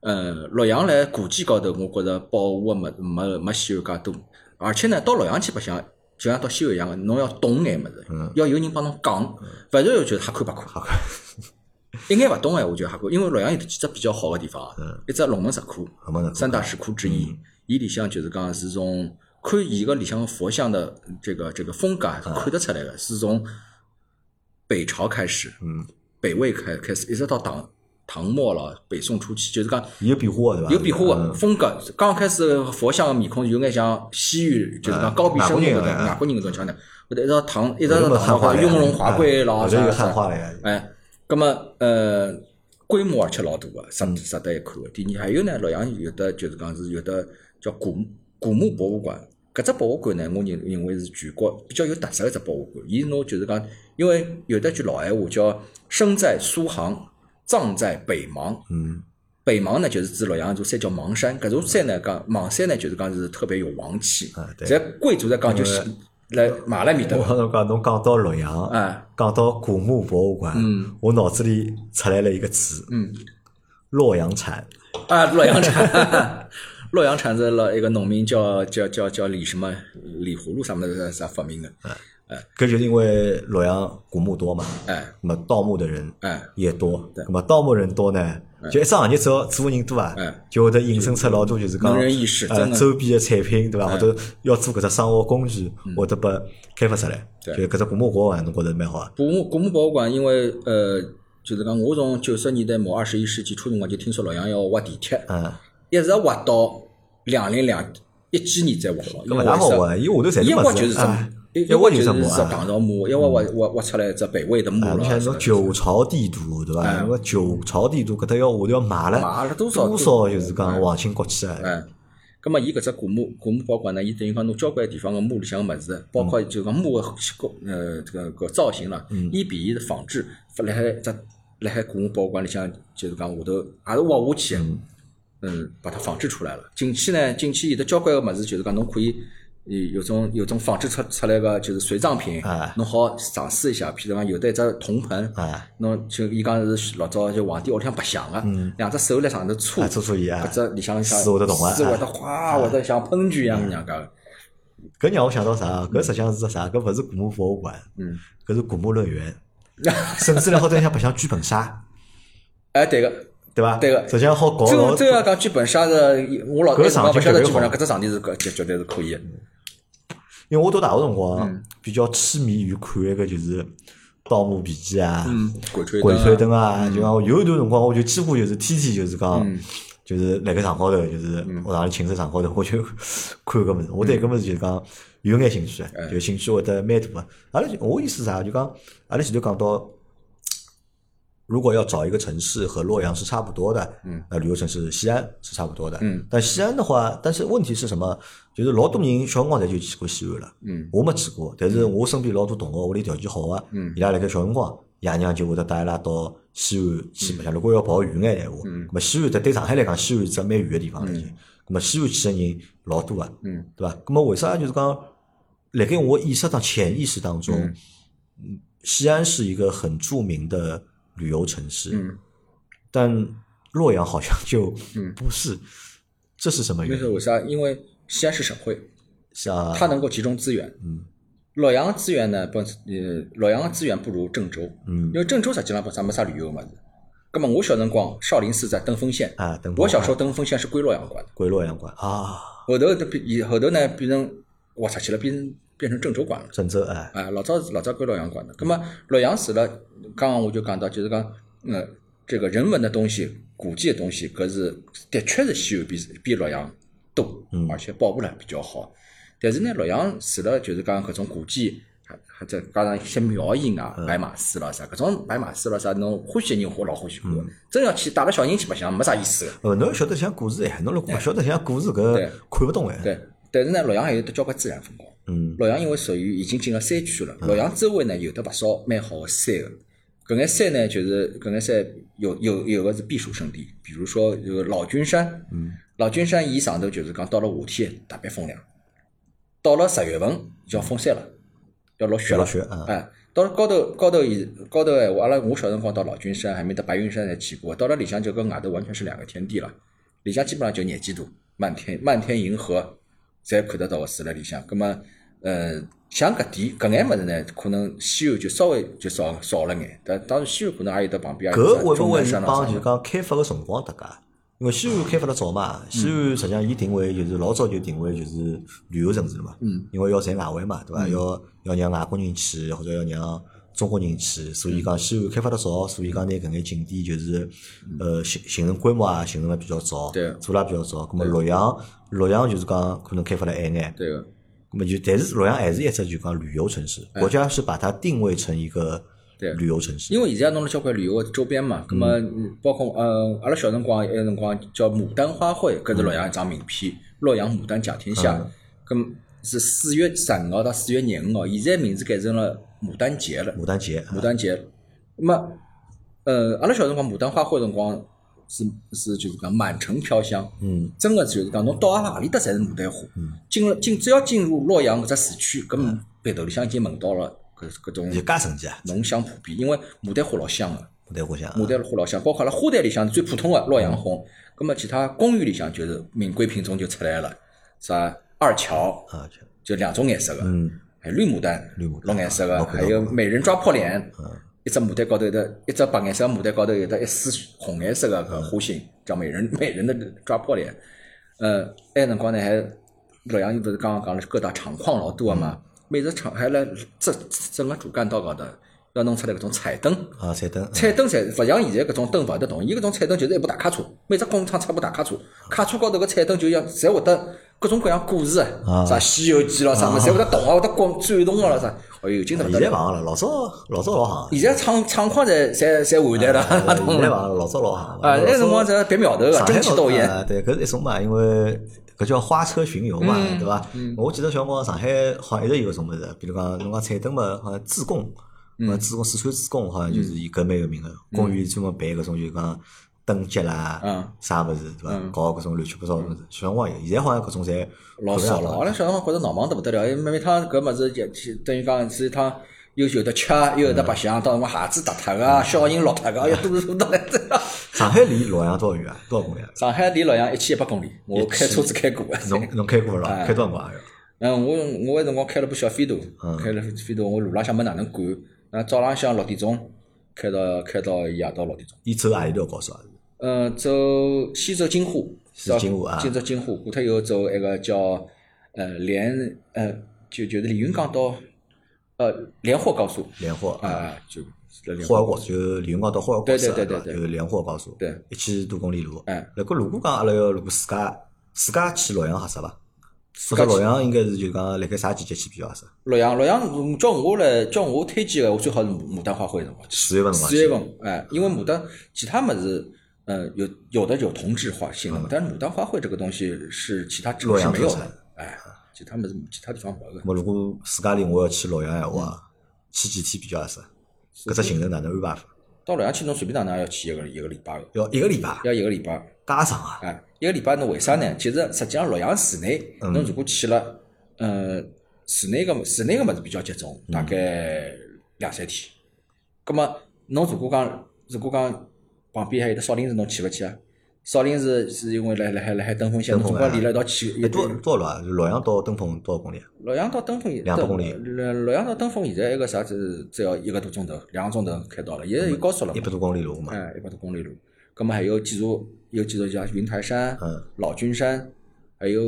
呃，洛阳来古迹高头，我觉着保护的没没没西安介多。而且呢，到洛阳去白相，就像到西安一样的，侬要懂眼么子，要有人帮侬讲，勿然就是瞎看白看。 (laughs) 一眼勿懂个闲话就瞎看，因为洛阳有几只比较好个地方啊，一只龙门石窟，
什么呢？
三大石窟之一，
嗯
伊里向就是讲是从看伊个里向个佛像的这个这个风格啊
嗯
是看得出来个，是从北朝开始，
嗯，
北魏开开始，一直到唐唐末了，北宋初期，就是讲
有壁画对伐？
有变化个
嗯，
风格。刚开始佛像个面孔有眼像西域，就是讲高鼻深目搿
嗯外
种
国人啊
外国人搿种腔调，后头一直到唐一直
有
到
那么汉
唐
化嗯
话
嘞
雍容华贵咯
哎有这
啥
个
啥
汉。化了呀，
哎，咁么呃，规模而且老大啊个，值值得一看个。第二，还有呢，洛阳有的就是讲是有的叫古古墓博物馆，搿只博物馆呢，我认认为是全国比较有特色个一只博物馆。伊侬就是讲，因为有得句老闲话叫“生在苏杭，葬在北邙”。
嗯
北邙呢，就是指洛阳一座山叫邙山，搿座山呢，讲邙山呢，就是讲是特别有王气
啊。对
在贵族在讲就是来买了面头
(laughs) 我跟侬讲，侬讲到洛阳，
啊，
讲到古墓博物馆，
嗯
我脑子里出来了一个词，
嗯。
洛阳铲，
啊，洛阳铲， (laughs) 洛阳铲子了一个农民叫叫叫叫李什么李葫芦什么的啥发明的，
嗯搿就是因为洛阳古墓多嘛，
哎
那么盗墓的人
哎
也多，那么盗墓人多呢，就一只行业只要做人多啊
嗯，
就会得引申出老多就是讲
能人异士
呃
真的哎
周边的产品对伐？或者要做搿只生活工具，会得被开发出来。就
嗯对
搿只古墓博物馆，侬觉着蛮好啊？
古墓古墓博物馆因为呃就是讲我从九十年代末二十一世纪初辰光就听说洛阳要挖地铁，
嗯，
一直挖到两零两一几年才挖好，因
搿勿
为
大好
为
挖，伊下头侪
一
是
挖
么
就是
子
只
啊，，
一
一挖
就是是
么
只
啊
唐。朝墓，一挖挖挖挖出来只北魏的墓
啊，
了
你。想说九朝帝都对伐？那么九朝帝都搿搭要下头要买了，
买了多少
多少就是讲皇亲国戚啊，
哎，咁么伊搿只古墓，古墓保管呢，伊等于讲侬交关地方个墓里向个物事，包
嗯
括就讲墓个呃这个搿造型啦，一比一的仿制，发辣海只辣海古墓保管里向，就是讲下头也是挖下去，嗯，把它仿制出来了。近期呢，近期有的交关个物事，就是讲侬可以。有有种有种仿制出出来个就是随葬品
哎，
侬好尝试一下。譬如讲，有的一只铜盆，
啊，
侬就伊讲是老早就皇帝屋里向白相个，两只手辣上头
嗯
搓
啊，，做做伊啊
搿，只里向像
水会得动啊
水会
(laughs)
得哗，会得像喷泉一
嗯
样样噶。
搿让我想到啥？搿实际上是只啥？搿勿是古墓博物馆，
嗯，
搿是古墓乐
(laughs)
园，甚至呢好在里向白相剧本杀，
哎，对个，
对伐？
对个
实际上好搞
最后
老
最后讲剧本杀的，我老
搿
早
场
我
景
不晓
特
得
别
剧本杀
好嗯
搿只场地是搿绝绝对是可以的。
因为我读大学辰
嗯
光啊比较痴迷于看一个就是《盗墓笔记》啊，
嗯，鬼吹
鬼吹
灯
灯啊，就讲我有一段辰光，我就几乎就是天天就是讲，就是辣盖床高头，就是我上寝室床高头，我就看搿物事，我对搿物事就是讲有眼兴趣的，就兴趣会得蛮大个。啊阿拉就我意思是啥，就讲阿拉前头讲到。如果要找一个城市和洛阳是差不多的，嗯，那旅游城市西安是差不多的，
嗯，
但西安的话，但是问题是什么？就是老多人小辰光侪就去过西安了，
嗯，
我没去过，但是我身边老多同学屋里条件好个，
嗯
伊拉辣盖小辰光，爷娘就会得带伊拉到西安去白相。如果要跑远眼闲话，
嗯
那么西安对对上海来讲，西安是只蛮远个地方了已经。那么西安去个人老多个，
嗯，
对伐？那么为啥就是讲，辣盖我意识当潜意识当中，
嗯
嗯西安是一个很著名的旅游城市，
嗯，
但洛阳好像就
嗯
不是，这是什么
那
原
是
因？
为啥？因为西安是省会，
像
它能够集中资源。
啊嗯
洛阳资源呢，不呃，洛阳资源不如郑州，
嗯
因为郑州实际上本身没啥旅游么子。那么我小辰光，少林寺在登封县，
啊，等
我小时候登封县是归洛阳管的。
归洛阳关啊，
后头变以后头呢，变成挖出去了，变成变成郑州管了。
郑州哎，
啊，老早老早归洛阳管的。那么洛阳除了刚刚我就讲到，就是讲呃这个人文的东西、古迹的东西，搿是的确是西安比比洛阳多，而且保护了比较好。但是呢，洛阳除了就是讲搿种古迹，还还再加上一些庙以外，白马寺啦啥，搿种白马寺啦啥，侬欢喜的人我老欢喜看的。真要去带了小人去白相，没啥意思的。
呃，侬要晓得像故事哎，侬如果勿晓得像故事搿
对
看勿懂哎。
对，但是呢，洛阳还有得交关自然风光。
嗯，
洛阳因为属于已经进了山区了，洛阳周围呢有的勿少蛮好个山个，搿眼山呢就是搿眼山有有有个是避暑胜地，比如说有老君山，
嗯
老君山伊上头就是讲到了夏天特别风凉，到了十月份就要封山了，要落雪
要
了，
落雪啊
哎，到了高头高头以高头哎，我阿拉我小辰光到老君山还没到白云山才去过，到了里向就跟外头完全是两个天地了。里向基本上就廿几度，漫天漫天银河，侪看得到个水辣里向。葛么，呃，像搿点搿眼物事呢，可能西安就稍微就少少了眼。但当然，西安可能也有得旁边也有
搿
啥
会
钟
不会
南
是
山啊
帮
啥
就
的
讲开发个辰光搭界？因为西安开发了早嘛，西
嗯
安实际上伊定位就是老早就定位就是旅游城市了嘛，
嗯，
因为要赚外汇嘛，对伐？要要让外国人去，或者要让中国人去，所以
嗯
讲西安开发了早，所以讲拿搿眼景点就是呃形形成规模啊，形成了比较早，
对
做了比较早。葛么洛阳，洛阳就是讲可能开发了晚眼，
对个，
那么就，但是洛阳还是一只就讲旅游城市，国家是把它定位成一个
哎对
旅游城市。
因为现在弄了交关旅游个周边嘛，葛么嗯包括呃，阿拉小辰光有辰光叫牡丹花卉，搿是洛阳一张名片，洛阳牡丹甲天下
嗯，
葛么是四月十五号到四月廿五号，现在名字改成了牡丹节了。
牡丹节，
牡丹节。那么，呃，阿拉小辰光牡丹花卉辰光是是就是讲满城飘香，
嗯，
真个就是讲侬到阿里搭侪是牡丹花。进了进只要进入洛阳搿只市区，搿么鼻头里向已经闻到了搿搿种
就介神奇啊！
浓香扑鼻，因为牡丹花老香个、
牡丹花香啊，嗯
牡丹花老香，包括阿拉花坛里向最普通的洛阳红，葛么其他公园里向就是名贵品种就出来了，啥二乔
啊，就
就两种颜色个，
嗯，
还有绿牡丹，
绿牡丹
绿颜色个，
我看
还
到嗯
有
过
美人抓破脸，一只牡丹高头有的，一只白颜色牡丹高头有的一丝红颜色个
嗯
搿花心，叫美人 (laughs) 美人的抓破脸。呃，埃辰光呢还洛阳不是
嗯
刚刚讲了各大厂矿老多个嘛，每日厂还辣整整个主干道高头要弄出来搿种彩灯。
啊，彩灯，
彩灯侪勿像现在搿种灯勿会得动，伊搿种彩灯就是一部大卡车，每只工厂出一部大卡车，卡车高头搿彩灯就像侪会得各种各样故事
啊
啥《西游记》咯啥物事，侪会得动啊，会得光转动啊了啥，哦哟，今朝勿
啊现
得
在
了。
行了，老早老早老行，
现在厂厂矿侪侪侪换代 (laughs) 了，
啊现在行，老早老行。
啊，那辰光只别苗头个，
上海
争奇斗艳。
啊，对，搿是一种嘛，因为搿叫花车巡游嘛，
嗯
对伐？我记得小辰光上海好像一直有搿种物事，比如讲侬讲彩灯嘛，好像自贡，嗯，自贡四川自贡好像
嗯
就是伊搿蛮有名个，公园专门办搿种就是讲灯节
嗯
啦，啥物事对伐？搞搿种乱七八糟的物事，小辰光有，现在好像搿种侪
老少了，阿拉小辰光觉着闹忙得不得了，因哎为每趟搿物事就就等于讲是一趟又有得吃，又有得白相，到辰光鞋子踏踏
嗯
个，小人落脱个，要多多到来这。
上海离洛阳多少远啊？多少公里啊？
上海离洛阳一千一百公里，我开车子开过的。
侬侬开过了，
哎
开多少光啊？
(laughs) 嗯，我我那辰光开了部小飞度，
嗯
开了飞度，我路浪向没哪能赶，那早浪向六点钟开到开到夜到六点钟。
伊走阿里头告诉啊？
嗯，走先走金沪，
是
到
金沪啊
先走金沪，过脱以后走一个叫呃连呃就就是连云港到呃连霍高速
莲花
啊，啊，就连
霍尔果就连云港到霍尔果斯，就连霍高速，
对，
一千多公里路。
哎，
那个如果讲阿拉要如果自家自家去洛阳合适伐？或者洛阳应该是就讲辣盖啥季节去比较合适？
洛阳洛阳，嗯叫我来叫我推荐个，我最好是牡牡丹花卉辰光去，
四月份辰光
四
去
月份哎，因为牡丹其他么子。呃，有有的有同质化性的，但是牡丹花卉这个东西是其他城
嗯洛
市
阳
没有
特产嗯
的，哎，其他么子其他地方没有的
那。么如果自家里我要去洛阳闲
嗯
话，去几天比较合适？搿只行程哪能安排法？
到洛阳去，侬随便哪能也要去一个一个礼拜的，
要一个礼拜，
要一个礼拜。
加长啊！
啊，一个礼拜侬为啥呢？其实实际上洛阳市内，
嗯
侬如果去了，呃，市内个市内个物事比较集中，大
嗯
概两三天。咁么，侬如果讲，如果讲旁边还有得少林寺，侬去勿去啊？少林寺是因为辣辣海辣海登封县，
登
侬
封
总归
啊
连了一道去。一
有多多少路啊？洛阳到登封多少公里啊？
洛阳到登封也
两百公里
洛洛阳到登封现在一个啥子，只要一个多钟头，两个钟头开到了，现在有高速了
一
嘛
百？多公里路嘛。
哎，一百多公里路。葛么还有几座，有几座叫云台山、
嗯
老君山，还有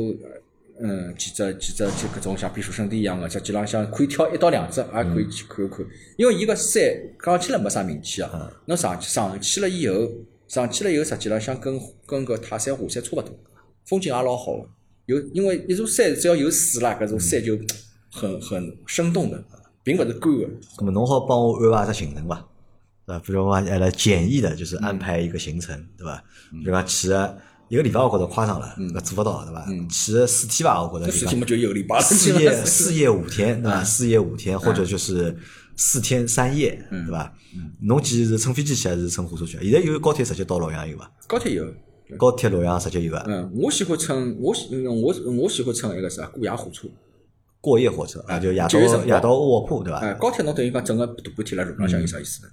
呃嗯几只几只就各种像避暑胜地一样的，在几浪向可以挑一到两只，也可以去看一看。因为伊个山讲起来没啥名气啊，侬上去上去了以后，上去了以后实际浪向跟跟个泰山、华山差勿多，风景也老好的。有因为一座山只要有水啦，搿座山就很很生动的，并勿是干的。
那么侬好帮我安排一只行程伐？对吧？比如讲，阿拉简易的，就是安排一个行程，
嗯
对吧？比如讲去个一个礼拜，我觉着夸张了，搿做勿到，对吧？
嗯
去个四天吧，我觉
那
着
事
就
体
讲
嘛就有礼拜 (laughs) 了，
四夜四夜五天，对吧？
嗯
四夜五天，或者就是四天三夜，
嗯
对吧？侬去是乘飞机去还是乘火车去？啊现在有高铁直接到洛阳有伐？
高铁有。
高铁洛阳直接有啊伐？
嗯，我喜欢乘我喜嗯我我喜欢乘一个啥过夜火车。
过夜火
嗯
车啊，就夜
就有辰
到
光
夜到卧铺，对
哎
吧？，
高铁侬等于讲整个大半天辣路浪向有啥意思呢？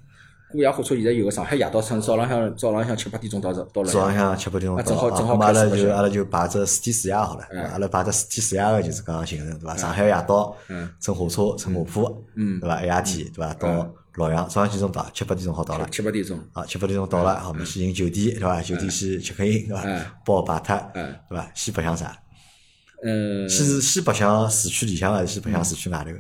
过夜火车现在有个上海夜到乘，早浪向早浪向七八点钟到到
早
了。
浪向七八点钟
啊
到
正好
啊，
正好
咁阿拉
开始
就
了嗯
阿拉就排只四天四夜好了，阿拉排只四天四夜个就是讲行程对伐？上海夜到
嗯，
乘火车乘卧铺，
嗯
对伐？一夜天对伐？到洛阳早浪几点钟到？七八点钟好到了。
七八点钟，
啊，七八点钟到了，好，我们去寻酒店对伐？酒店去 check in 对
嗯
伐？包排脱
嗯
对伐？先白相啥？
嗯
先是先白相市区里向还是先白相市区外头个？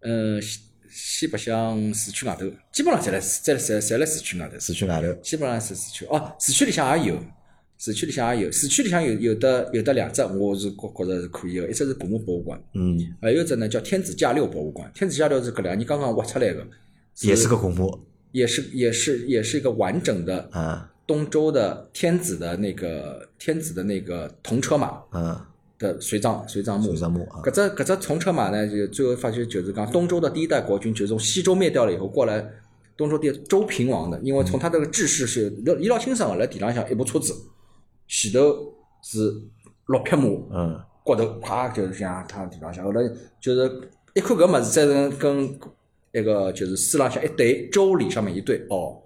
嗯，西西白相市区外头，基本上侪辣侪辣侪侪辣市区外头，
市区外头
基本上是市区。哦，市区里向也有，市区里向也有，市区里向有有的有的两只，我是觉觉着是可以个，一只是古墓博物馆，
嗯，
还有一只呢叫天子驾六博物馆。天子驾六是搿两年刚刚挖出来个，
也是个古墓，
也是也是也是一个完整的
嗯
东周的天子的那个天子的那个铜车马
嗯，
的随葬随葬墓
水。上墓啊，
搿只搿只铜车马呢，就最后发现就是讲东周的第一代国君，就是从西周灭掉了以后过来，东周第周平王的，因为从他这个制式是伊老清爽个，辣地浪向一部车子，前头是六匹马，
嗯
高头啪啊就是像他地浪向，后来就是一看搿物事，再跟跟那个就是四浪向一对，周礼上面一对，哦，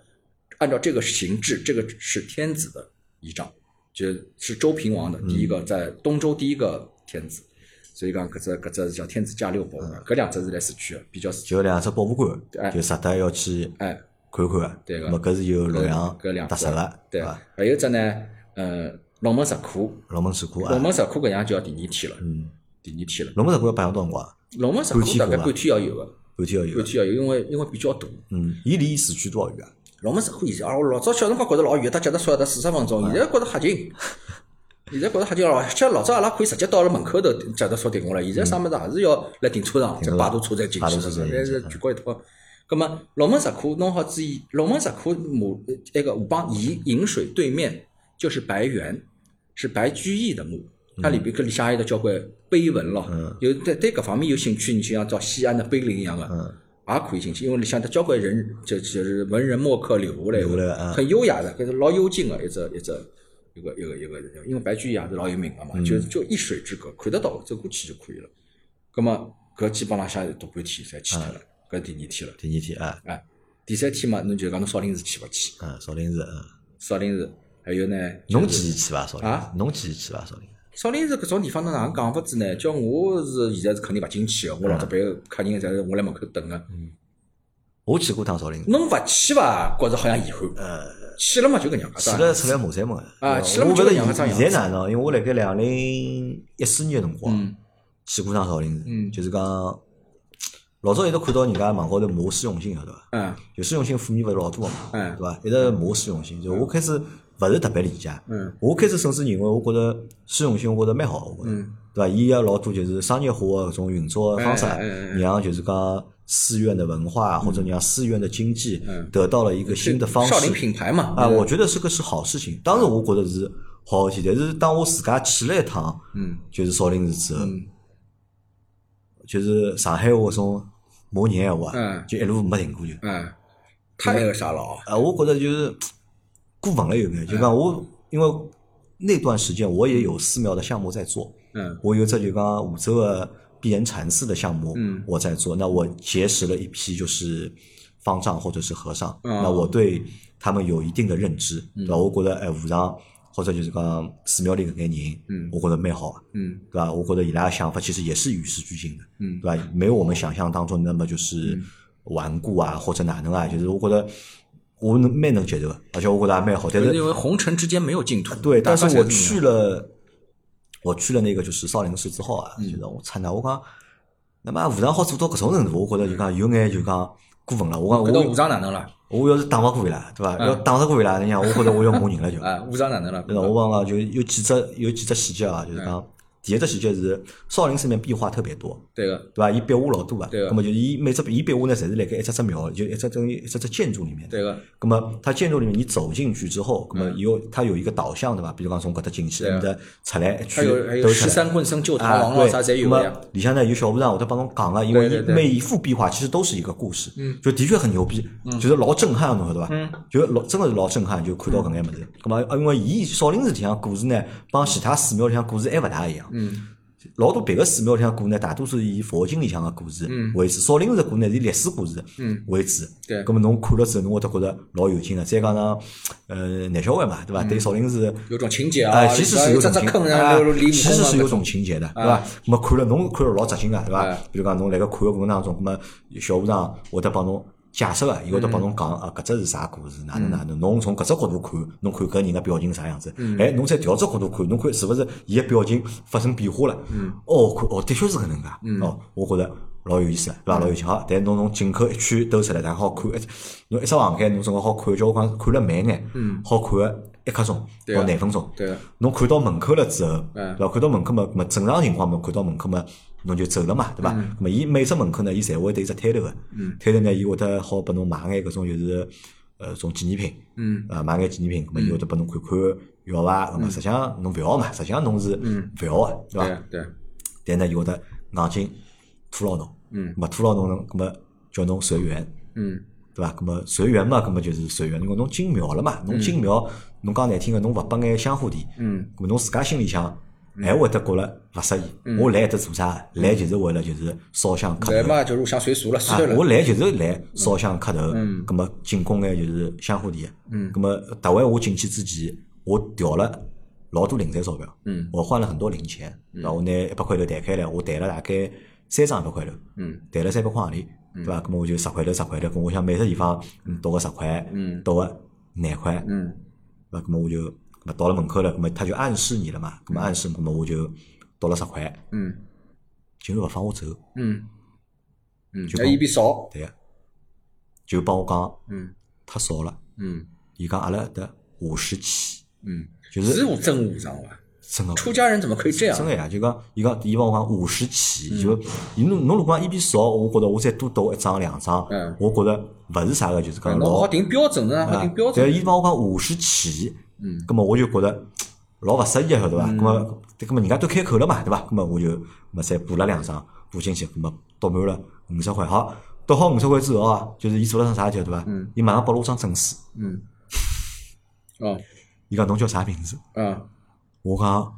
按照这个形制，这个是天子的仪仗，就是是周平王的第一个，在东周第一个天子，所以讲搿只搿只是叫天子驾六博物馆，搿两只是来市区的，比较市区
就两只博物馆
哎，
就值得要去
哎，
看看个。
对个
那么搿是有洛阳
搿两
特色个，
对啊
伐？，
还有一只呢，呃，龙门石窟，
龙门石窟啊
龙，门石窟搿样就要第二天了，
嗯，
第二天了，
龙门石窟要白相多少辰光啊？
龙门石窟大概半天要有个。
半半天要
半
有。
天要有，因为因为比较大。
嗯，伊离市区多少远啊？
龙门石虎现在，阿拉老早小辰光觉得老远，搭脚踏车要搭四十分钟，现在觉得吓近。现在觉得吓近了，而且老早阿拉可以直接到阿拉门口头脚踏车停下来，现在啥物事还是要来停车场，再
车场
摆渡车再进
摆
去
渡车
是
再
不
进
是？
去
但是全国一套。葛么龙门石窟弄好之后，龙门石窟墓呃那个河浜沂沂水对面就是白猿，是白居易的墓。它里边搿里向还有得交关碑文咯，有对对搿方面有兴趣，你就像找西安的碑林一样的，也可以进去，因为里向的交关人就就是文人墨客留下来的，
留下来的啊
很优雅的，搿是老幽静啊的一只一只一个一个一个，因为白居易啊也是老有名的嘛，就就一水之隔，看得到，走过去就可以了。葛么搿基本浪向大半天侪去脱了，
啊
搿第二天了，
第二天啊，
哎，第三天嘛，侬就讲侬少林寺去勿去？
嗯，少林寺，嗯，
少林寺还有呢，
侬几时去伐？少林
啊
寺，侬几时去伐？少林寺，
少林寺搿种地方，侬哪能讲法子呢？叫我是现在是肯定勿进去个，我老
啊
早别个客人侪是我辣门口等个。
我去过趟少林寺，
侬勿去伐？觉着好像遗憾。
啊
去了嘛就搿样
去
介
了出来骂三门
啊去了
我
嘛
勿
就
晓得
两个张扬
现在哪能，因为我辣盖两零一四年个辰光，
嗯
去过趟少林寺，
嗯
就是讲老早一直看到人家网高头骂释永信，晓得伐？
嗯
就释永信负面勿是老多个嘛，
嗯
对伐？一直骂释永信，就我开始勿是特别理解，
嗯
我开始甚至认为，我觉着释永信，我觉着蛮好，我觉着
嗯，
对伐？伊也老多就是商业化个搿种运作的方式啊
哎哎哎哎，
让就是讲寺院的文化或者让寺院的经济
嗯
得到了一个新的方式
少林品牌嘛。
啊，我觉得这个是好事情。当时我觉得是好事体，但是当我自家去了一趟，
嗯
就是少林寺之后，
嗯
就是上海话种骂人闲话啊
嗯，
就一路没停过就。
嗯，他那个啥了哦？
啊，我觉得就是过分了有没有？就
嗯
讲我因为那段时间我也有寺庙的项目在做，
嗯
我有这就刚五洲的碧岩禅寺的项目
嗯，
我在做。那我结识了一批就是方丈或者是和尚，
嗯
那我对他们有一定的认知，对吧？我觉得哎，和尚或者就是讲寺庙里搿眼人，
嗯
我觉得蛮好的，
嗯
对吧？我觉得伊拉的想法其实也是与时俱进的，
嗯
对吧？没有我们想象当中那么就是顽固啊，或者哪能啊，就是我觉得我能蛮能接受的，而且我觉得也蛮好，但
就是是因为红尘之间没有净土。
对，但
大
是
家
我
才是啊
去了，我去了那个就是少林寺之后啊，就是
嗯
我参加，我讲，那么和尚好做到搿种程度，我觉得就讲有眼就讲过分了。我
搿到嗯
讲
武
我
藏哪能了？
我要是打勿过伊拉，对伐？要打得过伊拉，你讲我觉得我要骂人了就。
啊，武藏哪能了？
那我讲讲啊就有几只有几只细节啊，就是
嗯
讲第一只细节是少林寺里面壁画特别多，
对个，
对伐？伊壁画老多啊，
对啊
那么就伊每只伊壁画呢，侪是辣盖一只只庙，就一只等于一只只建筑里面的。
对个，
那么它建筑里面你走进去之后，那么有它有一个导向对吧？比如讲从搿搭进去，
嗯对
你的
啊
出来一
还
圈
有还有
都
十
是出来。
三棍僧救螳
啊，
螂咯，
对，
啥侪有
那
个
么
呀。
里向呢有小和尚，我在帮侬讲了，因为
对对嗯
伊
对
每一幅壁画其实都是一个故事，就的确很牛逼，
嗯
就是老震撼，啊侬晓得伐？就老真的是老震撼，就看到搿眼
嗯
物事。那么因为伊少林寺里向故事呢，帮其他寺庙里向故事还勿大一样，
嗯
老多别个寺庙里向故事呢，大多数是以佛经里向个故事为主，少林寺的故事呢是以历史故事
嗯
为主。
对
咁么侬看了之后，侬会得觉着老有劲个。再加上呃，聂小伟嘛，
嗯
对伐？对少林寺
有种情节
啊，
啊，
其实是有
这
种
这
情
坑，
啊
然后离，
其实是有种情节的，对伐？咁么看了侬看了老扎心个，对伐
啊？
比如讲侬辣盖看个过程当中，咁么小和尚会得帮侬。解释个，伊会得帮侬讲啊，搿只是啥故事，哪能哪能？侬从搿只角度看，侬看搿人个表情啥样子？哎，侬再调只角度看，侬看是勿是伊个表情发生变化了？哦，看哦，的确是搿能介。哦，我觉着老有意思，对伐？老有意思。好，但侬从进口一圈兜出来，然后好看，一侬一只房间，侬总归好看，叫我讲看了慢眼，好看个一刻钟
对
到
啊
廿分钟，
对个，
侬看到门口了之后，
嗯
对伐？看到门口嘛，么正常情况嘛，看到门口嘛，侬就走了嘛，对伐？
嗯
咁么伊每只门口呢，伊侪会得有只摊头个，摊头呢，伊会得好拨侬买眼搿种就是呃种纪念品，
嗯
啊买眼纪念品，咁么伊会得拨侬看看要伐？咁么实际上侬勿要嘛，实际上侬是勿要个，对伐？
嗯对啊对，
但呢，伊会得硬劲拖牢侬，
嗯
咁么拖牢侬呢，咁么叫侬随缘。
嗯
对伐？咁么随缘嘛，咁么就是随缘。因为侬进庙了嘛，侬进庙，侬讲难听个，侬勿拨眼香火钿，
嗯
咁侬自家心里向还会得觉着勿适意。我来搿搭做啥？来就是为了就是烧香磕
来
头。
嘛就入乡随俗了，
啊
算，
我
了。嗯
来就是来烧香磕头，咁么进贡眼就是香火钿。嗯，咁么特为我进去之前，我调了老多零散钞票，
嗯，
我换了很多零钱，然后我拿一百块头弹开来，我弹了大概三张一百块头，
嗯
弹了三百块行钿，对伐？咁么我就十块头十块头，咁我想每只地方嗯倒个十块，
嗯
倒个廿块，
嗯
那么我就，那么到了门口了，那么他就暗示你了嘛，那么暗示，那么我就到了十块，
嗯
竟然不放我走，
嗯嗯，
就
那伊比少，
对个，就帮我讲
嗯
太少了。
嗯
伊讲阿拉得下士气，
嗯，
就是是
无真无偿伐？
真个
出家人怎么可以这样
真？个呀，就讲伊讲伊帮我讲下士
嗯
气，就伊侬侬如果讲一比少，我觉着我再多抖一张两张
嗯，哎
我觉着勿是啥个，就是讲
侬
老
好定标准呢，好
啊
定标，
但
准。
是伊帮我讲下士气，
嗯，
葛么我就觉得老勿适意啊，晓得伐？葛么，葛么人家都开口了嘛，对伐？葛么我就葛么再补了两张，补进去，葛么倒满了五十块，好，倒好五十块之后啊，就是伊做了桩啥事体，对伐？
嗯，
伊马上拨了我张证书，
嗯，哦
伊讲侬叫啥名字？
啊
我讲。哦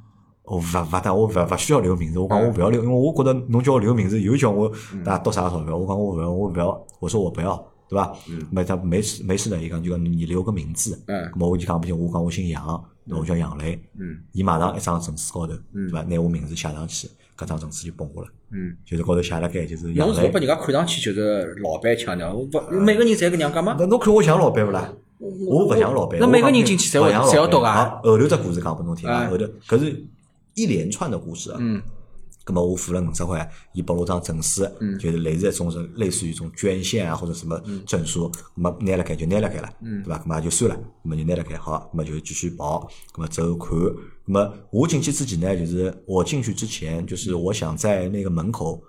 我勿勿但我勿勿需要留名字，我讲
嗯
我勿要留，因为我觉得侬叫我留名字，又叫我啊多啥钞票，我讲我勿要，我勿要，我说我不要，对吧？
嗯
没他没事没事的，伊讲就讲你留个名字，
嗯
咁么我就讲不行，我讲我姓杨，那我叫杨磊。
嗯
伊马上一张证书高头，
嗯
对伐？拿我名字写上去，搿张证书就拨我了，
嗯，
就是高头写了盖就是杨
侬是
磊
拨。人家看上去就是老板腔调，我不每个人侪搿样讲吗？
那侬看我像老板勿啦？我勿像老板。
那每个
我讲
人进去侪
勿
会
像老
侪要
板
读啊
好后头只故事讲拨侬听啊，
啊
后头搿是一连串的故事啊。
嗯
咁么我付了五十块，伊拨我张证书，
嗯
就是类似一种是类似于一种捐献啊或者什么证书，咁么拿辣盖就拿辣盖了，
嗯
对伐？咁么也就算了，咁么就拿辣盖好，咁么就继续跑，咁么走看，咁么我进去之前呢，就是我进去之前，就是我想在那个门口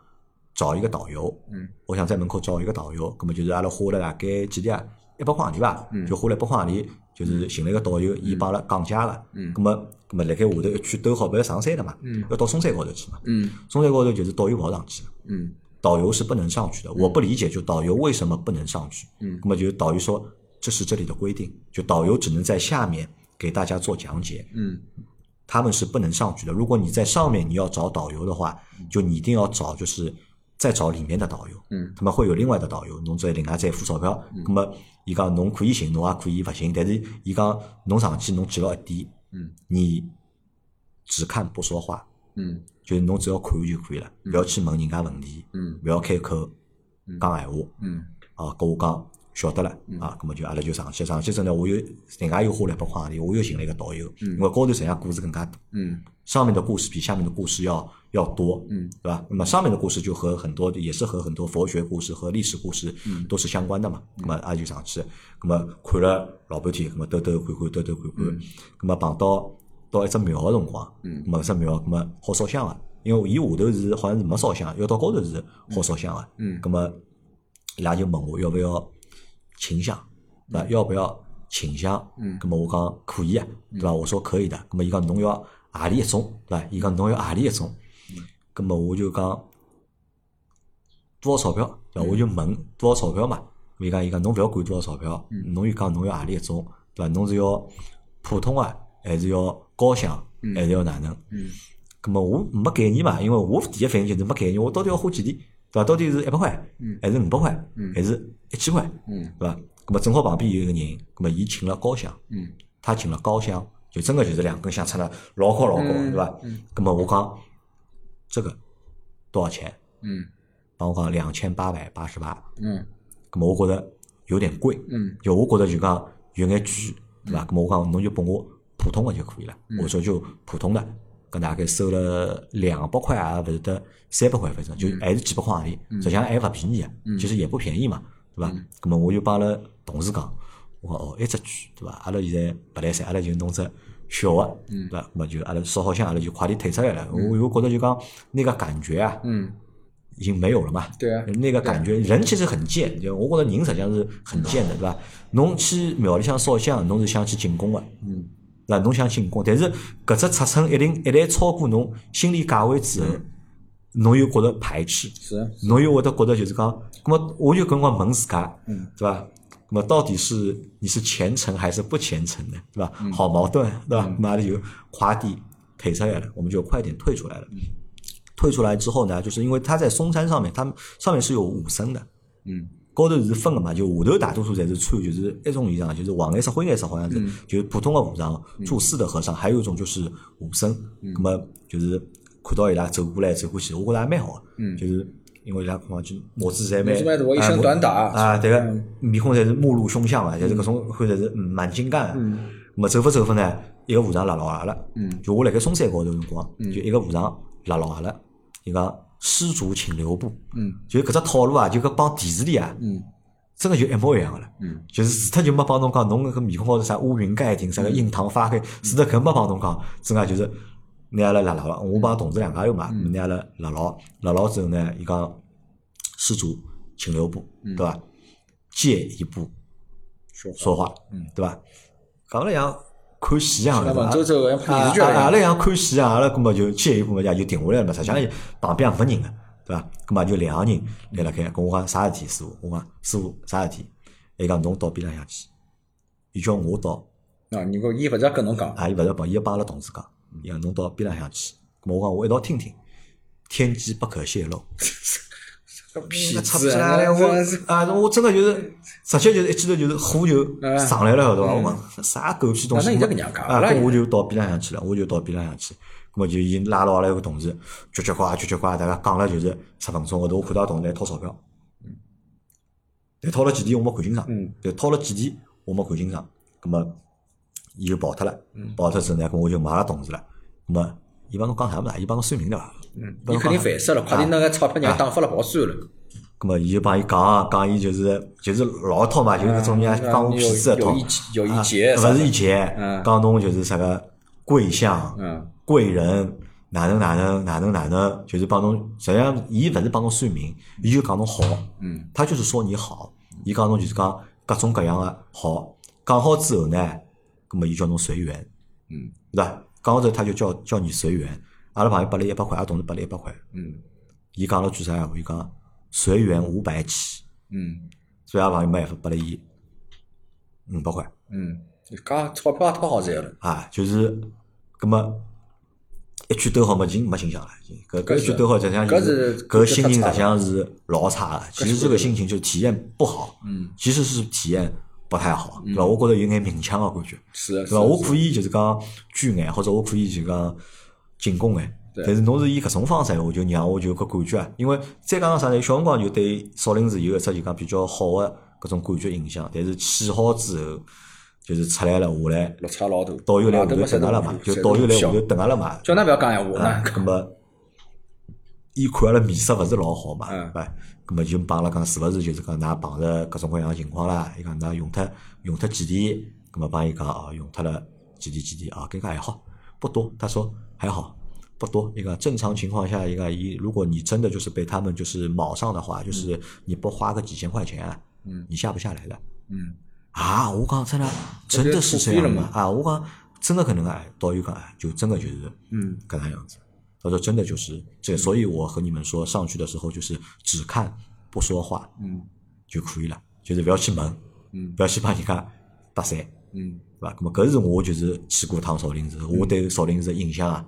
找一个导游，
嗯，
我想在门口找一个导游，咁么就是阿拉花了大概几钿啊？一百块洋钿吧，
嗯
就花了一百块洋钿，就是寻了一个导游，伊帮阿拉讲解了，
嗯
咁么咁么辣盖下头一圈兜好，勿要上山了嘛，
嗯
要到嵩山高头去嘛。
嗯
中山高头就是导游跑上去，
嗯
导游是不能上去的。我不理解，就导游为什么不能上去？
嗯
那么就是导游说这是这里的规定，就导游只能在下面给大家做讲解，
嗯
他们是不能上去的。如果你在上面你要找导游的话，就你一定要找就是再找里面的导游，
嗯
他们会有另外的导游，侬再另外再付钞票。那么伊讲侬可以行，啊侬也可以勿行，但是伊讲侬上去侬记牢一点，
嗯
你只看不说话。
嗯
就是侬只要看就可以了，勿要去问人家问题，
嗯
勿要开口讲闲话。
嗯
啊，跟我讲晓得了啊，咁么就阿拉就上去，上去之后呢，我又另外又花了一百块洋钿，我又寻了一个导游，因为高头实际上故事更加多，
嗯
上面的故事比下面的故事要要多，
嗯
对吧？那么上面的故事就和很多也是和很多佛学故事和历史故事
嗯
都是相关的嘛。那么阿就上去，那么看了老半天，那么兜兜看看，兜兜看看，那么碰到到一只庙的辰光，
嗯
那么搿只庙那么好烧香啊，因为伊下头是好像是没烧香，啊要到高头是好烧香啊。
嗯
那么伊拉就问我要不要请香，对吧？要不要请香？
嗯
那么我讲可以啊，对吧？我说可以的。那么伊讲侬要何里一种，对吧？伊讲侬要何里一种，
嗯
那么我就讲多少钞票，对吧？我就问
嗯
多少钞票嘛。伊讲伊讲侬勿要管多少钞票，侬就讲侬要何里一种，对吧？侬是要普通啊，还是要高香，还是要哪能？
嗯
咁么我没概念嘛，因为我第一反应就是没概念，我到底要花几钿，对伐？到底是一百块
嗯，
还是五百块
嗯，
还是一千块，
嗯
对伐？咁么正好旁边有一个人，咁么伊请了高香，
嗯
他请了高香，就真个就是两根香插了老高老高，
嗯
对伐？
嗯
咁么我讲这个多少钱？
嗯
帮我讲两千八百八十八，
嗯
咁么我觉得有点贵，
嗯
就我觉得就讲有眼贵，对伐？咁我讲侬就拨我普通的就可以了，我说就普通的，搿大概收了两百块啊，勿是得三百块，反正就还是几百块洋钿，实际上还勿便宜啊，其实也不便宜嘛，对伐？咁么我就帮阿拉同事讲，我讲哦，埃只贵，对伐？阿拉现在勿来三，阿拉就弄只。小个，对伐？咁么就阿拉烧好香，阿拉就快点退出来了。我我觉得就讲那个感觉啊，
嗯，
已经没有了嘛。
对啊啊
那个感觉，人其实很贱，对吧我觉得人实际上是很贱的，对吧？侬去庙里向烧香，侬是想去进贡的，
嗯，
对吧？侬想进贡，但是搿只尺寸一定一旦超过侬心理价位之后，
嗯
侬又觉得排斥，
是，啊
侬又会得觉得就是讲，那么我就跟我问自家，
嗯，
对吧？那么到底是你是虔诚还是不虔诚的，对吧？好矛盾，对吧？妈的就夸地退出来了，我们就快点退出来了。退出来之后呢，就是因为它在嵩山上面，它上面是有武僧的，
嗯
高头是分个嘛，就下头大多数侪是穿就是一种衣裳，就是黄颜色、灰颜色，好像是、
嗯
就是普通的和尚、住寺的和尚，还有一种就是武僧。
嗯
那么就是看到伊拉走过来走过去，我觉着还蛮好的，
嗯
就是因为伊拉看上去帽子侪
帽子蛮
蛮
大一身
啊
短打
啊，对个
嗯，
面孔侪是目露凶相啊，就是搿种看着是嗯蛮精干的。
嗯
那么走法走法呢，一个和尚拉牢阿拉，
嗯
就我辣盖嵩山高头辰光，就一个和尚拉牢阿拉，伊讲施主请留步，
嗯
就搿只套路啊，就搿帮电视里啊，
嗯
真个就一模一样个了。
嗯
就是除脱就没帮侬讲，侬搿面孔高头啥乌云盖顶，啥个
嗯
印堂发黑，除脱搿没帮侬讲，真个就是拿阿拉拉牢，
嗯
我帮同事两家头嘛，拿阿拉拉牢，拉牢之后呢，伊讲施主请留步，
嗯
对伐？借一步
说话
说话，
嗯
对伐？讲了像看戏一样
像
的，
往州走像拍电视剧
啊
一
啊
样
阿拉像看戏一样，阿拉搿么就借一步嘛，也就停下来了嘛。实际上旁边也没人个，对伐？搿么就两个人辣辣开，跟我讲啥事体，师傅？我讲师傅啥事体？伊讲侬到边浪向去，伊叫我到，
啊，你讲伊勿是要跟侬讲，
啊，伊勿是帮，伊要帮阿拉同事讲，伊讲侬到边浪向去。搿么我讲我一道听听，天机不可泄露。
痞
插
子啊，
来，我
真是
啊，我真个就是直接就是一记头就是火就
哎
上来了，对伐？我讲啥狗屁东西
哪
嘛，
能现在搿样讲
啊，
哪
搿
能
我就到边浪向去了，我就到边浪向去。咁么就伊拉牢阿拉一个同事，叽叽呱叽叽呱，大家讲了就是十分钟，后头我看到同事在掏钞票，但掏了几钿我没看清爽
嗯，
但掏了几钿我没看清爽，咁么伊就跑脱了，
嗯
跑脱之后呢，咁我就买了同事了，咁么伊帮我讲啥物事啊？伊帮我算命对伐？
嗯，
帮
伊
我
肯定
讲啥
烦死了，快点拿个钞票让伊打发了跑算了。
咁么，伊就帮伊讲啊，讲伊就是就是老一套嘛，就是
啊
搿种人家讲我痞子一套，
嗯有意有意结
啊
啥
勿
的
是意结
嗯，
讲侬就是啥个贵相、
嗯
贵人，哪能哪能哪能哪能，就是帮侬，实际上伊勿是帮侬算命，伊就讲侬好，
嗯
他就是说你好，伊讲侬就是讲各种各样的好，讲好之后呢，咁么伊叫侬随缘，
嗯
对伐？讲好之后他就叫叫你随缘，阿拉朋友拨了一百块，阿拉同事拨了一百块，
嗯
伊讲了句啥闲话？伊讲随缘五百起。
嗯
所以阿拉朋友没办法拨了伊五百块
嗯，讲钞票也太好赚了。
啊，就是葛么一句兜好没劲没形象了，已经搿搿
搿
一
是
句兜好实际上就
搿
是
是
搿
搿
心情
太
实
差
际上是老差的，其实这个心情就是体验不好，
嗯，
其实是体验不太好，对伐？我觉着有眼鸣枪的感觉，
是的
对
是
伐？
的
我
是的
可以就是讲聚眼，或者我可以就讲进攻眼。
对
但是侬是以搿种方式，我就让我就搿感觉啊，因为再讲啥呢？小辰光就对少林寺有一只就讲比较好的搿种感觉印象，但是起好之后，就是出来了下来，
落差老大。啊
导游来下
都
头
没
等阿拉嘛，就导游来下头等阿拉嘛，
叫㑚勿要讲闲话
啊
呢，。
搿么，伊看阿拉面色勿是老好嘛，
嗯
对伐？搿么就帮阿拉讲，是勿是就是讲㑚碰着各种各样的情况啦？伊讲㑚用脱用脱几钿？搿么帮伊讲哦，用脱了几钿几钿啊？搿个还好，不多。他说还好。不多，一个正常情况下，一个一，如果你真的就是被他们就是卯上的话，就是你不花个几千块钱、啊，
嗯，
你下不下来的。
嗯
啊，我讲真的，真的是这样的
这就是付费了嘛
啊！我讲真的可能哎，导游讲哎，就真的就是
嗯
搿能样子。他说真的就是这，所以我和你们说，上去的时候就是只看不说话
嗯
就可以了，就是不要去问，
嗯
不要去帮人家搭讪，对
嗯
伐？那么搿是我就是去过趟少林寺，我对少林寺的印象啊，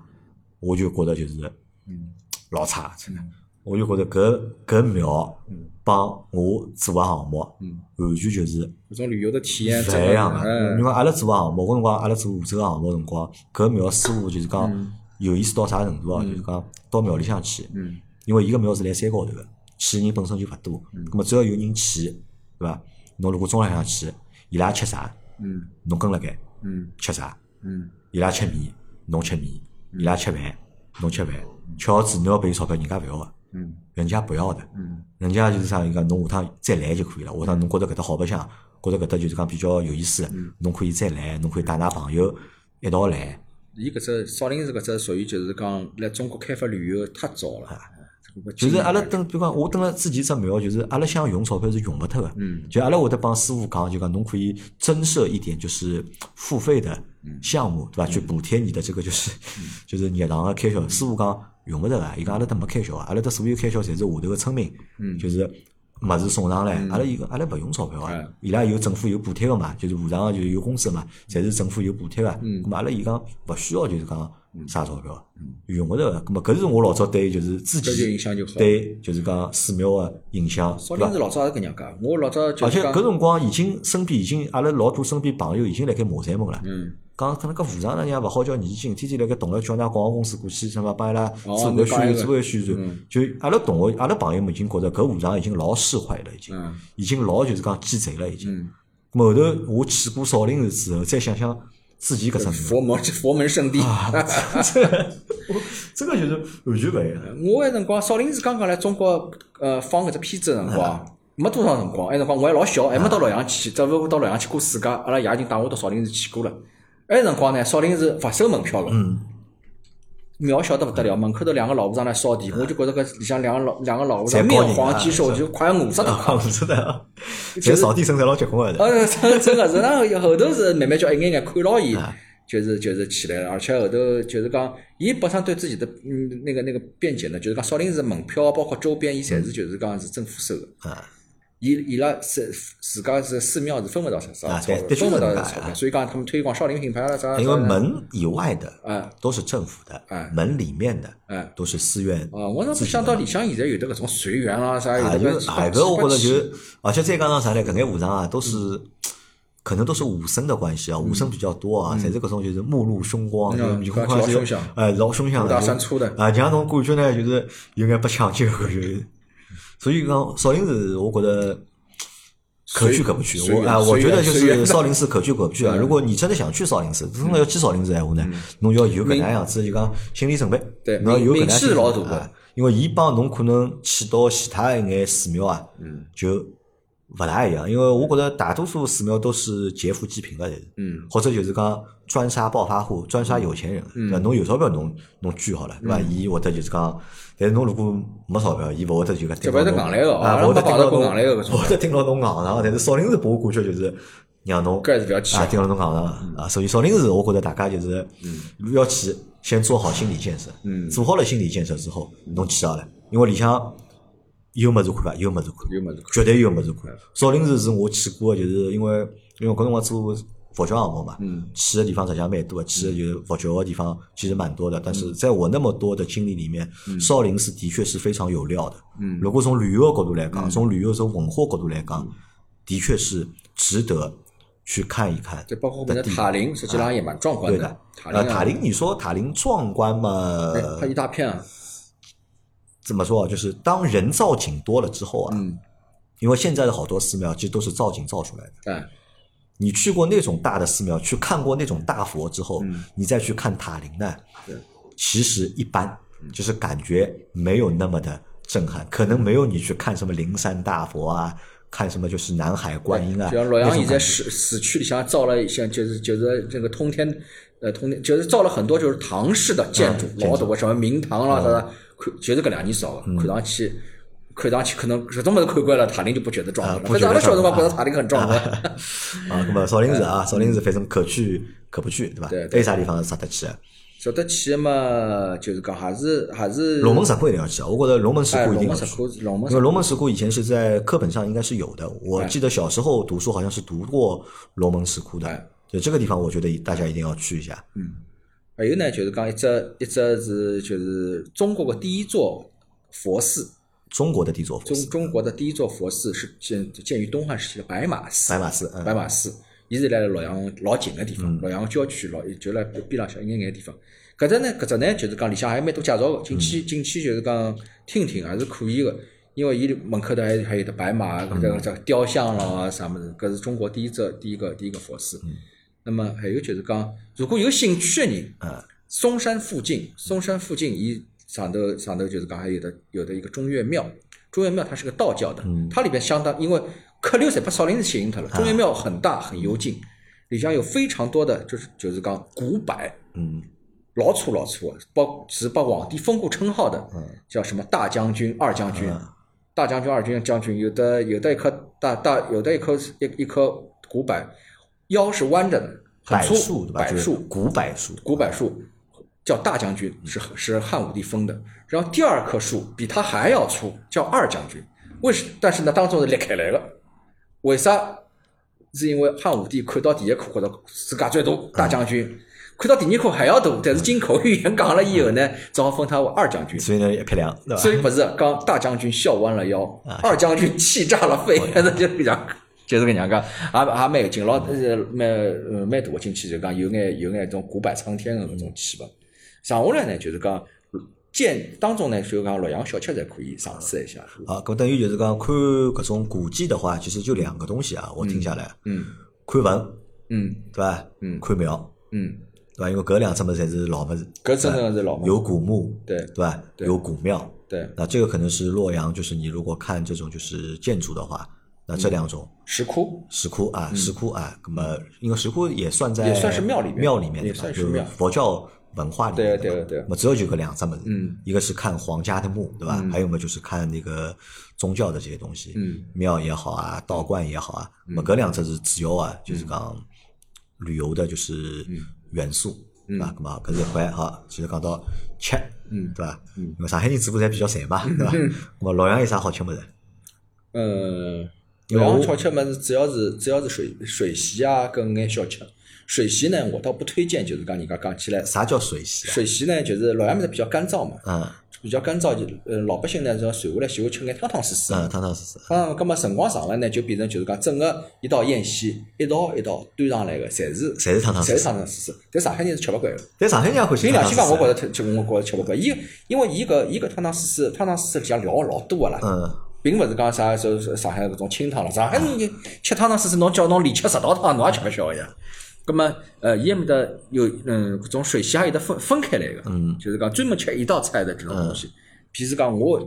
我就觉得就是
嗯
老差，真的
嗯，
我就觉得搿搿庙
嗯
帮我做个项目
嗯，
完全就是
搿种旅游的体验
勿一样嘛。啊因
嗯
为阿拉做个项目，搿辰光阿拉做湖州个项目的辰光，搿庙师傅就是讲
嗯
有意思到啥程度啊？就是讲到庙里向去，
嗯
因为伊个庙是辣山高头个，去人本身就勿多，葛末只要有人去，对伐？侬如果中浪向去，伊拉吃啥，
嗯
侬跟辣盖
嗯
吃啥，
嗯
伊拉吃面，侬吃面，伊拉吃饭，侬吃饭，吃好子侬要拨伊钞票，人家勿要个，
嗯
人家不要的。
嗯
人家就是啥，伊讲侬下趟再来就可以了。下趟侬觉得搿搭好白相，觉得搿搭就是讲比较有意思，侬可以再来，侬可以带㑚朋友一道来。
伊搿只少林寺搿只属于就是讲来中国开发旅游太早了，哎这
啊
个
就是
经
阿拉
验啊
等，比如讲我等了之前只庙，就是阿拉想用钞票是用勿脱个。
嗯
就阿拉会得帮师傅讲，就讲侬可以增设一点就是付费的
嗯
项目，对伐？去补贴你的这个就是 (laughs) 就是日常的开销。师傅讲用勿着个，伊讲阿拉搭没开销啊，阿拉搭所有开销侪是下头个村民，
嗯
就是物事送上来，阿拉伊讲阿拉勿用钞票啊
嗯，
伊拉有政府有补贴个嘛，就是无偿个就是有工资嘛，侪是政府有补贴个。
嗯
咁嘛阿拉伊讲勿需要就是讲啥钞票啊，用勿着个。咁么搿是我老早对就是之
这就影响
前
就好
对就是讲寺庙个影响，
少
对伐
林寺老早也是搿样讲，我老早就
而
是
且
讲
搿辰光已经身边已经阿拉老多身边朋友已经辣盖骂山门了，
嗯
讲可能搿和尚呢也勿好叫念经，天天辣盖动了叫人家广告公司过去什么帮伊拉做
你
个宣
讲
传，
一个
做个宣传
嗯，
就阿拉同学阿拉朋友们已经觉着搿和尚已经老释怀了，已经
嗯
已经老就是讲鸡贼了，已经。
嗯，
咾后头我去过
(laughs)
少林寺之后，再想想之前搿只庙
佛门佛门圣
(laughs)
地，
啊，这这个就是完全勿一样。
呃我埃辰光少林寺刚刚来中国呃放搿只片子的辰
嗯
光，没多少辰光，埃辰光我还老小，还没到洛阳去，只不过到洛阳去过暑假，阿拉爷已经带我到少林寺去过了。埃辰光呢，少林寺勿收门票个，
嗯
渺小得勿得了，门口头两个老和尚来烧地，我就觉着搿里向两个老两个老和尚
侪高
面
人
黄
啊
肌瘦，就快要饿死脱。
啊， (laughs) 是的，
就
侪
是
扫地僧侪老结棍个。
呃，真真个是，然后后头是慢慢叫一眼眼看牢伊，
啊
就是就是起来了，而且后头就是讲，伊本身对自己的嗯那个那个辩解呢，就是讲少林寺门票啊包括周边，伊侪是就是讲是政府收的，
啊，
伊伊拉自自家是寺庙是分勿到啥啥
啊
钞
对的
票，
确
分勿
是
到
这样
钞
啊
票，所以讲他们推广少林品牌啊啥啥，
因为
啥
门以外的
啊
都是政府的
哎，
门里面的
哎
都是寺院
啊，我哪不想到里向现在有的搿种随缘啦啥，有
啊，
的
就是
搿种
啊，
奇
搿
怪
我觉着
奇
就，而且再加上啥呢？搿眼和尚啊，都是可能都是武僧的关系啊，武僧比较多啊，侪是搿种就是目露凶光，
嗯
就是面孔看
老
上去
凶相
哎，老凶相
五
的，
大
就
三粗的
啊，像种感觉呢，就是有眼被抢救的感觉。所以讲少林寺，我觉得。可去可不去，
随
我
缘
啊，我
随
觉得
缘
就
随缘
是
嗯
少林寺可去可不
(laughs)
去啊。如果你真的想去少林寺，真的要去少林寺的闲话呢，侬要有搿能样子，就讲心理准备，
对
侬要有搿能
名
样
气
子
老大的
啊因为伊帮侬可能去到其他一眼寺庙啊，
嗯
就勿大一样。因为我觉得大多数寺庙都是劫富济贫的，侪是，
嗯，
或者就是讲专杀暴发户，专杀有钱人，
嗯
对伐？侬有钞票侬侬捐好了，对伐？伊会得就是讲，但是侬如果没钞票，伊勿会得就讲
这
盯
不
牢
是
侬
硬来的哦
啊，
俺
勿会得
们
盯
碰
牢
到过
侬，
硬来的搿
(laughs)
种
勿会得盯牢侬硬上，但是少林寺拨我感觉就是让侬
搿还是不要去
啊，
啊
盯牢侬硬上啊。所以少林寺，我觉得大家就是要去先做好心理建设，
嗯
做好了心理建设之后，侬去到了，因为里向有物事看伐？有物事看。
有么子看？
绝对有物事看。少林寺是我去过的，就是因为因为搿辰光做佛教项目嘛，
嗯
去的地方实际上蛮多的，去的就是佛教的地方其实蛮多的。但
嗯
是在我那么多的经历里面，少林寺的确是非常有料的。
嗯
如果从旅游角度来讲，从旅游从文化角度来讲，的确是值得去看一看。
就包括后面的塔林，实际上也蛮壮观
对的，
塔林
呃，
啊，
塔林，你说塔林壮观嘛？
哎它一大片啊，
怎么说啊？就是当人造景多了之后啊，
嗯，
因为现在的好多寺庙其实都是造景造出来的。
哎。
你去过那种大的寺庙，去看过那种大佛之后，你再去看塔林呢
嗯对，嗯
其实一般，就是感觉没有那么的震撼，可能没有你去看什么灵山大佛啊，看什么就是南海观音啊，
就像洛阳
那种
现在
感觉
市市区里向造了一些，就是就是这个通天，呃，通天就是造了很多就是唐式的建筑，
嗯建嗯
老大个什么明堂啊啦啥啥，看就是搿两年造的，看上去看上去可能搿种物事看惯了，塔林就不觉得壮观
啊
了。
不
但是
觉
阿
得
拉小辰光
壮观
觉得塔林很壮观， (laughs)
啊，那么少林寺啊，少林寺反正可去可不去，对吧？
嗯对对
还有啥地方值得去啊？
晓得去的嘛，就是讲还是还是
龙门石窟一定要去啊，我觉得龙门石
哎，
窟一
龙
定
门
要
石
去。
窟，龙门
因
石
为
窟
龙门石窟以前是在课本上应该是有的，我
哎
记得小时候读书好像是读过龙门石窟
哎
的，就这个地方我觉得大家一定要去一下。
还有呢，就是讲一只一只是就是中国的第一座佛寺，
中国的地座佛
中
寺，
中国的第一座佛寺是建建于东汉时期的白马寺。
白马寺，嗯
白马寺，伊是辣辣洛阳老近个地方，洛阳郊区老就辣边浪向一眼眼地方。搿只呢，搿只呢，就是讲里向还蛮多介绍个，进
嗯
去进去就是讲听听还是可以个，因为伊门口头还还有得白马搿
嗯
个这个雕像咯啥物事，搿是中国第一只第一个第一个佛寺。
嗯
那么还有就是讲，如果有兴趣个人，
嗯
嵩山附近，嵩山附近伊上头上头就是讲还有的有的一个中岳庙，中岳庙它是个道教的，
嗯
它里边相当因为客流侪被少林寺吸引脱
啊
了，中岳庙很大很幽静，里向有非常多的就是就是讲古柏，
嗯，
老粗老粗的，包是把皇帝封过称号的，
嗯
叫什么大将军、二将军、
啊
大将军、二军将军，有的有的一棵大大有的一棵一一棵古柏，腰是弯着的，很
柏
粗，
嗯树对吧？
柏
就是
树
古柏树，
古柏树叫大将军，是是汉武帝封的。然后第二棵树比它还要粗，叫二将军。为什？但是呢，当中是裂开来的。为啥？是因为汉武帝看到第一棵觉得世界最大大将军，看到第二棵还要大，但是经口语言讲了以后呢，只好封他为二将军。
所以呢一撇两，对吧？啊
所以不是刚大将军笑弯了腰，二将军气炸
(laughs)
了肺，那 (laughs) 就搿样，就是搿样讲，啊也也蛮有劲，老呃蛮呃蛮大个进去就讲有眼有眼种古柏苍天的搿种气氛。剩下来呢，就是讲见当中呢，就讲洛阳小吃侪可以尝试一下。
啊，咁等于就是讲看各种古迹的话，其实就两个东西啊，我听下来，
嗯
看文
嗯
对吧？
嗯
看庙，
嗯，
对伐？因为搿两只物事侪是老物事，
搿真正是老嘛，
有古墓，
对
对伐？有古庙，
对
那这个可能是洛阳，就是你如果看这种就是建筑的话，那
嗯
这两种
石窟，
石窟啊，石窟啊，那么因为石窟也算在
嗯也算是庙里面
庙里面
也
对吧
算是
就是
庙
佛教文化里面
对
的
啊对
嘛
对
那么只有就搿两只物事，
嗯，
一个是看皇家的墓，对吧？还有么就是看那个宗教的这些东西，
嗯，
庙也好啊，道观也好啊，那么搿两只是主要
嗯
啊，就是讲旅游的就是元素，对吧？那么搿是一块好，其实讲到吃，
嗯
对吧？嗯，因为上海人嘴巴侪比较馋嘛，
(laughs)
对吧？那么洛阳有啥好吃么子？
呃，
有
老小吃么子主要是主要是水水席啊，跟眼小吃。水席呢，我倒不推荐，就是讲人家讲起来，
啥叫水席啊？
水席呢，就是老阳面是比较干燥嘛，
嗯
比较干燥，就呃老百姓呢，就随下来喜欢吃眼汤汤水水。
嗯，汤汤水水。
嗯，葛么辰光长了呢，就变成就是讲整个一道宴席一道一道端上来个，侪是
侪是汤汤
侪
水
是汤汤水水。但上海人是吃勿惯个，
但上海人也欢喜
凭
汤嗯
良
汤水
心讲，我觉
水。
着吃吃我觉着吃勿惯。伊因为伊搿伊搿汤汤水水汤汤水水里向料老多个啦，
嗯，
并勿是讲啥说说上海搿种清汤了，上海人就吃汤汤水水，侬叫侬连吃十道汤，侬也吃勿消个呀。葛么，呃，伊埃面搭有嗯搿种水席也有得分分开来个，嗯，就是讲专门吃一道菜的这种东西。譬如讲，我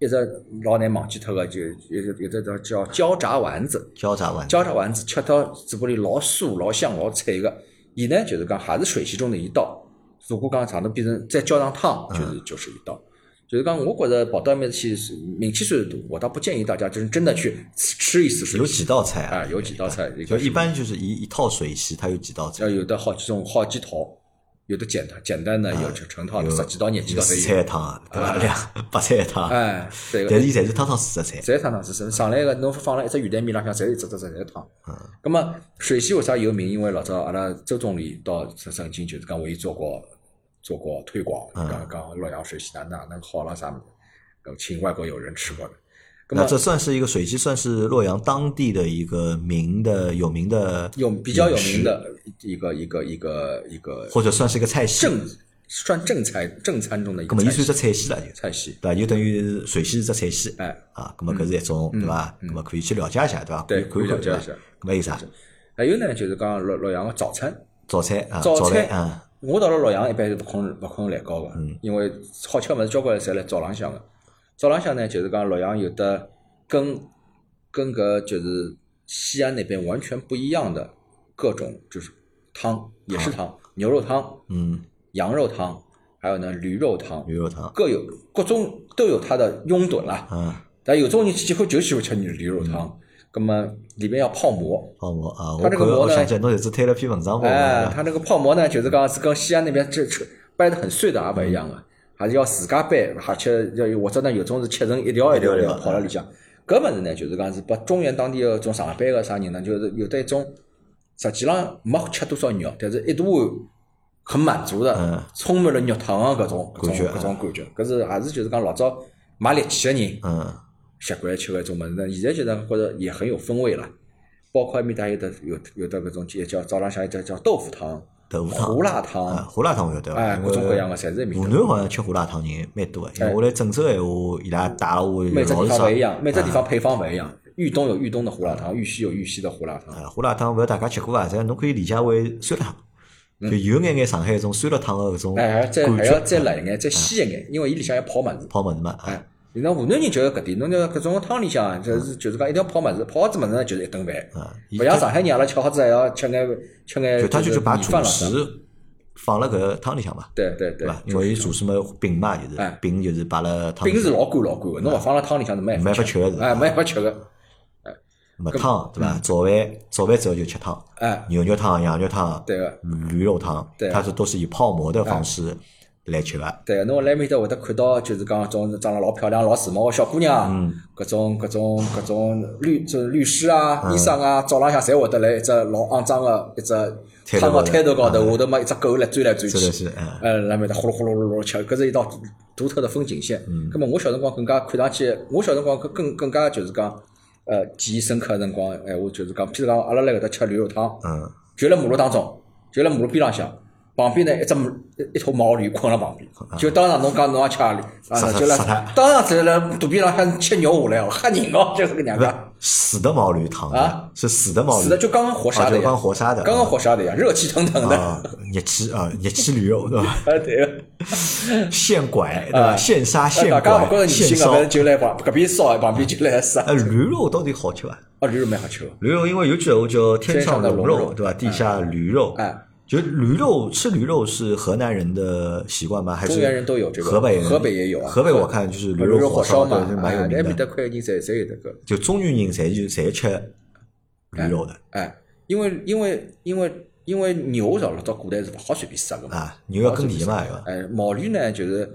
一直老难忘记脱个，就有有有得叫焦炸丸子，
焦炸丸子。
焦炸丸子吃到嘴巴里老酥、老香、老脆个。伊呢就是讲还是水席中的一道，如果讲长头变成再浇上汤，
嗯
就是就是一道。就是讲，我觉着跑到埃面去名气虽然大，我倒不建议大家就是真的去吃吃一次水
嗯有
席
几道菜
啊，
啊？
有几道菜，
就
个
一般就是一一套水席，它有几道菜
要？有的好几种好几套，有的简单简单的有成成套的十几道、廿几
啊有
道都
四
有
菜。一汤，啊对伐？两 (laughs) 白菜一汤，
哎，啊对个
但。是伊侪是汤汤水水菜。
侪汤汤水水，上来个侬放了一只鱼蛋面，浪向侪是一只只只侪汤。咁么水席为啥有名？因为老早阿拉周总理到曾曾经就是讲为伊做过做过推广，讲讲洛阳水席哪哪能好了啥物事，搿请外国友人吃过的。咁
那
么
这算是一个水席，算是洛阳当地的一个名的有名的
有比较有名的一个一个一个一个
或者算是一个菜系。
正算正餐正餐中的一
那
个
么伊
菜
算
系
只菜系了，就
菜系。
对伐？就等于水席是只菜系。
哎，
啊，那么搿是一种对伐？那么可以去了解一下，对伐？
嗯对
可以看
可以
看对
了
伐
解一下。
那么啊有啥？
还有呢，就是讲洛洛阳个早餐。
早餐啊，
早
早
餐
饭啊，
我到了洛阳一般是不困不困懒觉个，因为好吃物事交关侪辣早浪向个。早浪向呢，就是讲洛阳有的跟跟搿就是西安那边完全不一样的各种就是汤，也是汤，牛肉汤、
嗯，
羊肉汤，还有呢驴肉汤，
牛肉汤，
各有各种都有它的拥趸啦。
啊，
但有种人喜欢就喜欢吃驴肉汤，葛么里面要泡馍，
泡馍啊，我
它这个
看
馍
我
呢
想起来，侬有次推了篇文章嘛，
哎
对，伐
它那个泡馍呢，就是讲是跟西安那边这这掰的很碎的也不一样啊的，还是要自家掰，而且要有或者呢有种是切成一条一条一条泡辣里啊向。搿物事呢，就是讲是把中原当地的种上班个啥人呢，就是有的一种实际上没吃多少肉，但是一大碗很满足
嗯
的，充满了肉汤的啊搿种搿
感觉
种搿种感觉。搿是还是就是讲老早买力气个人
嗯，
习惯吃个一种物事呢，现在就是觉着也很有风味了。包括埃面搭有的有的有的搿种也叫早浪向有只叫豆腐汤、
豆腐汤
胡辣
啊，
汤，
胡辣汤我晓得，
哎，
因
各
为
种各样的侪是埃面
湖
搭。
南好像吃胡辣汤人蛮多的，因为
哎
我来郑州的闲话，伊拉带了我
每只
老
地
是
方
上
勿一样，每只地方配方勿一样。豫东有豫东的胡辣汤，豫西有豫西的胡辣汤。
啊，胡辣汤勿要大家吃过啊，这样侬可以理解为酸辣汤，就有眼眼上海一种酸辣汤的搿种
嗯哎，还要再
感
还要
觉，
再辣一眼，再细一
啊
眼，因为伊里向要泡物事。
泡物事嘛，啊，
哎，那湖南人就要搿点，侬要搿种汤里向啊就是就是讲一定要泡物事，泡好子物事呢就是一顿饭。
啊伊
勿像上海人阿拉吃好子还要吃眼吃眼
就他就是是把
米
主
饭了啥。
食放辣搿汤里向嘛，
对对
对
对
伐？，因为伊主食嘛饼嘛就
哎
是饼就是摆辣汤里
饼
向，
啊是老干老干个，侬勿放辣汤里向是没
没法
法
吃的是
哎，没法吃个。
没汤对
嗯
伐？早饭早饭之后就吃汤，
哎，
牛肉汤、羊肉汤，
对个，
驴肉汤
对，啊
它是都是以泡馍的方式来吃的。
对个，侬来面搭会得看到，就是讲种长得老漂亮、老时髦个小姑娘，各种各种各种律就是律师啊、医生啊，早浪向侪会得来一只老肮脏个一只
摊
汤
头
个
高头
摊头高头，下头嘛一只狗来追来嗯追
真的
去。
是，嗯，
呃，那面搭呼噜呼噜噜噜吃，搿是一道独独特的风景线。嗯，葛末我小辰光更加看上去，我小辰光更更更加就是讲，呃，记忆深刻个辰光，哎，我就是讲，譬如讲，阿拉来搿搭吃驴肉汤，
嗯，
就辣马路当中，就辣马路边浪向，旁边呢一只一头毛驴困辣旁边，就当场侬讲侬也吃阿里，啊，就来
杀它
当场在辣肚皮浪向吃肉下来哦，吓人哦，就是搿能
不
介
是。死的毛驴躺
啊
着，是死的毛驴，
死的就刚刚活杀
啊
的
就
呀，
刚活杀的，
刚刚活杀的呀，热气腾腾的，啊
啊，热气啊，热气驴肉对
(laughs)
吧？
对个。
现
啊
拐对吧？现杀现
大啊家勿觉着
拐
女
现
性
烧
搿，边就来往搿边烧，啊旁边就来杀，
呃，驴肉到底好吃伐？
啊，驴肉蛮好吃的。
驴肉因为有句闲话叫“天
上的
龙
龙肉啊
对吧？地下驴肉”，
哎，
就驴肉吃驴肉是河南人的习惯吗？还是
中原人都有这个
河北人
河北也有啊
河北我看就是驴
驴肉
火
烧嘛
对，就，蛮有
哎，埃
名
面
的。
搭块人侪侪有得个，
就中原人侪就侪吃驴肉的
哎，因为因为因为因为牛肉到古代是勿好随便杀个嘛，
啊，牛要耕田嘛，对吧？
哎，毛驴呢就是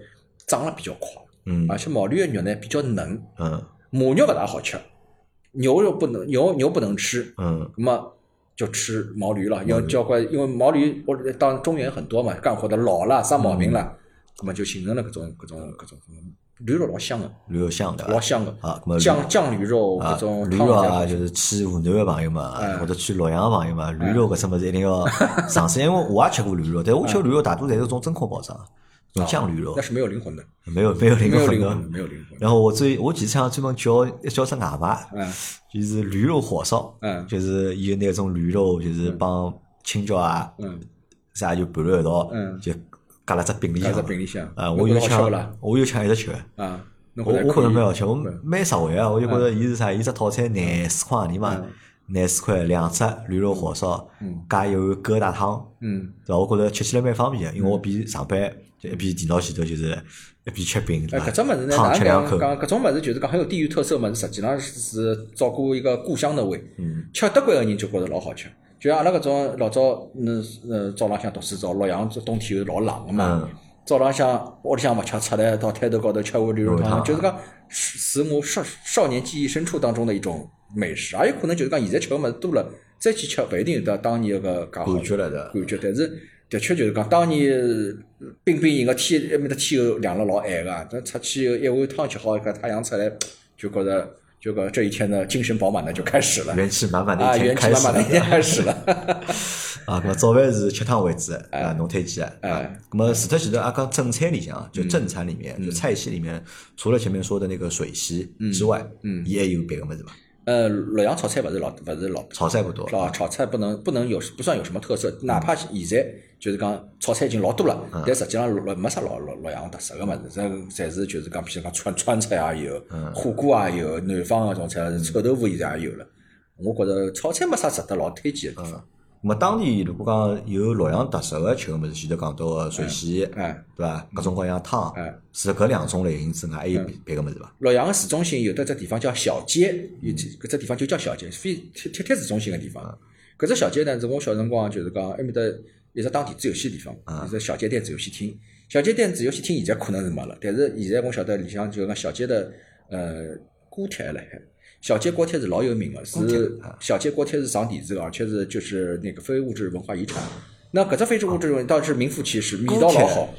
长了比较快，
嗯
而且毛驴的肉呢比较嫩，
嗯
母肉勿大好吃，牛肉不能牛牛不能吃，
嗯
那么就吃毛驴了，因为交关，因为毛驴我当中原很多嘛，干活的老了生
嗯
毛病了，那么就形成了各种各种各种驴肉老香的，
驴肉香对
老
吧？
香的
啊那么
酱酱驴肉各
啊，
种
驴
汤
肉
里
啊，
向
就是去湖南的朋友们啊，
哎
或者去洛阳的朋友们，驴肉搿什么子一定要尝试，因为我也吃过驴肉，但我吃的驴肉大多侪是种真空包装，种酱驴肉
哎那，是没有灵魂的，
没有没有灵
没有
魂
灵
的
魂。的，没有灵
(laughs)
魂的。
然后我最我前次想专门叫叫只外卖，
嗯
就是驴肉火烧，
嗯
就是伊有那种驴肉，就是帮青椒啊
嗯，
啥就拌了一道，
嗯
就夹了只饼里
搿
向
只。饼里向
啊，
侬
我
觉
有
得好吃勿
抢
啦，
我有抢一直吃，
啊，侬
我
觉得
我
可
觉着
以
蛮好吃，我
嗯
蛮实惠啊，我就觉着伊是啥，伊只套餐廿四块钿嘛
嗯，
廿四块两只驴肉火烧
嗯，
加一碗疙瘩汤，
嗯，
对伐？我觉着吃起来蛮方便的，因为我边上班就一边电脑前头就是一边吃饼，对伐
哎，搿种物事呢，
汤
哪
吃
能
两口
讲，讲搿种物事就是讲很有地域特色物事，实际上是照顾一个故乡的胃。
嗯，
吃得惯个人就觉着老好吃。就像阿拉搿种老早，嗯呃，早浪向读书早，洛阳冬天又老冷个嘛
嗯，
早浪向屋里向勿吃出来，到滩头高头吃碗驴肉
肉汤
汤，就是讲使使我少少年记忆深处当中的一种美食，也有可能就是讲现在吃个物事多了，再去吃勿一定有得当年个介好
感觉了对伐
感觉，但是的确就是讲，当年冰冰冷个天，埃面搭天又凉了老晚个，但出去一碗汤吃好，搿太阳出来，就觉着就搿这一天呢，精神饱满的就开始了。
元气满满的
啊，
一天
元气
开
满
始
满的
了
已。经开始了。
啊，搿么早饭是吃汤为主，啊，侬推荐的。啊
哎，嗯
搿么除脱前头阿讲正餐里向啊，就正餐里面，就菜系里面，除了前面说的那个水席之外，嗯，伊还有别个物事伐？
呃，洛阳炒菜勿是老勿是老
炒菜不多，
老炒菜不能不能有不算有什么特色，哪怕现在就是讲炒菜已经老多了，但实际上洛没啥老老洛阳特色个物事，这侪是就是讲，譬如讲川川菜也有，火锅也有，南方啊个种菜臭豆腐现在也有了。我觉着炒菜没啥值得老推荐个地方。
咁么当地如果讲有洛阳特色个吃个物事，前头讲到个水席，
哎，
对伐？各种各样汤
哎，嗯
除了搿两种类型之外，还有别别个物事伐？
洛阳市中心有的只地方叫小街，有只搿只地方就叫小街，非贴贴贴市中心个地方。搿只小街呢，是我小辰光就是讲埃面搭一直打电子游戏地方，一只小街电子游戏厅。小街电子游戏厅现在可能是没了，但是现在我晓得里向就讲小街的呃锅贴还辣海。小街锅贴啊是老有名个，是小街锅贴是上电视个，而且是就是那个非物质文化遗产。那搿只非物质文化倒是名副其实，味道老好。，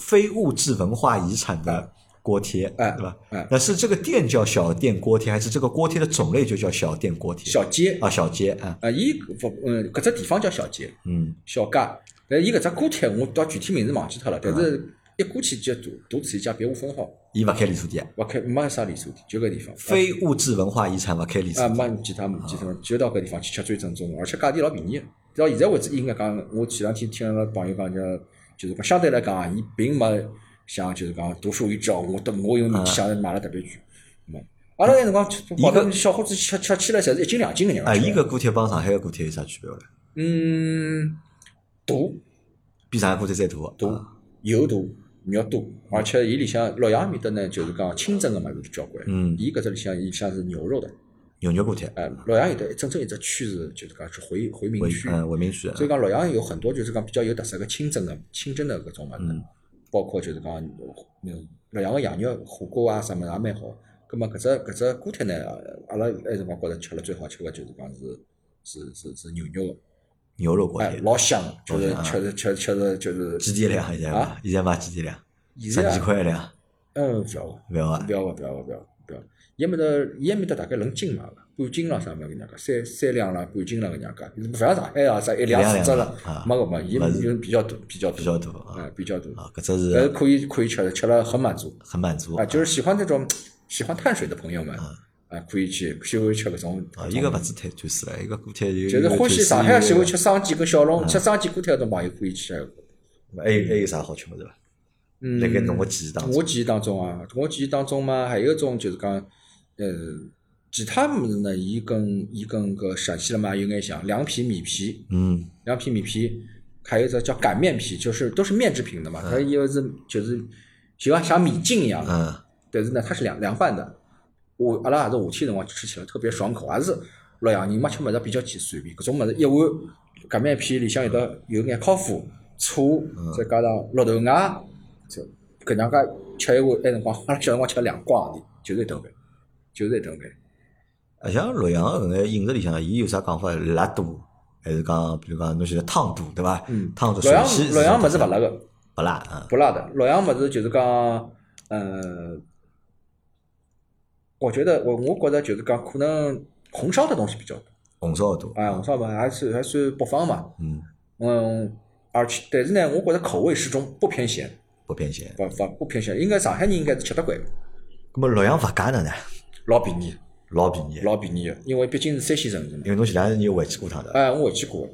非物质文化遗产的锅贴，
哎
对吧
哎？
那是这个店叫小店锅贴，还是这个锅贴的种类就叫小店锅贴？
小街
啊，小街啊，
啊，伊勿嗯搿只地方叫小街，
嗯，
小家，但伊搿只锅贴我倒具体名字忘记脱了，但是
嗯
一过去就独独此一家，别无分号，
伊勿开连锁店，
勿开没啥连锁店，就搿地方。
非物质文化遗产勿开连
啊，
锁店，
没其他没其他，就到搿地方去吃最正宗，而且价钿老便宜。到现在为止，应该讲，我前两天听了朋友讲，就就是讲相对来讲啊，伊并没像就是讲独树一帜哦，我得我有名气，想买了特别贵。没，阿拉那辰光吃，
嗯伊
跑
搿
到小伙子吃吃起来，侪是一斤两斤个人。
啊，伊
个
搿锅贴帮上海个锅贴有啥区别嘞？
嗯，大。
比上海锅贴再大，
大
啊，
油大，肉多，而且伊里向洛阳面搭呢，就是讲清蒸个物事交关。
嗯
伊搿只里向伊像是牛肉的，
牛肉锅贴，
哎，洛阳有得整整一只区是就是讲是回回民
文
区，
嗯文明区，
所以讲洛阳有很多就是讲比较有特色个清蒸个清蒸的搿种物
嗯
事，包括就是讲嗯洛阳个羊肉火锅啊啥物事也蛮好。葛末搿只搿只锅贴呢，阿拉那辰光觉着吃了最好吃个就是讲是是是是牛肉个，
牛肉锅
哎
贴，，
老香的，就是
老
吃着吃着吃着就是
啊几钿一两现在
啊
现在卖几钿一两？
现
十
在
几
啊
块一两，
嗯，不要了。
勿要啊
不？要勿不要勿不要！对伐？伊面搭伊埃面搭大概论斤嘛，半斤啦啥物事搿能介，三三两啦，半斤啦搿能介，勿像上海啊啥一两
两
四只啦
两啊，
没搿没，伊
勿
面
是
就是比较大，比较大，
比较大啊
啊，比较大，
啊，搿只
但是
是
可以可以吃的，吃了很满足
很满足
啊，就是喜欢那种喜欢碳水的朋友们啊，可以去喜欢吃搿种
啊，伊搿勿止碳碳水了，伊搿固体有
就是欢喜上海喜欢，吃
有
生煎跟小
啊
笼，吃生煎锅贴种朋友可以去。
有还有还有啥好吃物事伐？
嗯，
辣盖侬个记忆当
我
中，
记忆当中啊，我记忆当中嘛，还有一种就是讲，呃，其他物事呢，伊跟伊跟搿陕西了嘛有眼像，凉皮、米皮，
嗯，
凉皮、米皮，还有一个叫擀面皮，就是都是面制品的嘛，它也是就是就像像米筋一样的，
嗯，
但是呢，它是凉凉拌的。我阿拉也是夏天辰光吃起来特别爽口，也是洛阳人嘛吃物事比较简单便，搿种物事一碗擀面皮里向有得有眼烤麸、醋，再加上绿豆芽，就搿能介吃一碗，那辰光阿拉小辰光吃两光钿，就是一顿饭，就是一顿饭。
啊，像洛阳个搿眼饮食里向，伊有啥讲法？辣多还是讲，比如讲侬现在汤多对伐？
嗯
汤多
洛阳
陕西
洛阳物事
勿
勿辣个，
勿辣啊，
不辣的。洛阳物事就是讲，呃，我觉得我我觉得就是讲，可能红烧的东西比较多。
红烧多，
哎，红烧嘛，还是还算北方嘛。
嗯，
嗯，而且但是呢，我觉得口味适中，不偏咸，
不偏咸。
不不不偏咸。应该上海人应该是吃得惯，
那么洛阳物价哪能呢？
老便宜，
老便宜，
老便宜的，因为毕竟是山西城市嘛
因。为侬前两年回去过趟的，
哎，我回去过，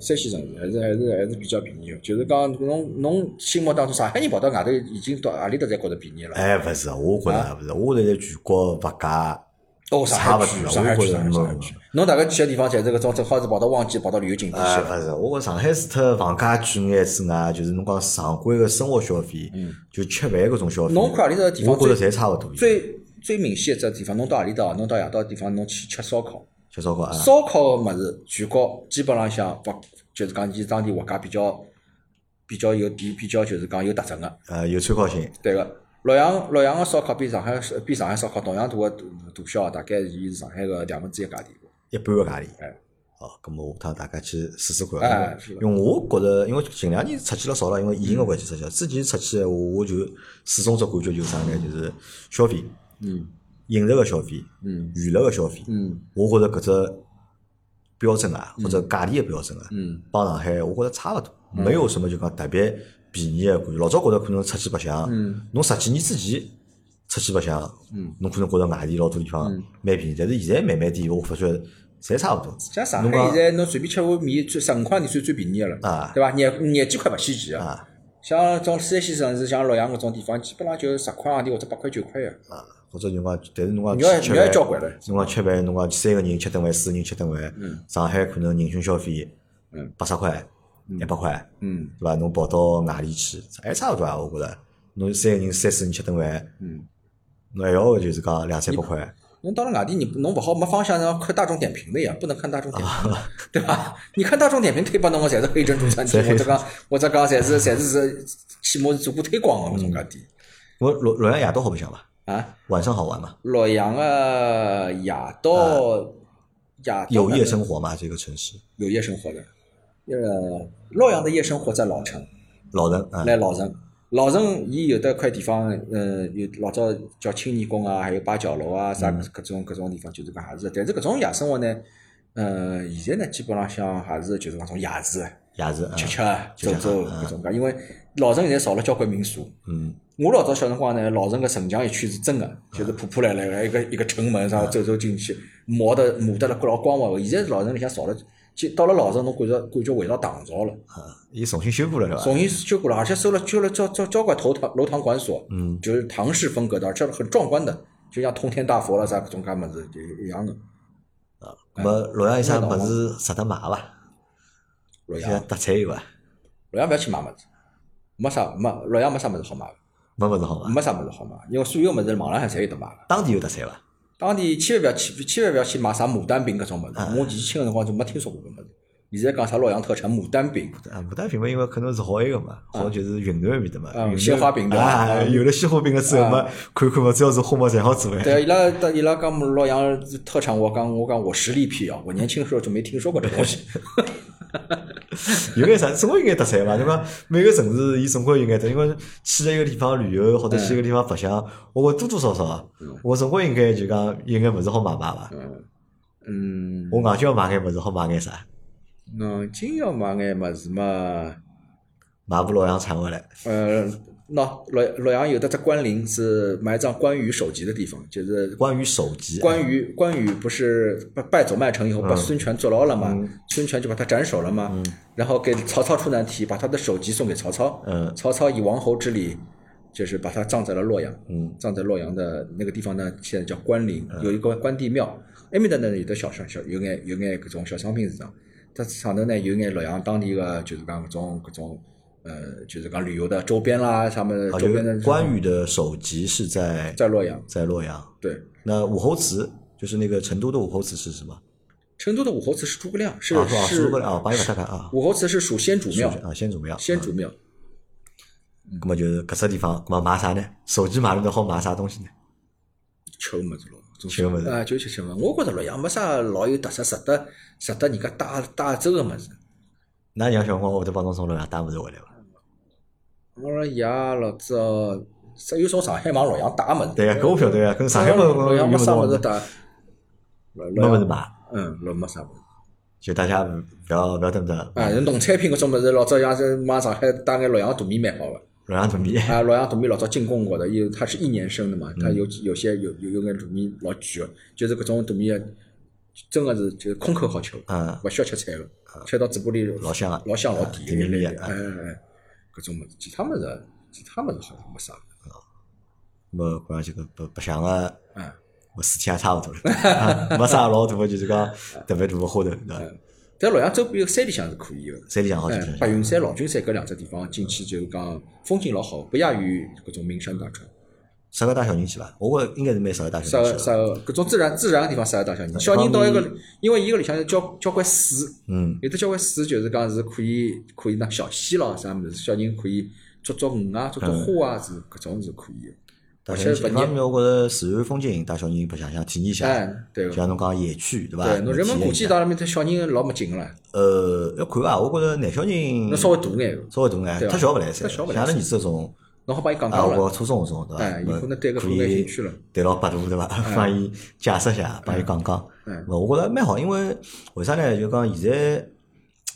山西城市还是还是还是比较便宜的。就是讲侬侬心目当中上海人跑到外头已经到阿里搭才觉得便宜了。
哎，勿是，我觉着勿是，我现在全国物价
哦，上海
差不
区，
多
上海
我
区，
觉得
上海区，上海
没
区。侬大概去的地方侪是搿种，正好是跑到旺季，跑到旅游景点
哎，
去
勿
了。
是，我觉上海除脱房价贵眼之外，就是侬讲常规个生活消费，就吃饭搿种消费，
嗯侬看阿里搭地方
我觉着
最
侪差勿多。
最最明显一只地方，侬到阿里搭，侬到夜到地方，侬去吃烧烤。
吃烧烤啊，
烧烤个物事，全国基本浪向勿就是讲，伊当地物价比较比较有比比较就是讲有特征个，
呃，有参考性，
对个。洛阳洛阳个烧烤比上海比上海烧烤同样大个大大小，大概伊是上海个两分之一价钿。
一般个价钿。
哎
哦，咁么下趟大家去试试看。
哎
因
是
为因
的
为我觉着，因为近两年出去了少了，因为疫情个关系出去了。之前出去闲话，我就始终只感觉就是啥呢？就是消费、
嗯
饮食个消费、
嗯
娱乐个消费。
嗯
我觉着搿只标准啊，或者价钿个标准啊，
嗯
帮上海我觉着差勿多，没有什么就讲特别便宜个感觉。老早觉着可能出去白相，
嗯
侬十几年之前出去白相，
嗯，
侬可能觉着外地老多地方
嗯
蛮便宜，但是现在慢慢点我发觉侪差勿多。
像上
侬
海
讲
现在侬随便吃碗面，最十五块钿算最便宜个了，
啊
对伐？廿廿几块勿稀奇个。
啊
像种山西城市，像洛阳搿种地方，基本上就十块洋啊钿或者八块九块个。
啊，或者侬讲，但是侬讲
你要
吃
你要
饭
交关了
侬讲吃饭，侬讲三个人吃顿饭，四个人吃顿饭，上海可能人均消费
嗯
八十块、一百块。
嗯
对伐？侬跑到外地去，还差勿多啊，我觉着。侬三个人、三四人吃顿饭，
嗯。
侬还要就是讲两三百块，
侬到了外地，你侬勿好没方向，要看大众点评的呀，不能看大众点评， (laughs) 对吧？你看大众点评推拨侬个，侪是黑 (laughs) 珍珠餐厅，
对
或者讲或者讲，侪是侪是是起码是做过推广的搿种介店
我洛洛阳夜到好白相伐？
啊。
晚上好玩嘛？
洛阳个夜到夜到
有夜
呢
生活嘛？这个城市，
啊有夜生活的，呃，洛阳的夜生活在老城，
老人啊，
来老城。老城伊有的块地方，呃，有老早叫青年宫啊，还有八角楼啊，啥
嗯
各种各种地方，就是讲也是。但是搿种夜生活呢，呃，现在呢基本浪向还是就是讲种夜市，
夜市啊，
吃吃
吃
走
吃
走搿种介。因为老城现在少了交关民宿。
嗯，
我老早小辰光呢，老城搿城墙一圈是真个，就是破破烂烂个一个一个城门上走走进去，磨得磨得了老光滑个。现在老城里向少了，就到了老城侬感觉感觉回到唐朝了。
啊，伊重新修过了对伐？
重新修过了，而且收了修了交交交关头堂楼堂馆所，
嗯，
就是唐式风格的，而且很壮观的，就像通天大佛了啥各种各样么子就一样的。
那么洛阳有啥物事值得买伐？
洛
像
阳，
特产有伐？
洛阳不要去买么子，没啥没洛阳没啥么子好买的，
没物事好伐？
没啥么子好买，因为所有么子网浪向侪有得买的。
当地有特产伐？
当地千万不要去，千万不要去买啥牡丹饼搿种么子，我以前个辰光就没听说过搿么子。现在讲啥洛阳特产牡丹饼，
啊，牡丹品牌因为可能是好一个嘛，好就是云南面的嘛，
啊
云南
嗯鲜花饼对吧嗯
啊，有了鲜花饼了之后嘛，看看嘛，只要是花嘛，侪好做哎。
对啊，伊拉但伊拉讲洛阳特产，我讲我讲我实力辟谣，我年轻的时候就没听说过这东西。 (laughs)
有眼啥，总归有眼特产嘛，对伐？每个城市伊总归有眼特，因为去了一个地方旅游
嗯
或者去一个地方白相，我多多少少啊，我总归应该就讲有眼物事好买买伐？
嗯，
我硬就要买眼物事好买眼啥？
硬劲要买眼物事嘛，
买部洛阳铲回来，
呃，喏，洛洛阳有的只关岭是买一张关羽首级的地方，就是
关于手机，
关羽，关羽不是败败走麦城以后，把
嗯
孙权捉牢了嘛？孙权就把他斩首了嘛？然后给曹操出难题，把他的首级送给曹操。
嗯
曹操以王侯之礼，就是把他葬在了洛阳。
嗯，
葬在洛阳的那个地方呢，现在叫关岭，有一个关帝庙。哎埃面搭呢有的小商小有眼有眼各种小商品市场，它上头呢有眼洛阳当地个就是讲各种各种呃就是讲旅游的周边啦，什么
啊，
周
就
边的
关羽的首级是在
在洛阳
在洛阳，
对。
那武侯祠就是那个成都的武侯祠是什么？
成都的武侯祠是诸葛亮，是
啊，啊，
是
诸葛亮啊，帮你把它看啊，
武侯祠是属先主庙，
啊，先祖庙，嗯
先主庙。
那么就是搿只地方，那么买啥呢？手机买了的好买啥东西呢？
吃个物事咯，总
吃个物事
啊，就吃吃物。我觉着洛阳没啥老有特色，值得值得人家带带走个物事。
㑚娘小辰光会得帮侬从楼下带物事回来伐？
我说爷老早只有从上海往洛阳带个物事，
对呀，搿我晓得呀，跟上海朋
洛阳洛
友有
阳嗯没啥
么
物事
子
带，洛
没
洛
么子
阳
买，
嗯，洛没啥物事。
就大家不要不要等着
啊，人农产品搿种物事，老早像是往上海带眼洛阳大米蛮好个。
洛阳土 (laughs) 米，
啊，洛阳大米老早进贡过的，因为它是一年生的嘛，
嗯
它有有些有有有眼大米老贵的，就是搿种大米啊真个是就是空口好吃的，
嗯，
勿需要吃菜个，吃到嘴巴里
老香啊
老香老
啊
甜
甜
一类
蜜蜜
的，
啊
哎哎哎，搿种物事，其他物事其他物事好像没啥，
那么关于这个白白相个
嗯，
事体也差勿多
(laughs)
了，啊没啥老大个，就是讲特别大个花头，对伐？
嗯但洛阳周边山里向是可以个。
山里向好
哎
景，
白
象，
云山、老君山搿两只地方进去就是讲风景老好，不亚于搿种名山大川。
适合带小人去伐？我觉得应该是蛮适合带
适
小
合
人去
适
的。
合搿种自然自然个地方适合带小人。小人到一个，因为伊搿里向有交交关水，
嗯，
有的交关水就是讲是可以可以拿小溪咯啥物事，小人可以捉捉鱼啊、捉捉
嗯
花啊，是搿种是可以的。
带
而
小人
且
去，
勿
一方
热，
面我觉着自然风景，带小人白相相，体验一下
哎。，对
就
个。
像侬讲野区，对伐？
对，侬人
体
文
验
古
一
迹
下
到那面，搭小人老没劲个啦，
呃，要看伐？我觉着男小人
侬稍微大眼个，
稍微大眼，
对啊
太小勿来塞，
太小
像
不来
阿拉儿子这种
侬好帮伊讲
啊，
讲
我
了。
初中搿种对伐？
哎以后
咾
呢对搿
可
方面
以
兴趣了
对牢百度对伐？
哎
帮伊解释一下，帮伊讲讲。
嗯
咾我觉着蛮好，因为为啥呢？就讲现在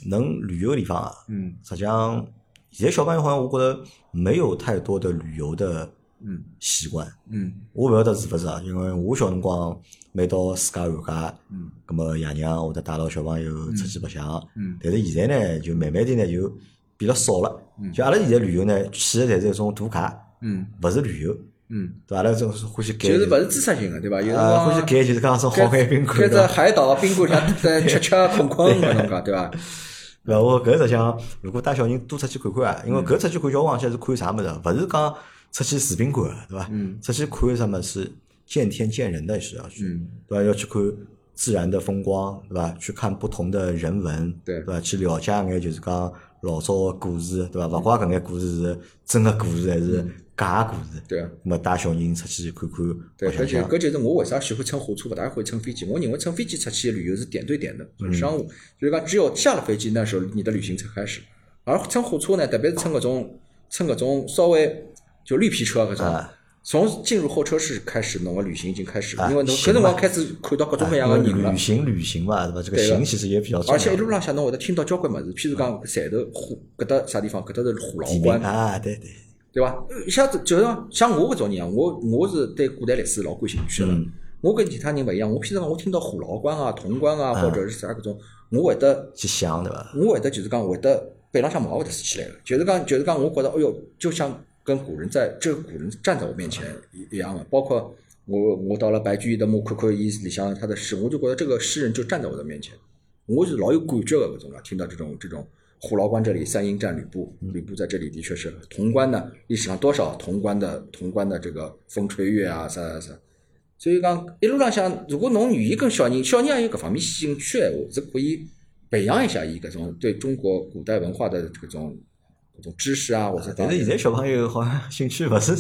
能旅游个地方啊，
嗯
实际上现在小朋友好像我觉着没有太多的旅游的
嗯
习惯。
嗯
我勿晓得是勿是啊，因为我小辰光每到暑假寒假，
嗯
葛末爷娘会得带牢小朋友出去白相。
嗯
但是现在呢，就慢慢的呢就变了少了。
嗯
就阿拉现在旅游呢，去的侪是一种度假，
嗯
勿是旅游，
嗯，
对伐？阿拉总是欢喜改，
就是勿啊是知识性个对伐？有辰
呃，欢喜
光
改就是讲种好海宾馆
开
对
着
伐？
海岛宾馆
(laughs)
上在吃吃啊困困搿种讲对伐？
对伐？我搿实际上，如果带小人多出去看看啊，因为搿出去看小辰光去是看啥物事，勿是讲出去住宾馆的对伐？
嗯
出去看什么是见天见人的是要去，
嗯
对吧？要去看自然的风光，对吧？去看不同的人文，
对
吧？去了解眼就是讲老早的故事，对吧？勿怪搿眼故事是真的故事还是假的故事，
嗯对啊
那么带小人出去看看，
对，
白
搿
相
就
相，
搿就是我为啥喜欢乘火车，勿大会乘飞机。我认为乘飞机出去旅游是点对点的，
嗯
很商务。就是讲，只有下了飞机，那时候你的旅行才开始。而乘火车呢，特别是乘搿种乘搿种稍微就绿皮车搿种
啊，
从进入候车室开始，侬个旅行已经开始了，
啊
因为侬搿
行
辰光
嘛
开始看到各种各样
因
个
为
人了
旅。行旅行嘛，对吧？这个
对的
行其实也比较重要，
而且一路浪向侬会得听到交关物事，譬如讲汕头虎搿搭啥地方，搿搭是虎
地
牢
名
关，
啊，对对，
对伐？一下子就是讲嗯像我搿种人啊，我我是对古代历史老感兴趣的。我跟其他人勿一样，我譬如讲，我听到虎牢关啊、潼关啊，或者是啥搿种，我会得，
去想对吧？
我会得就是讲会得背浪向毛会得竖起来个，就是讲就是讲，我觉得哎哟，就像跟古人在，这个古人站在我面前一一样的。包括我我到了白居易的墓看看伊里向他的诗，我就觉得这个诗人就站在我的面前，我是老有感觉的搿种啊，听到这种这种虎牢关这里三英战吕布，吕布在这里的确是潼关呢，历史上多少潼关的潼关的这个风吹月啊啥啥啥，所以讲一路浪向，如果侬愿意跟小人，小人也有搿方面兴趣的闲话，是可以培养一下伊搿种对中国古代文化的这种搿种知识啊，或者
但是现在小朋友好像兴趣勿是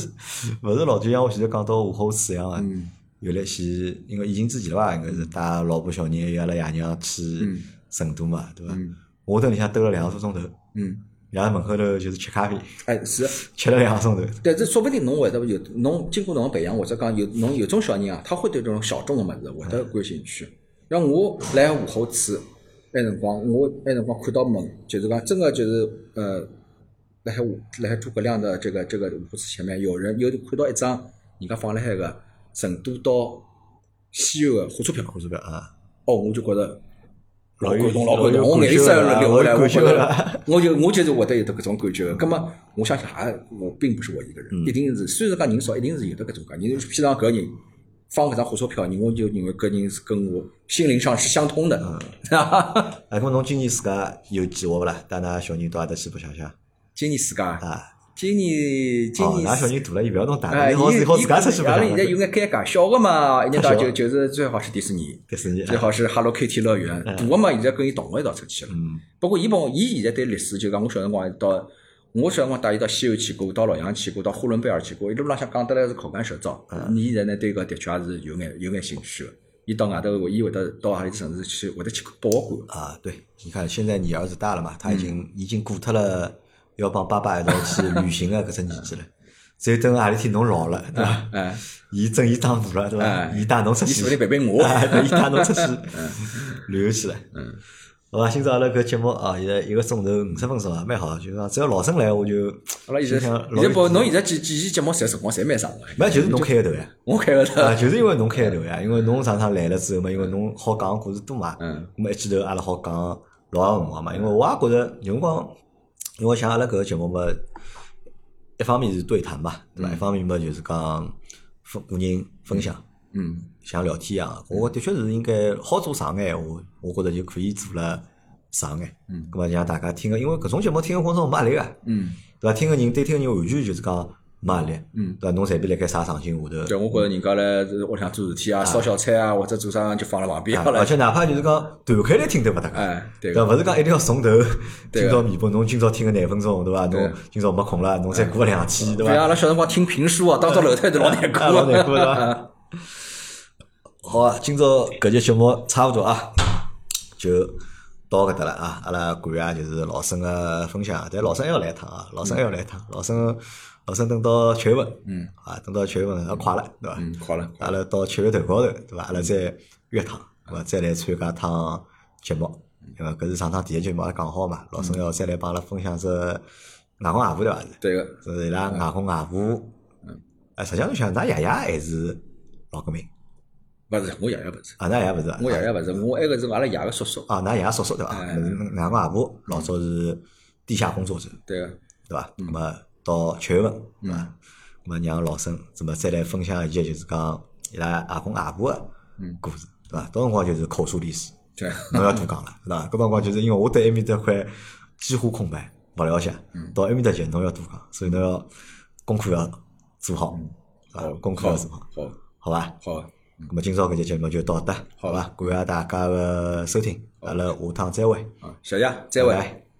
勿是老就像我现在讲到武侯祠一样啊，
嗯
有来去，因为疫情之前了吧，应该是带老婆小人还有阿拉爷娘去
嗯
成都嘛，对伐？
嗯
我等里向兜了两个多钟头，
嗯，
伊拉门口头就是吃咖啡，
哎是。
吃了两个钟头。
但是说不定侬会得有侬经过侬培养，或者讲有侬有种小人啊，他会对这种小众的物事会得感兴趣。像我来武侯祠那辰光，我那辰光看到门，就是讲真的就是呃，辣海武辣海诸葛亮的这个这个武侯祠前面，有人有看到一张人家放辣海个成都到西安的火车票，
我说个啊，
哦，我就觉着老
老有
感动，老感
老有
动，我眼泪
感
水
觉了
流下来，
老有感觉了，
我觉得我就我就是会得有得搿种感觉的。葛末我相信也，我并不是我一个人，
嗯
一定是虽然讲人少，一定是有得搿种讲。人譬如讲搿人放搿张火车票，人我就认为搿人是跟我心灵上是相通的。
嗯哎，咾么侬今年自家有计划勿啦？带㑚小人到阿搭去白相相
今年自家，
啊？
今年今
哦，
年
㑚小人大了，伊勿要侬带
哎，
了，以后以后自家出去白
阿拉现
相
在有
相。
眼尴尬，小个嘛，一年到
太小
就就是最好去迪士尼。
迪士尼，
最好是 Hello Kitty 乐园，大个嘛现在跟伊同学一道出去了。
嗯
不过伊帮我伊现在对历史就讲，我小辰光到我小辰光带伊到西安去过，到洛阳去过，到呼伦贝尔去过，一路浪向讲得来是口干舌燥。
嗯
你现在呢对搿的确也是有眼有眼兴趣的。伊到外头，伊会得到何里城市去，会得去博物馆。
啊，对，你看现在你儿子大了嘛，他已经、已经过脱了要帮爸爸一道去旅行啊的搿只年纪了。只有等何里天侬老了，对伐？ (laughs)
哎，
伊等伊长大了，对伐？
哎
伊带侬出
伊
去
说
(laughs)
不，定陪陪我。
哎对伊带侬出去 (laughs) 旅游去了。嗯，好吧，今朝阿拉搿节目啊，现在一个钟头五十分钟啊，蛮好。就是讲只要老沈来，我就
阿拉现
心想
在现
老有
在不，侬现在几几期节目侪辰光侪蛮长个。
没就是侬开个头呀。
我开个头，
(laughs) 啊，就是因为侬开个头呀，因为侬上趟来了之后嘛，因为侬好讲故事多嘛，
嗯，
那么一记头阿拉好讲老长辰光嘛，因为我也觉着有辰光，因为像阿拉搿个节目嘛，一方面是对谈嘛，对伐？一方面嘛就是讲分个人分享，
嗯，
像聊天一样，我的确是应该好做长眼闲话，我觉着就可以做了长眼，
嗯，
咁么让大家听个，因为搿种节目听个观众没压力个，
嗯，
对伐？听个人对听个人完全就是讲没压力，
嗯
对伐？侬随便辣盖啥场景下头，
对，我觉着人家来屋里向做事体啊，烧小菜啊，或者做啥就放辣旁边
啊
好
而
了。
且哪怕就是讲断开来听都勿搭界，
哎，对
对
个
伐？，勿是讲一定要从头
对
今
啊
朝弥补，侬今朝听个廿分钟，对伐？
对啊
侬今朝没空了，侬再过个两天，对
对阿
伐？
拉小辰光听评书啊，当朝楼台就老难过
啊老
(laughs)
难过对伐？好啊，今朝搿节节目差不多啊，就到搿搭了啊。阿拉感谢就是老沈个分享，但老沈还要来一趟啊，老沈还要来一趟，老沈老沈等到七月份，
嗯，
啊，等到七月份要快了，对伐？
嗯，好了，
阿拉到七月头高头，对伐？阿拉再约趟，对伐？再来参加趟节目，对伐？搿是上趟第一节目阿拉讲好嘛，老孙要再来帮阿拉分享只外公外婆对伐？是
对个，
是伊拉外公外婆，哎，实际上侬想，㑚爷爷还是老革命
勿是我爷爷勿是，
啊？㑚爷爷勿是啊？
我爷爷勿是，我埃个是阿拉爷个叔叔，
啊，㑚爷爷叔叔对伐？
哎
那是外公外婆老早是地下工作者，
对个，
对伐？
嗯
那么到七月份，对伐？那么让老孙怎么再来分享一些，就是讲伊拉外公外婆的
嗯
故事，对伐？到辰光就是口述历史，
对，
侬要多讲了，对伐？搿辰光就是因为我对埃面搭块几乎空白，勿了解，
嗯
到埃面搭去侬要多讲，所以侬要功课要做好，
嗯
对伐？啊功课
好
要做好，，
好，
好伐？
好，
那么今朝搿节节目就到这，
嗯好
好伐？感谢大家个收听，阿拉下趟再会，
啊，小爷再会
拜。拜